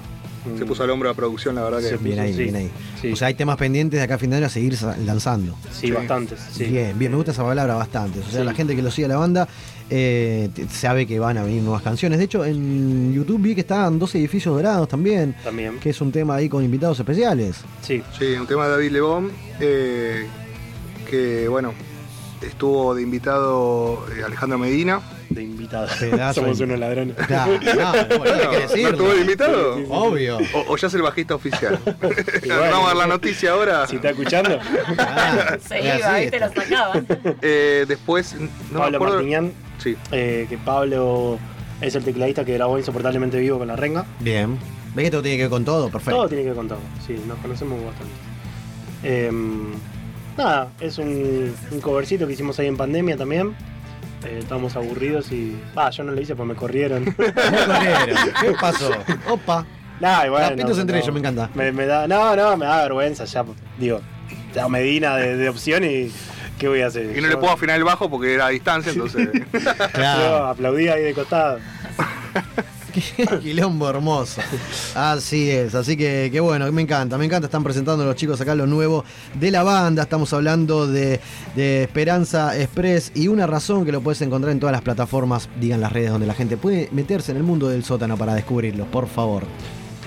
P: Se puso al hombro la producción, la verdad que.
D: Bien ahí,
Q: sí.
D: bien ahí. O sea, hay temas pendientes de acá a fin de año a seguir sa- lanzando.
Q: Sí, bastantes, sí.
D: Bien, bien, me gusta esa palabra bastantes. O sea,
Q: Sí.
D: la gente que lo sigue a la banda eh, t- sabe que van a venir nuevas canciones. De hecho, en YouTube vi que estaban dos edificios dorados también.
Q: También.
D: Que es un tema ahí con invitados especiales.
Q: Sí.
P: Sí, un tema de David Lebón, eh, que bueno, estuvo de invitado eh, Alejandro Medina.
Q: De invitado.
D: Pedazo
Q: Somos
D: de-
Q: unos ladrones.
D: Claro, claro, bueno, hay que decirlo.
P: estuvo de invitado?
D: Sí, sí, sí. Obvio.
P: O, o ya es el bajista oficial.
Q: Igual.
P: Vamos a dar la noticia ahora.
Q: Si está escuchando.
P: Se iba, Así ahí es. te
E: lo sacaba.
P: Eh, después, no me
Q: Pablo
P: acuerdo.
Q: Martiñán, eh, que Pablo es el tecladista que grabó Insoportablemente Vivo con la Renga.
D: Bien. ¿Ves que todo tiene que ver con todo? Perfecto.
Q: Todo tiene que ver con todo, sí, nos conocemos bastante. Em, nada, es un, un covercito que hicimos ahí en pandemia también. Eh, estábamos aburridos y. Ah, yo no lo hice porque me corrieron.
D: ¿Qué pasó? Opa.
Q: Nah, y bueno,
D: Tapitos entre ellos, me encanta.
Q: Me, me da, no, no, me da vergüenza ya. Digo, la medina de, de opción y. ¿Qué voy a hacer?
P: Y no le
Q: Yo-
P: puedo afinar el bajo porque era a distancia, entonces.
Q: Yo aplaudí ahí de costado.
D: Quilombo hermoso. Así es, así que, que bueno, me encanta, me encanta. Están presentando los chicos acá lo nuevo de la banda. Estamos hablando de, de Esperanza Express y una razón que lo puedes encontrar en todas las plataformas, digan las redes donde la gente puede meterse en el mundo del sótano para descubrirlo, por favor.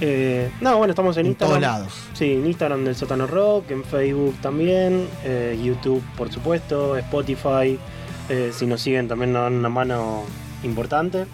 Q: Eh, no, bueno, estamos en
D: En
Q: Instagram.
D: todos lados.
Q: Sí, en Instagram del Sótano Rock, en Facebook también, eh, YouTube, por supuesto, Spotify. eh, si nos siguen también nos dan una mano importante.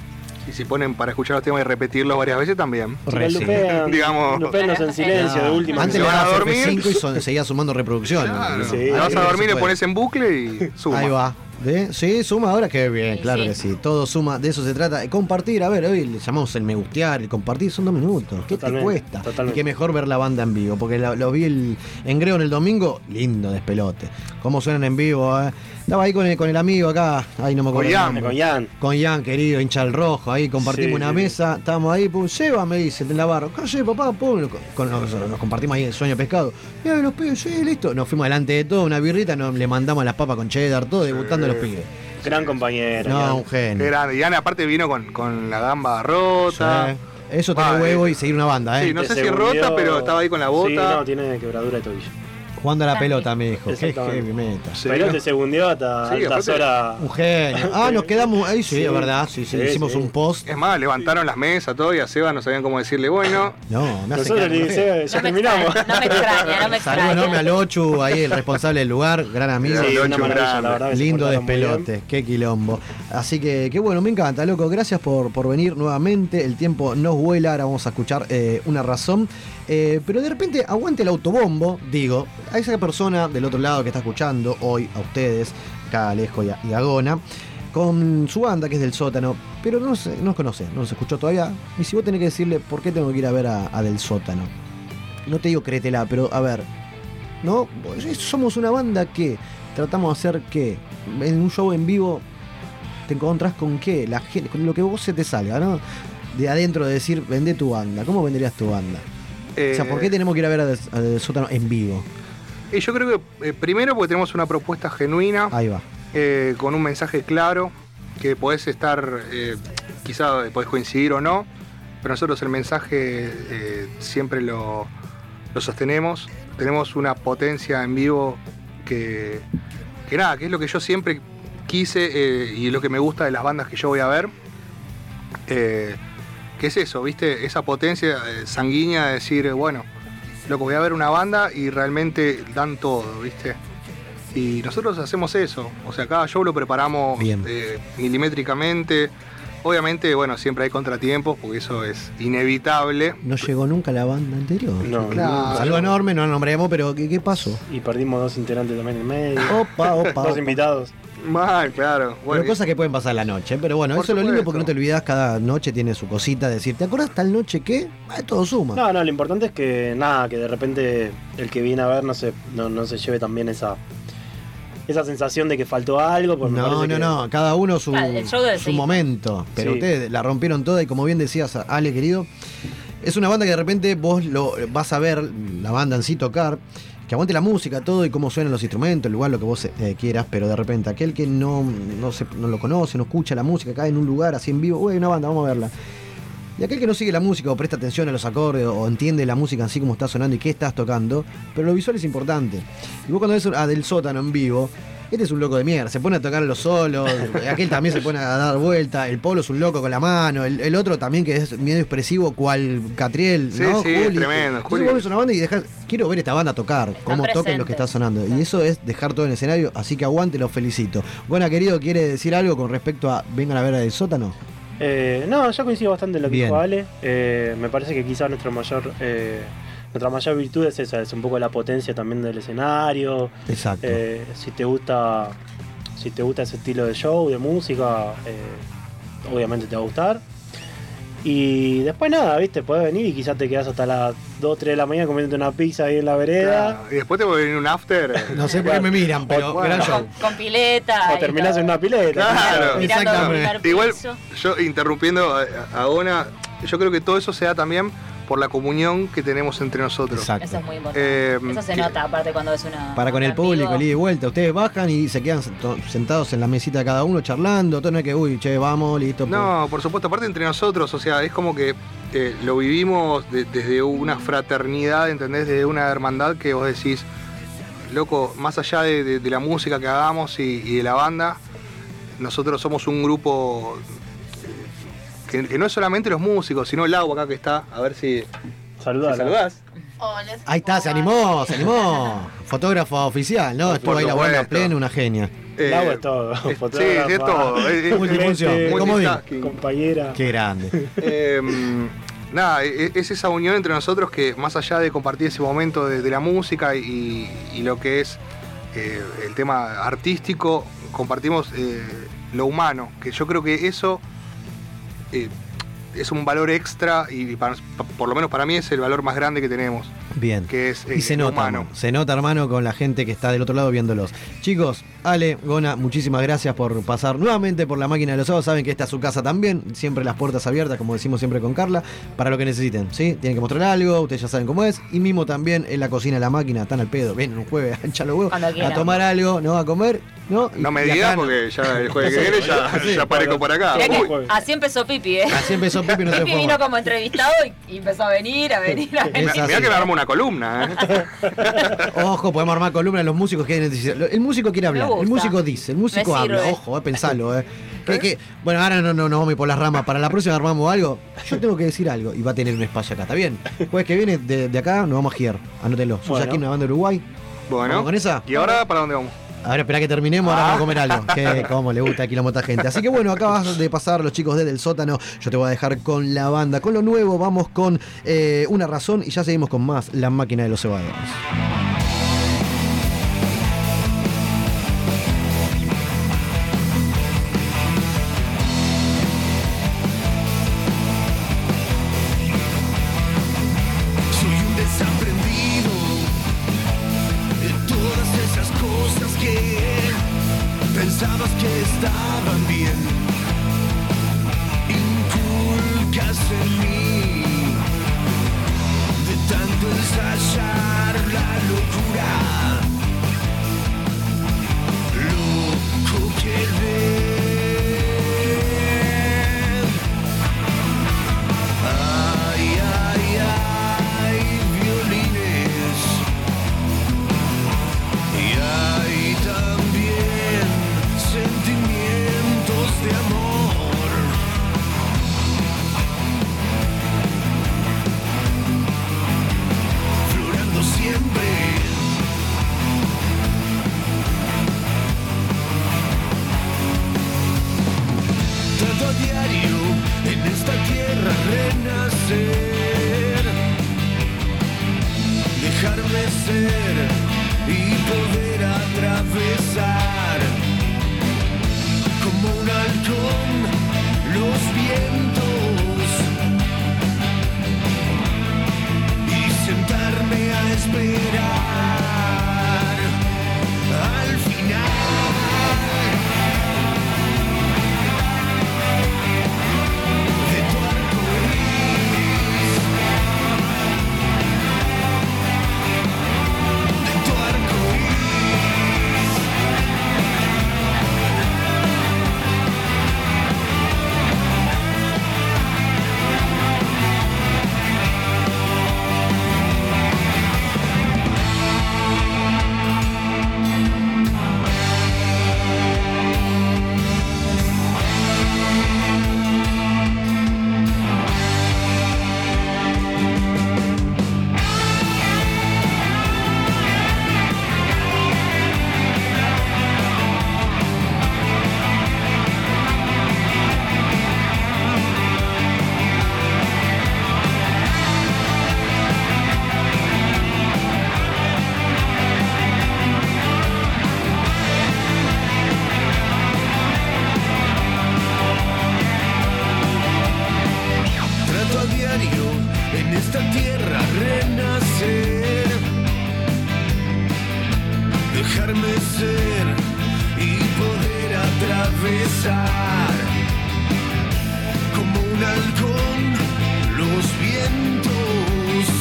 P: Y si ponen para escuchar los temas y repetirlos varias veces también.
Q: Si Re, sí. lupean,
P: digamos.
Q: lupeanos en silencio, de última.
D: Antes
P: Se
D: le
P: van a
D: daba
P: dormir.
D: F5 y son- seguía sumando reproducciones.
P: Claro.
D: ¿no?
P: Sí.
D: Ahí
P: Te vas a
D: se
P: dormir, le
D: puede.
P: pones en bucle y suma.
D: Ahí va. ¿De? Sí, suma ahora que bien, claro que sí. Todo suma, de eso se trata. Eh, Compartir, a ver, hoy le llamamos el me gustear, el compartir son dos minutos. ¿Qué te
Q: Totalmente,
D: cuesta?
Q: totalmente.
D: Y qué mejor ver la banda en vivo, porque la- lo vi el, en Greo en el domingo, lindo despelote. Cómo suenan en vivo, eh. Estaba ahí con el, con el amigo acá, ahí no me acuerdo.
Q: Con
D: el
Q: Jan.
D: nombre.
Q: Con Jan.
D: Con Jan, querido, hincha el rojo, ahí compartimos
Q: Sí,
D: una
Q: sí.
D: mesa, estábamos ahí, pum, lleva, me dice, en la barra, calle, papá, pum, nos- con- nos, nos compartimos ahí el sueño pescado. Y los pibes, sí, listo. Nos fuimos adelante de todo, una birrita, nos, le mandamos las papas con cheddar, todo, debutando a los pibes.
Q: Gran compañero.
D: No,
Q: Jan.
D: un genio.
P: Qué grande. Y Ana, aparte, vino con, con la gamba rota.
D: Sí. Eso tiene
P: Va,
D: huevo y seguir una banda, ¿eh?
P: Sí, no sé
Q: Se
P: si
Q: hundió-
P: rota, pero estaba ahí con la bota.
Q: Sí, no, tiene quebradura de tobillo.
D: Jugando a la pelota, me dijo. Qué
Q: Exactamente.
D: heavy meta.
Q: Pero te segundió hasta
P: Sí,
Q: altas
P: aparte-
Q: horas.
D: Un genio. Ah, nos quedamos ahí, sí,
P: Sí.
D: es verdad. Sí, sí,
P: Sí,
D: hicimos
P: sí.
D: un post.
P: Es más, levantaron las mesas, todo, y a Seba no sabían cómo decirle, bueno.
D: No, me hace
Q: Nosotros le dice, ya terminamos.
E: No me extraña, no me
D: Saludo
E: extraña.
D: enorme al Ochu, ahí el responsable del lugar, gran amigo.
Q: Sí, una maravilla, la verdad que se
D: Lindo
Q: portaron muy
D: despelote, qué quilombo. Así que, qué bueno, me encanta, loco. Gracias por, por venir nuevamente. El tiempo nos vuela, ahora vamos a escuchar eh, una razón. Eh, pero de repente, aguante el autobombo, digo, a esa persona del otro lado que está escuchando hoy, a ustedes, acá Alejo y, a- y Agona. Con su banda que es del sótano, pero no nos, nos conoce, no nos escuchó todavía. Y si vos tenés que decirle por qué tengo que ir a ver a- a Del Sótano, no te digo créetela, pero a ver, ¿no? Somos una banda que tratamos de hacer que en un show en vivo te encontrás con qué, la gente, con lo que vos se te salga, ¿no? De adentro de decir, vende tu banda, ¿cómo venderías tu banda?
P: Eh,
D: O sea,
Q: Eh,
D: ¿por qué tenemos que ir a ver a Del- a Del Sótano en vivo?
P: Y yo creo que eh, primero porque tenemos una propuesta genuina.
D: Ahí va.
P: eh, con un mensaje claro, que podés estar, eh, quizá podés coincidir o no, pero nosotros el mensaje eh, siempre lo, lo sostenemos. Tenemos una potencia en vivo que, que nada, que es lo que yo siempre quise eh, y lo que me gusta de las bandas que yo voy a ver. Eh, ¿Qué es eso? ¿Viste? Esa potencia eh, sanguínea de decir, bueno, loco, voy a ver una banda y realmente dan todo, ¿viste? Y nosotros hacemos eso. O sea, cada show lo preparamos
D: Bien.
P: eh, milimétricamente. Obviamente, bueno, siempre hay contratiempos porque eso es inevitable.
D: No
Q: Pues
D: llegó nunca la banda anterior.
P: No, Claro.
D: Salvo enorme, no la nombremos, pero ¿qué, qué pasó?
Q: Y perdimos dos integrantes también en medio.
D: Opa, opa,
Q: Dos
D: opa.
Q: invitados.
P: Mal, claro.
D: Pero cosas que pueden pasar la noche, ¿eh? pero bueno,
Q: Por
D: eso es lo lindo
Q: supuesto.
D: porque no te olvidas, cada noche tiene su cosita, de decir, ¿te acordás tal noche que? Ah, todo suma.
Q: No, no, lo importante es que nada, que de repente el que viene a ver no se, no, no se lleve también esa, esa sensación de que faltó algo. porque me
D: No,
Q: parece
D: no,
Q: que-
D: no, cada uno su,
Q: Ah, el show debe
D: su
Q: seguir.
D: momento. Pero
Q: Sí.
D: ustedes la rompieron toda y como bien decías, Ale querido, es una banda que de repente vos lo vas a ver, la banda en sí tocar, que aguante la música, todo y cómo suenan los instrumentos, el lugar, lo que vos eh, quieras, pero de repente aquel que no, no, se- no lo conoce, no escucha la música, cae en un lugar así en vivo, uy, hay una banda, vamos a verla. Y aquel que no sigue la música o presta atención a los acordes o entiende la música así como está sonando y qué estás tocando, pero lo visual es importante. Y vos cuando ves a Del Sótano en vivo, este es un loco de mierda, se pone a tocar los solos, aquel también se pone a dar vuelta, el Polo es un loco con la mano, el, el otro también que es medio expresivo, cual Catriel,
P: Sí,
D: ¿no?
P: sí, es tremendo,
D: Entonces
P: Juli.
D: vos ves una banda y dejás, quiero ver esta banda tocar, cómo toquen lo que está sonando. Y eso es dejar todo en el escenario, así que aguante, los felicito. Buena, querido, ¿quiere decir algo con respecto a vengan a ver a Del Sótano?
Q: Eh, no, yo coincido bastante en lo que
D: Bien.
Q: dijo Ale. Eh, me parece que quizás nuestro mayor, eh, nuestra mayor virtud es esa, es un poco la potencia también del escenario.
D: Exacto.
Q: Eh, si te gusta, si te gusta ese estilo de show, de música, eh, obviamente te va a gustar. Y después nada, viste, puedes venir y quizás te quedas hasta las 2, 3 de la mañana comiéndote una pizza ahí en la vereda.
P: Y después te puede venir un after.
D: No sé por qué me miran, pero gran show.
E: Con pileta.
Q: O terminás en una pileta.
P: Claro,
E: Mirando el primer piso.
P: Igual, yo interrumpiendo a, a Ona, yo creo que todo eso se da también por la comunión que tenemos entre nosotros.
E: Eso es muy importante.
P: Eh,
E: Eso se
P: que-
E: nota, aparte, cuando es una.
D: Para con el público, el ida y vuelta. Ustedes bajan y se quedan sento- sentados en la mesita de cada uno charlando. Todo no es que, uy, che, vamos, listo.
P: No, por supuesto, aparte entre nosotros, o sea, es como que eh, lo vivimos de- desde una fraternidad, ¿entendés? Desde una hermandad que vos decís, loco, más allá de, de- de la música que hagamos y, y de la banda, nosotros somos un grupo eh, que, que no es solamente los músicos, sino el agua acá que está, a ver si...
Q: Saludala.
P: si saludás.
D: Ahí está, se animó, se animó. Fotógrafa oficial, ¿no? Estuvo ahí la buena
P: supuesto.
D: plena, una genia.
P: Eh,
Q: Lago es todo. ah.
P: sí,
Q: fotógrafa,
P: es todo, es- es-
D: Multifunción,
P: es- es-
D: comodín.
P: multitasking.
Q: Compañera.
D: Qué grande.
P: Eh, nada, e- es esa unión entre nosotros que más allá de compartir ese momento de, de la música y, y lo que es eh, el tema artístico, compartimos eh, lo humano, que yo creo que eso eh, es un valor extra y para- por lo menos para mí es el valor más grande que tenemos,
D: Bien.
P: que es eh,
D: Y se
P: lo
D: nota,
P: humano.
D: hermano. se nota, hermano, con la gente que está del otro lado viéndolos. Chicos, Ale, Gona, muchísimas gracias por pasar nuevamente por la máquina de los ojos. Saben que esta es su casa también, siempre las puertas abiertas, como decimos siempre con Carla, para lo que necesiten, ¿sí? Tienen que mostrar algo, ustedes ya saben cómo es. Y mismo también en la cocina de la máquina, están al pedo, ven un jueves, ancha los huevos,
E: Cuando quieran.
D: a tomar algo, ¿no? A comer, ¿no? Y-
P: No me
D: y acá
P: digas
D: no.
P: porque ya el jueves que
D: Sí,
P: viene ya,
D: sí.
P: ya aparezco por acá.
E: Mirá que
P: Uy.
E: así empezó Pipi, ¿eh?
D: Así empezó Pepe, no se
E: Pipi
D: fue
E: vino
D: más.
E: como entrevistado y, y empezó a venir, a venir, a venir.
P: Mirá,
D: Es así.
P: mirá que me armo una columna, ¿eh?
D: Ojo, podemos armar columnas, los músicos quieren decir. El músico quiere hablar,
E: gusta.
D: el músico dice, el músico
E: Me sirve.
D: habla, ojo, eh, pensalo, eh. Que- que- bueno, ahora no, no, no vamos a ir por las ramas, para la próxima armamos algo. Yo tengo que decir algo y va a tener un espacio acá, ¿está bien? Jueves que viene, de, de acá nos vamos a girar, anótelo. Sos
P: Bueno.
D: aquí una banda de Uruguay.
P: Bueno.
D: ¿Vamos con esa?
P: ¿eh? ¿Y ahora para dónde vamos?
D: Ahora espera que terminemos, ahora vamos a comer algo. Que como le gusta aquí la mota gente. Así que bueno, acabas de pasar los chicos desde el sótano. Yo te voy a dejar con la banda. Con lo nuevo, vamos con eh, una razón y ya seguimos con más La máquina de los cebados.
O: Soy un desaprendido de todas esas cosas que pensabas que estaban bien. Inculcas en mí de tanto ensayar la luz.
J: ser y poder atravesar como un halcón los vientos y sentarme a esperar al final. de tu arco iris. De tu arco Trato a diario en esta tierra renacer. Dejarme ser y poder atravesar como un halcón los vientos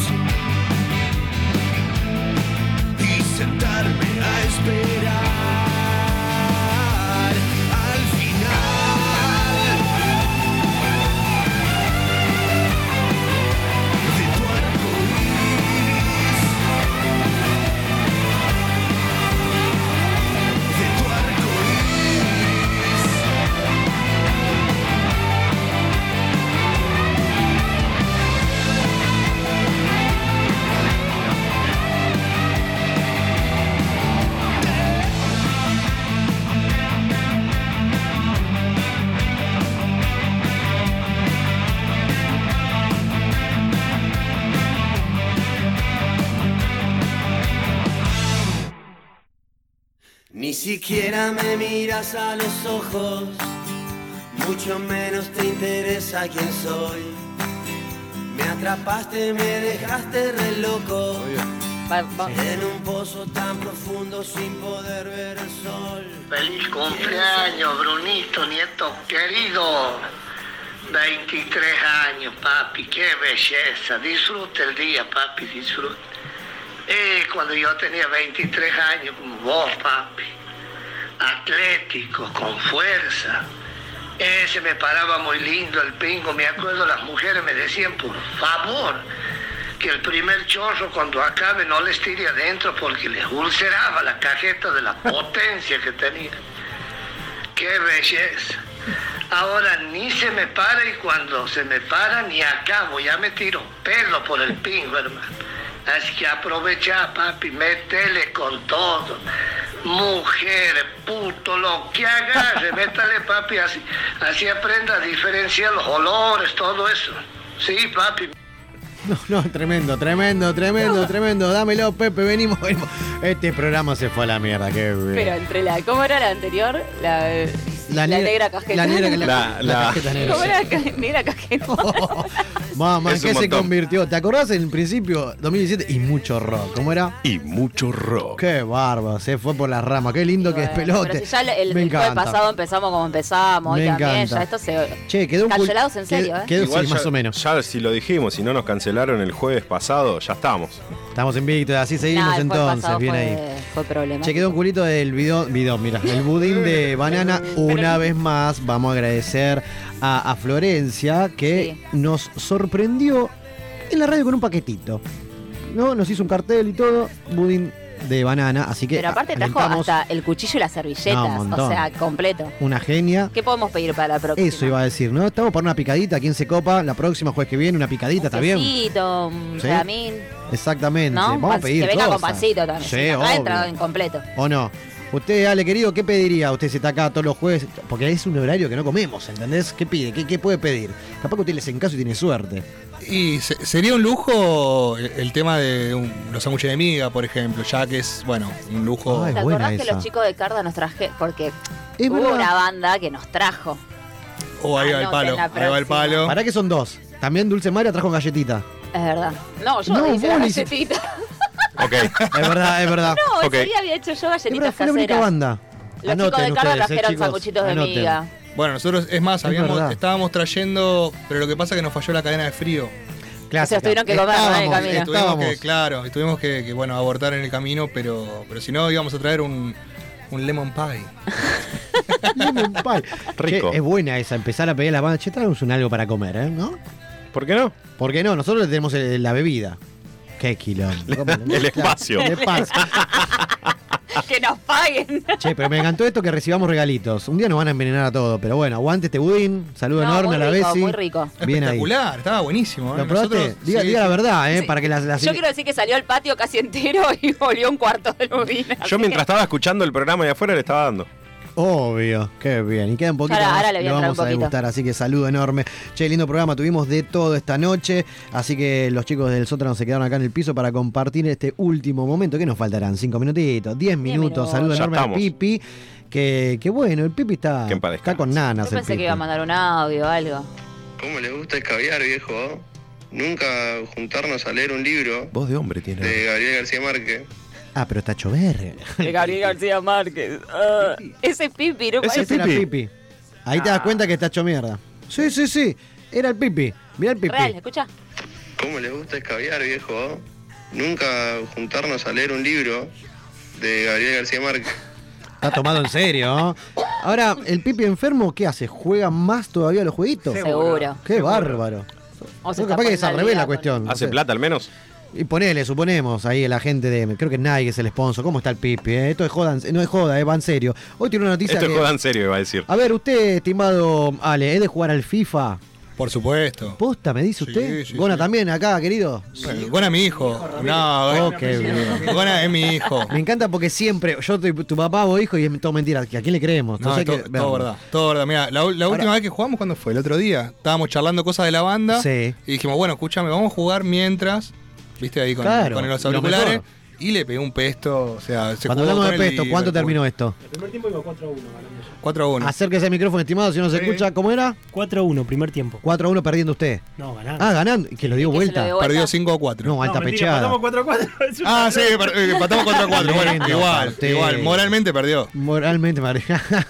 J: y sentarme a esperar al final.
U: Ni siquiera me miras a los ojos, mucho menos te interesa quién soy. Me atrapaste, me dejaste re loco. En un pozo tan profundo sin poder ver el sol.
V: Feliz cumpleaños, Brunito, nieto querido. 23 años, papi, qué belleza. Disfruta el día, papi, disfruta. Eh, cuando yo tenía 23 años, como vos, papi, atlético, con fuerza. Eh, se me paraba muy lindo el pingo. Me acuerdo, las mujeres me decían, por favor, que el primer chorro cuando acabe no les tire adentro porque les ulceraba la cajeta de la potencia que tenía. ¡Qué belleza! Ahora ni se me para y cuando se me para ni acabo, ya me tiro pelo por el pingo, hermano. Así que aprovecha, papi, métele con todo. Mujeres, puto, lo que agarre, métale, papi, así, así aprenda a diferenciar los olores, todo eso. Sí, papi.
D: No, no, tremendo, tremendo, tremendo, tremendo. Dámelo, Pepe, venimos, venimos. Este programa se fue a la mierda, qué
E: Pero entre la, ¿cómo era la anterior? La, la
D: negra-
E: negra cajeta.
D: la negra- la- La- la la- cajeta negra,
E: ¿Cómo
D: sí.
E: era la ca- negra cajeta?
D: Mamá, ¿en
F: Es un
D: qué se
F: montón.
D: convirtió? ¿Te acordás en el principio, 2017? Y mucho rock, ¿cómo era?
F: Y mucho rock.
D: Qué bárbaro, se fue por la rama, qué lindo que es
E: Bueno,
D: pelote.
E: Pero si ya el, el
D: Me
E: jueves
D: encanta.
E: pasado empezamos como empezamos,
D: Me
E: y también
D: encanta.
E: ya esto se.
D: Che, quedó un cul-
E: Cancelados en serio, ¿eh?
D: Quedó sí,
F: ya-
D: más o menos.
F: Ya si lo dijimos, si no nos cancelaron el jueves pasado, ya estamos.
D: Estamos invictos, así seguimos
E: Nada, el jueves
D: entonces,
E: pasado
D: bien ahí.
E: fue, Fue problema.
D: Che, quedó un culito del bidón, bidón, mira, el budín de banana. Una vez más, vamos a agradecer a, a Florencia que nos sorprendió en la radio con un paquetito. ¿No? Nos hizo un cartel y todo, budín de banana, así que
E: Pero aparte
D: a-
E: trajo
D: alentamos
E: hasta el cuchillo y las
D: No,
E: servilletas,
D: un
E: o
D: montón.
E: sea, completo.
D: una genia.
E: ¿Qué podemos pedir para la próxima?
D: Eso iba a decir, ¿no? Estamos para una picadita, ¿quién se copa? La próxima jueves que viene, una picadita, ¿está bien?
E: Pancito, un
D: Sí.
E: ramín,
D: Exactamente,
E: Este ¿no?
D: vamos a
E: Pan-
D: pedir
E: que venga con
D: cosas.
E: pancito
D: Sí,
E: también. si no, acá
D: obvio.
E: entra en completo.
D: ¿O no? Usted, Ale querido, ¿qué pediría? Usted si está acá todos los jueves, porque es un horario que no comemos, ¿entendés? ¿Qué pide? ¿Qué, qué puede pedir? Capaz que usted le hacen caso y tiene suerte.
P: Y se- sería un lujo el, el tema de un- los sándwiches de miga, por ejemplo, ya que es, bueno, un
D: Oh,
P: lujo.
E: ¿Te acordás que los chicos de Carda nos traje? Porque
D: Es
E: hubo
D: verdad.
E: una banda que nos trajo.
P: Oh, ahí va el
E: Anoten
P: palo,
E: la
P: ahí va el palo.
D: ¿Para qué son dos? También Dulce María trajo galletita.
E: Es verdad. No, yo
D: No,
E: no, hice la
D: vos le hice-
E: galletita.
D: Ok. es verdad, es verdad.
E: No, ese día había hecho yo
D: Es verdad,
E: galletitas
D: fue la única
E: caseras.
D: banda.
E: Los chicos de Carda
P: ustedes, eh,
E: trajeron
P: chicos,
E: sanguchitos de
P: anoten.
E: miga.
P: Bueno, nosotros, es más,
D: Es
P: habíamos-
D: verdad.
P: estábamos trayendo, pero lo que pasa es que nos falló la cadena de frío.
D: Clásica.
E: O sea, tuvieron que comer, ¿no? en el
P: Estábamos,
E: camino.
P: estuvimos que, claro, y tuvimos que, que, bueno, abortar en el camino, pero, pero si no íbamos a traer un, un lemon pie.
D: lemon pie.
P: Rico.
D: Che, es buena esa, empezar a pedir a la banda. Che, traemos un algo para comer, ¿eh? ¿No?
Q: ¿Por qué no?
D: Porque no, nosotros le tenemos el- la bebida. Qué quilombo. ¿Cómo le-
F: El espacio.
D: El espacio.
E: que nos paguen.
D: Che, pero me encantó esto que recibamos regalitos. Un día nos van a envenenar a todo, pero bueno, aguante este budín. Saludo
E: No,
D: enorme
E: muy
D: a la
E: rico,
D: Bessi.
E: muy rico.
D: Bien ahí.
P: Espectacular, estaba buenísimo. ¿eh?
D: ¿Lo probaste?
P: Nosotros-
D: diga
P: sí,
D: diga la
P: sí.
D: verdad, ¿eh? Para que las.
E: Yo quiero decir que salió al patio casi entero y volvió un cuarto de lubina.
F: Yo mientras estaba escuchando el programa de afuera le estaba dando.
D: Obvio, qué bien. Y queda un poquito
E: Ahora-
D: más,
E: ahora le voy a
D: lo
E: entrar
D: vamos
E: un
D: a
E: poquito.
D: degustar, así que saludo enorme. Che, lindo programa, tuvimos de todo esta noche, así que los chicos del sótano se quedaron acá en el piso para compartir este último momento, que nos faltarán cinco minutitos, diez minutos.
E: minutos.
D: Saludo
E: Ya
D: enorme al
F: estamos.
D: Pipi, que, que bueno, el Pipi está, está con nanas.
E: Yo
D: el
E: pensé que
D: Pipi.
E: iba a mandar un audio o algo.
J: ¿Cómo le gusta escabiar, viejo? Nunca juntarnos a leer un libro
F: Voz de hombre tiene.
J: de Gabriel García Márquez.
D: Ah, pero está chover.
E: De Gabriel García Márquez. Ah, ese pipi, ¿no?
D: Ese
E: Parece-
D: era Pipi. Ahí
F: Ah.
D: te das cuenta que está hecho mierda. Sí, sí, sí. Era el Pipi. Mirá el Pipi.
E: Real, escucha.
J: ¿Cómo le gusta escabiar, viejo? Nunca juntarnos a leer un libro de Gabriel García Márquez.
D: Está tomado en serio. Ahora, el Pipi enfermo, ¿qué hace? ¿Juega más todavía a los jueguitos?
E: Seguro.
D: Qué bárbaro.
E: O se
D: No,
E: está
D: capaz que es
E: poniendo
D: al
E: al
D: revés
E: día
D: la
E: con-
D: cuestión. no
F: ¿Hace
D: sé.
F: plata al menos?
D: Y ponele, suponemos, ahí la gente de. Creo que Nike es el sponsor. ¿Cómo está el Pipi? eh? Esto es joda, en- no es joda, eh, va en serio. Hoy tiene una noticia.
F: Esto
D: que-
F: es joda en serio, iba a decir.
D: A ver, usted, estimado Ale, ¿es de jugar al FIFA?
P: Por supuesto.
D: ¿Posta, me dice usted? Gona también acá, querido.
P: Bueno, Gona es mi hijo. No,
D: Oh,
P: Gona-
D: qué bien.
P: Gona es mi hijo.
D: Me encanta porque siempre, yo tu, tu papá o hijo y es todo mentira. ¿A quién le creemos?
P: No,
D: Entonces hay
P: to-
D: que
P: todo
D: verlo.
P: verdad, todo verdad. Mira, la, u- la última vez que jugamos, ¿cuándo fue? El otro día. Estábamos charlando cosas de la banda.
D: Sí.
P: Y dijimos, bueno, escúchame, vamos a jugar mientras. Viste ahí con,
D: Claro,
P: con los
D: lo
P: auriculares.
D: mejor.
P: y le pegué un pesto. O sea, se
D: Cuando
P: jugó
D: hablamos de
P: con el
D: pesto, ¿cuánto
P: Liverpool.
D: terminó esto?
Q: El primer tiempo iba 4 a 1 ganando
P: 4 a 1.
D: Acérquese al micrófono, estimado, si no se
Q: Sí.
D: escucha. ¿Cómo era?
Q: 4 a 1, primer tiempo.
D: 4 a 1 perdiendo usted.
Q: No, ganando.
D: Ah, ganando. Que lo dio
Q: que se lo
D: vuelta.
Q: dio vuelta. Perdió
P: 5 a 4.
D: No, alta pecheada.
Q: 4 a 4. Es una
P: Ah, sí, per- eh, empatamos 4 a 4. bueno,
D: Tremendo
P: igual,
D: partido.
P: igual. Moralmente perdió.
D: Moralmente, madre.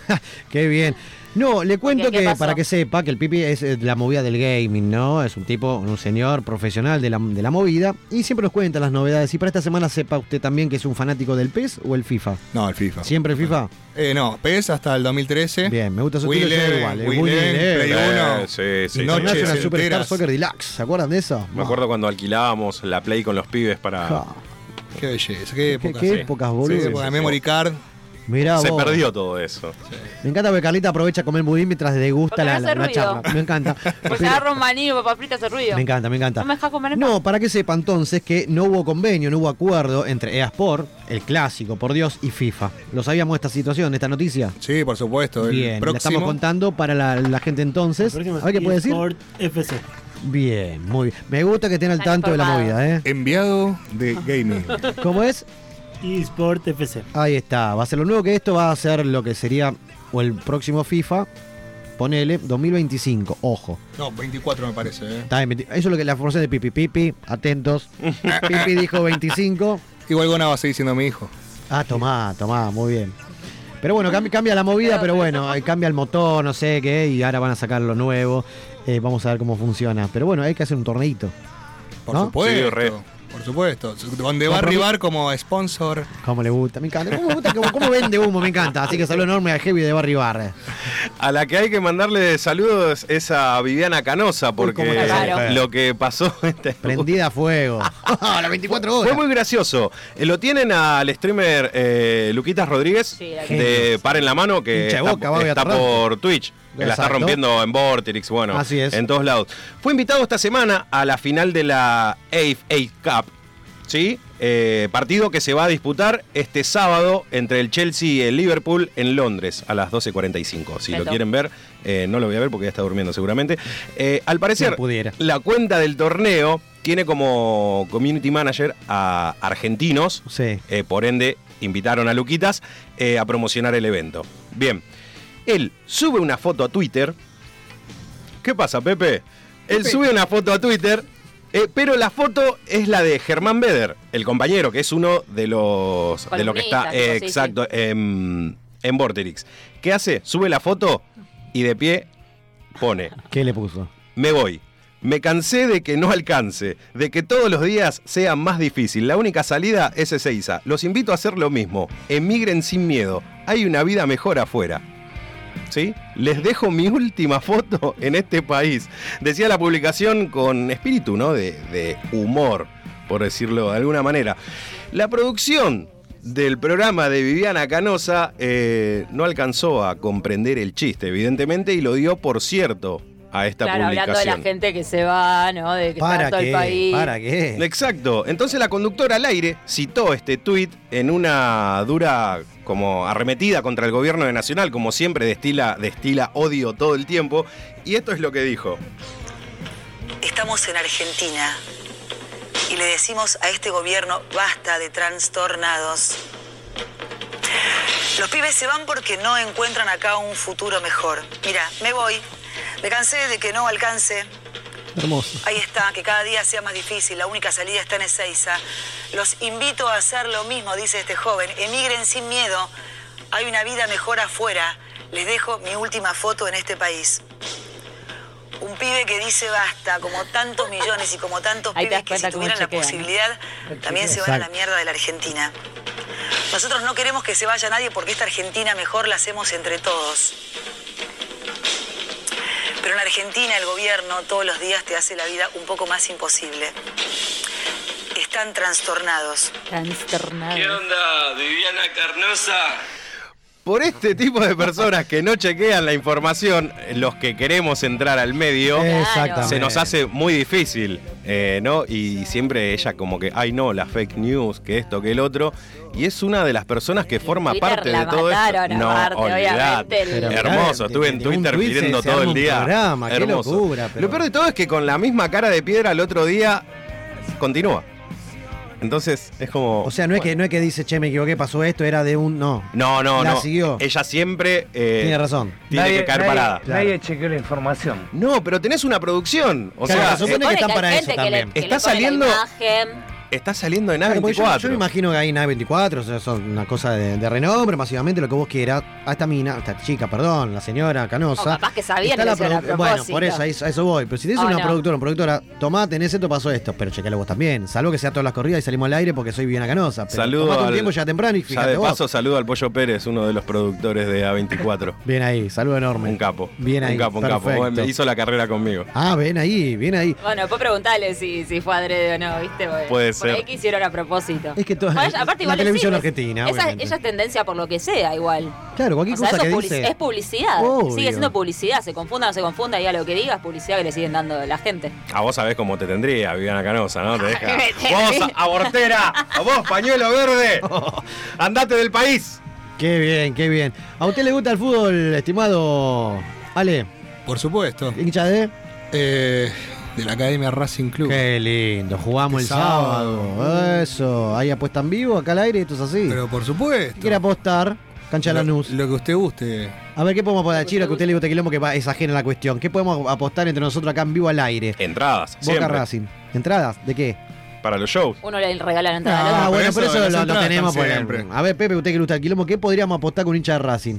D: Qué bien. No, le cuento
P: ¿qué
D: que
P: pasó?
D: para que sepa que el Pipi es eh, la movida del gaming, ¿no? Es un tipo, un señor profesional de la, de la movida y siempre nos cuenta las novedades. Y para esta semana sepa usted también que es un fanático del PES o el FIFA.
P: No, el FIFA.
D: ¿Siempre el FIFA?
P: Eh, no, PES hasta el 2013. Bien,
D: me gusta su estilo, yo igual, eh, el Wii Eleven.
P: Play
F: Eh,
P: 1.
F: sí, sí,
P: noches
F: sí.
D: International Superstar
P: enteras.
D: Soccer Deluxe. ¿Se acuerdan de eso?
F: Me acuerdo cuando alquilábamos la Play con los pibes para.
D: Ah.
P: Qué belleza, qué época.
D: qué
P: sí.
D: épocas,
P: Sí,
D: boludo.
P: sí, época de memory card.
D: Mirá
F: Se
D: vos.
F: perdió todo eso.
D: Me encanta porque Carlita aprovecha a comer budín mientras degusta
E: Porque
D: la,
E: me
D: la-
E: hace
D: la
E: ruido.
D: charla. Me encanta.
E: Pues agarro un maní y papá frita hace ruido.
D: Me encanta, me encanta.
E: No me dejas comer en
D: No, para que sepa entonces que no hubo convenio, no hubo acuerdo entre EASport, el clásico, por Dios, y FIFA. ¿Lo sabíamos esta situación, esta noticia?
P: Sí, por supuesto. El
D: Bien, la
P: próximo.
D: estamos contando para la, la gente entonces. A ver qué puede decir.
Q: Sport FC.
D: Bien, muy bien. Me gusta que estén al tanto de la
Q: informado.
D: movida, ¿eh?
P: Enviado de gaming.
D: ¿Cómo es?
Q: eSport FC.
D: Ahí está, va a ser lo nuevo que esto va a ser lo que sería, o el próximo FIFA, ponele, 2025, ojo.
P: No, 24 me parece. ¿eh?
D: Está bien, veinti- eso es lo que la formación de Pipi. Pipi, atentos. Pipi dijo 25.
P: Igual Gona va a seguir siendo mi hijo.
D: Ah, tomá, tomá, muy bien. Pero bueno, cambi- cambia la movida, pero bueno, eh, cambia el motor, no sé qué, y ahora van a sacar lo nuevo. Eh, vamos a ver cómo funciona. Pero bueno, hay que hacer un torneito.
P: Por
D: ¿no?
P: supuesto. por supuesto. Donde va
D: Compromiso.
P: a arribar como sponsor.
D: Cómo le gusta, me encanta. Cómo, me gusta, cómo- cómo vende humo, me encanta. Así que saludo enorme a Heavy de Barry Barre.
F: A la que hay que mandarle saludos es a Viviana Canosa, porque
D: cómo la sabe.
F: lo que pasó. este
D: Prendida a fuego. a las 24 horas.
F: Fue muy gracioso. Eh, Lo tienen al streamer eh, Luquitas Rodríguez de Par en la Mano, que
D: Hincha de
F: está,
D: Boca, va, voy a
F: está
D: atarrante.
F: por Twitch. que la está
D: Exacto.
F: rompiendo en Vorterix, bueno,
D: Así es.
F: en todos lados. Fue invitado esta semana a la final de la AFA Cup, ¿sí? Eh, partido que se va a disputar este sábado entre el Chelsea y el Liverpool en Londres a las 12.45. Si lo
E: Perfecto.
F: quieren ver, eh, no lo voy a ver porque ya está durmiendo seguramente. Eh, al parecer,
D: Quien pudiera.
F: la cuenta del torneo tiene como community manager a argentinos.
D: Sí.
F: Eh, por ende, invitaron a Luquitas eh, a promocionar el evento. Bien. Él sube una foto a Twitter. ¿Qué pasa, Pepe? Él sube una foto a Twitter, eh, pero la foto es la de Germán Beder, el compañero, que es uno de los. de lo que está.
E: Columnistas,
F: eh,
E: sí, sí.
F: exacto, em, en Vorterix. ¿Qué hace? Sube la foto y de pie pone.
D: ¿Qué le puso?
F: Me voy. Me cansé de que no alcance, de que todos los días sea más difícil. La única salida es Ezeiza. Los invito a hacer lo mismo. Emigren sin miedo. Hay una vida mejor afuera. ¿Sí? Les dejo mi última foto en este país. Decía la publicación con espíritu, ¿no? De, de humor, por decirlo de alguna manera. La producción del programa de Viviana Canosa eh, no alcanzó a comprender el chiste, evidentemente, y lo dio por cierto a esta
E: Claro, hablando de
F: publicación.
E: la gente que se va, ¿no? De que está todo el país.
F: qué? Exacto. Entonces la conductora al aire citó este tuit en una dura como arremetida contra el gobierno de Nacional, como siempre destila, destila odio todo el tiempo. Y esto es lo que dijo.
H: Estamos en Argentina y le decimos a este gobierno basta de trastornados. Los pibes se van porque no encuentran acá un futuro mejor. Mira, me voy. Me cansé de que no alcance.
D: Hermoso.
H: Ahí está, que cada día sea más difícil. La única salida está en Ezeiza. Los invito a hacer lo mismo, dice este joven. Emigren sin miedo. Hay una vida mejor afuera. Les dejo mi última foto en este país. Un pibe que dice basta, como tantos millones y como tantos
E: Ahí te das
H: pibes que si
E: cuenta cómo
H: tuvieran la
E: chequean, ¿eh?
H: posibilidad también se van a la
E: Exacto.
H: mierda de la Argentina. Nosotros no queremos que se vaya nadie porque esta Argentina mejor la hacemos entre todos. Pero en la Argentina el gobierno todos los días te hace la vida un poco más imposible. Están trastornados.
E: Trastornado.
W: onda, Viviana Carnosa?
F: Por este tipo de personas que no chequean la información, los que queremos entrar al medio,
D: Exactamente.
F: se nos hace muy difícil, eh, ¿no? Y siempre ella como que, ay no, las fake news, que esto, que el otro. Y es una de las personas que forma
E: Twitter
F: parte
E: la
F: de todo
E: mataron
F: esto.
E: a Marte, obviamente, el- Pero mirá,
F: Hermoso,
D: de-
F: estuve en
D: de un
F: Twitter
D: tweet se-
F: pidiendo
D: se
F: todo
D: arma
F: el
D: un
F: día.
D: programa, qué
F: Hermoso.
D: locura, pero-
F: Lo peor de todo es que con la misma cara de piedra al otro día continúa. Entonces es como...
D: O sea, no, es que, no es que dice, che, me equivoqué, pasó esto, era de un. No.
F: No, no,
D: La
F: no.
D: siguió.
F: Ella siempre. eh,
D: Tiene razón.
F: Tiene
D: Nadie-
F: que caer
D: nadie-
F: parada.
D: nadie
F: chequeó la información. No, pero tenés una producción. O
D: Claro,
F: sea,
D: se supone
F: eh,
D: que están para
E: hay
D: eso
E: gente que le-
D: también.
E: que le
F: Está
E: pone la
F: saliendo-
E: imagen.
F: está saliendo en
D: Claro, porque yo-
F: A24.
D: Yo, me imagino que ahí en A24, o sea, son una cosa de, de renombre, masivamente, lo que vos quieras. A esta mina, a esta chica, perdón, la señora Canosa.
E: O capaz que sabían
D: está la
E: que lo hicieron a
D: produ- Bueno,
E: propósito.
D: por eso, a eso a eso voy. Pero si tenés
E: Oh,
D: una
E: no.
D: productora, un productora, tomá, tenés esto, pasó esto. Pero chequealo vos también. Salvo que sea todas las corridas y salimos al aire porque soy bien Canosa. Pero
F: Saludo
D: tomate un
F: al-
D: tiempo ya temprano y
F: ya
D: fíjate
F: de
D: vos.
F: paso, saludo al Pollo Pérez, uno de los productores de A24.
D: Bien ahí, saludo enorme.
F: Un capo.
D: Bien ahí,
F: Un capo, un capo.
D: perfecto.
F: Me hizo la carrera conmigo.
D: Ah, bien ahí, bien ahí.
E: Bueno, después preguntarle si, si fue adrede o no, ¿viste? Porque
D: Puede
E: por ahí
D: ser.
E: que hicieron a propósito.
D: Es que todas-
E: Bueno,
D: la
E: igual le
D: televisión
E: sirve.
D: argentina,
E: Esa-
D: obviamente.
E: Ella es tendencia por lo que sea, igual.
D: Claro, cualquier
E: O sea,
D: cosa
E: eso
D: que
E: es publici-
D: dice.
E: es publicidad.
D: Obvio.
E: Sigue siendo publicidad. Se confunda o no se confunda, diga lo que diga, es publicidad que le siguen dando la gente.
F: A vos sabés cómo te tendría, Viviana Canosa, ¿no? Te deja.
E: Vos,
F: abortera! ¡A vos, pañuelo verde! ¡Andate del país!
D: Qué bien, qué bien. ¿A usted le gusta el fútbol, estimado Ale?
P: Por supuesto.
D: ¿Hincha de?
P: eh, de la Academia Racing Club.
D: Qué lindo, jugamos el
P: Este
D: sábado. Eh,
P: sábado.
D: Eso, ahí apuesta en vivo, acá al aire, esto es así.
P: Pero por supuesto.
D: Quiere apostar, cancha
P: Lo-
D: Lanús.
P: Lo que usted guste.
D: A ver, ¿qué podemos apostar? Chiro, que a usted le gusta quilombo que va- es ajena a la cuestión. ¿Qué podemos apostar entre nosotros acá en vivo al aire?
F: Entradas,
D: Boca
F: siempre.
D: Racing. ¿Entradas? ¿De qué?
F: Para los shows.
E: Uno le regala la entrada al
D: Ah,
E: otro.
D: bueno, por eso
P: las
D: lo, lo
P: entradas
D: tenemos.
P: están
D: por el-
P: siempre.
D: a ver, Pepe, usted que le gusta el quilombo, ¿qué podríamos apostar con un hincha de Racing?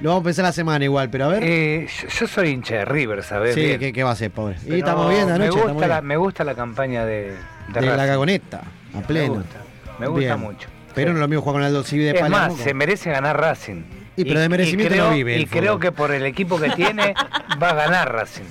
D: Lo vamos a pensar la semana igual, pero a ver.
G: Eh, yo, yo soy hincha de River, ¿sabés?
D: sí,
G: bien?
D: ¿qué, qué va a ser, pobre?
G: Pero
D: y estamos bien
G: me
D: anoche,
G: gusta,
D: estamos bien.
G: La, me gusta la campaña de, de
D: de la
G: Racing.
D: gagoneta, a pleno.
G: gusta, me gusta
D: Bien.
G: mucho.
D: Pero no lo mismo jugar con Aldo Civi de
G: Es
D: Palermo.
G: más, se merece ganar Racing.
D: Y, pero de merecimiento no
G: creo,
D: vive el
G: Y creo
D: fútbol.
G: que por el equipo que tiene va a ganar Racing.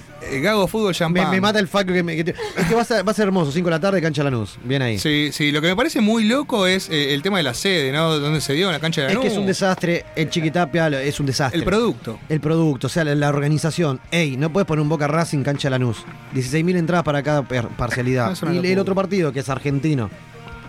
P: Gago Fútbol
D: me,
P: Champán.
D: me mata el fac que, me, que te- es que va a ser, va a ser hermoso, 5 de la tarde, cancha Lanús. Bien ahí.
P: Sí, sí, lo que me parece muy loco es eh, el tema de la sede, ¿no? Donde se dio, en la cancha de
D: Es
P: Lanús.
D: que es un desastre, el Chiquitapia lo- es un desastre.
P: El producto.
D: El producto, o sea, la, la organización. Ey, no puedes poner un Boca Racing cancha Lanús. 16.000 entradas para cada per- parcialidad.
P: Es una
D: y el
P: locura.
D: otro partido, que es argentino.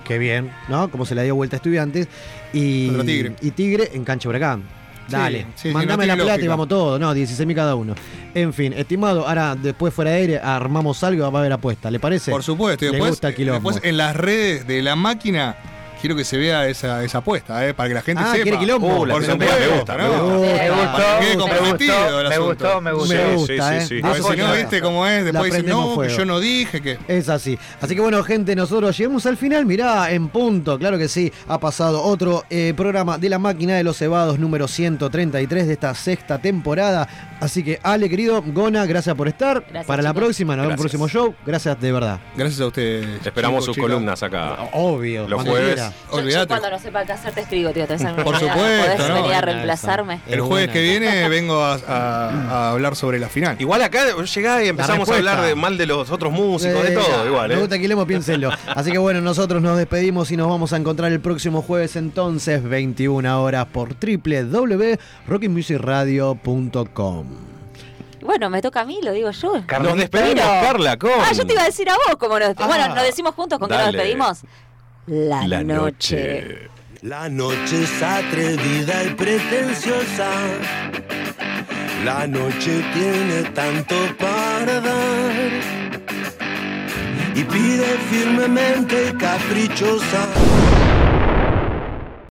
D: Qué bien. ¿No? Como se la dio vuelta a estudiantes. Y
P: Contra Tigre.
D: y Tigre en cancha huracán.
P: Sí,
D: Dale,
P: sí, sí, no
D: mandame la
P: tiene
D: plata y
P: lógica.
D: vamos todos, no, 16.000 cada uno. En fin, estimado, ahora después fuera de aire armamos algo, va a haber apuesta, ¿le parece?
P: Por supuesto, y
D: Le
P: después,
D: gusta el quilombo.
P: después en las redes de la máquina quiero que se vea esa, esa apuesta, eh, para que la gente
D: Ah,
P: sepa.
D: ¿quiere quilombo? Uh, la
P: Por
D: quilombo,
P: supuesto,
D: me gusta,
P: ¿no?
D: me gusta. Me
P: Para
D: gustó,
P: que quede
D: me
P: comprometido
D: gustó,
P: el
D: me
P: asunto.
D: gustó, me gustó. Me gusta,
P: Sí,
D: ¿eh?
P: sí, sí.
D: De
P: Porque
D: eso
P: si
D: se
P: no
D: trata.
P: viste cómo es,
D: La
P: después dicen,
D: prendemos
P: no, que
D: fuego".
P: yo no dije que.
D: Es así. Así que bueno, gente, nosotros llegamos al final. Mirá, en punto, claro que sí. Ha pasado otro eh, programa de la máquina de los cebados número 133 de esta sexta temporada. Así que, Ale, querido, Gona, gracias por estar. Para la
P: chicos.
D: próxima, nos vemos en
P: Gracias.
D: el próximo show. Gracias de verdad.
P: Gracias a ustedes.
F: Esperamos
P: chicos,
F: sus
P: chicas.
F: columnas acá.
D: Obvio.
F: Los
D: cuando
F: jueves.
D: quiera.
E: Yo- Yo, cuando no sepa qué hacer te escribo, tío. ¿Tenés alguna
P: Por
E: idea?
P: supuesto,
E: ¿Podés
P: ¿no?
E: venir a
P: Buena
E: reemplazarme?
P: El jueves que viene vengo a, a- a hablar sobre la final.
F: Igual acá llegá y empezamos a
P: respuesta.
F: hablar de mal de los otros músicos, de
D: Eh,
F: todo, igual,
D: Me
F: ¿eh?
D: gusta Quilemo, piénsenlo. Así que bueno, nosotros nos despedimos y nos vamos a encontrar el próximo jueves entonces, 21 horas por www.rockymusicradio.com.
E: Y Bueno, me toca a mí, lo digo yo.
F: Nos despedimos,
E: Pero-
F: Carla, con...
E: Ah, yo te iba a decir a vos cómo nos despedimos.
F: Ah.
E: bueno, nos decimos juntos con qué nos
F: Dale.
E: despedimos. La,
F: La
E: noche.
J: La noche es atrevida y pretenciosa. La noche tiene tanto para dar. Y pide firmemente y caprichosa.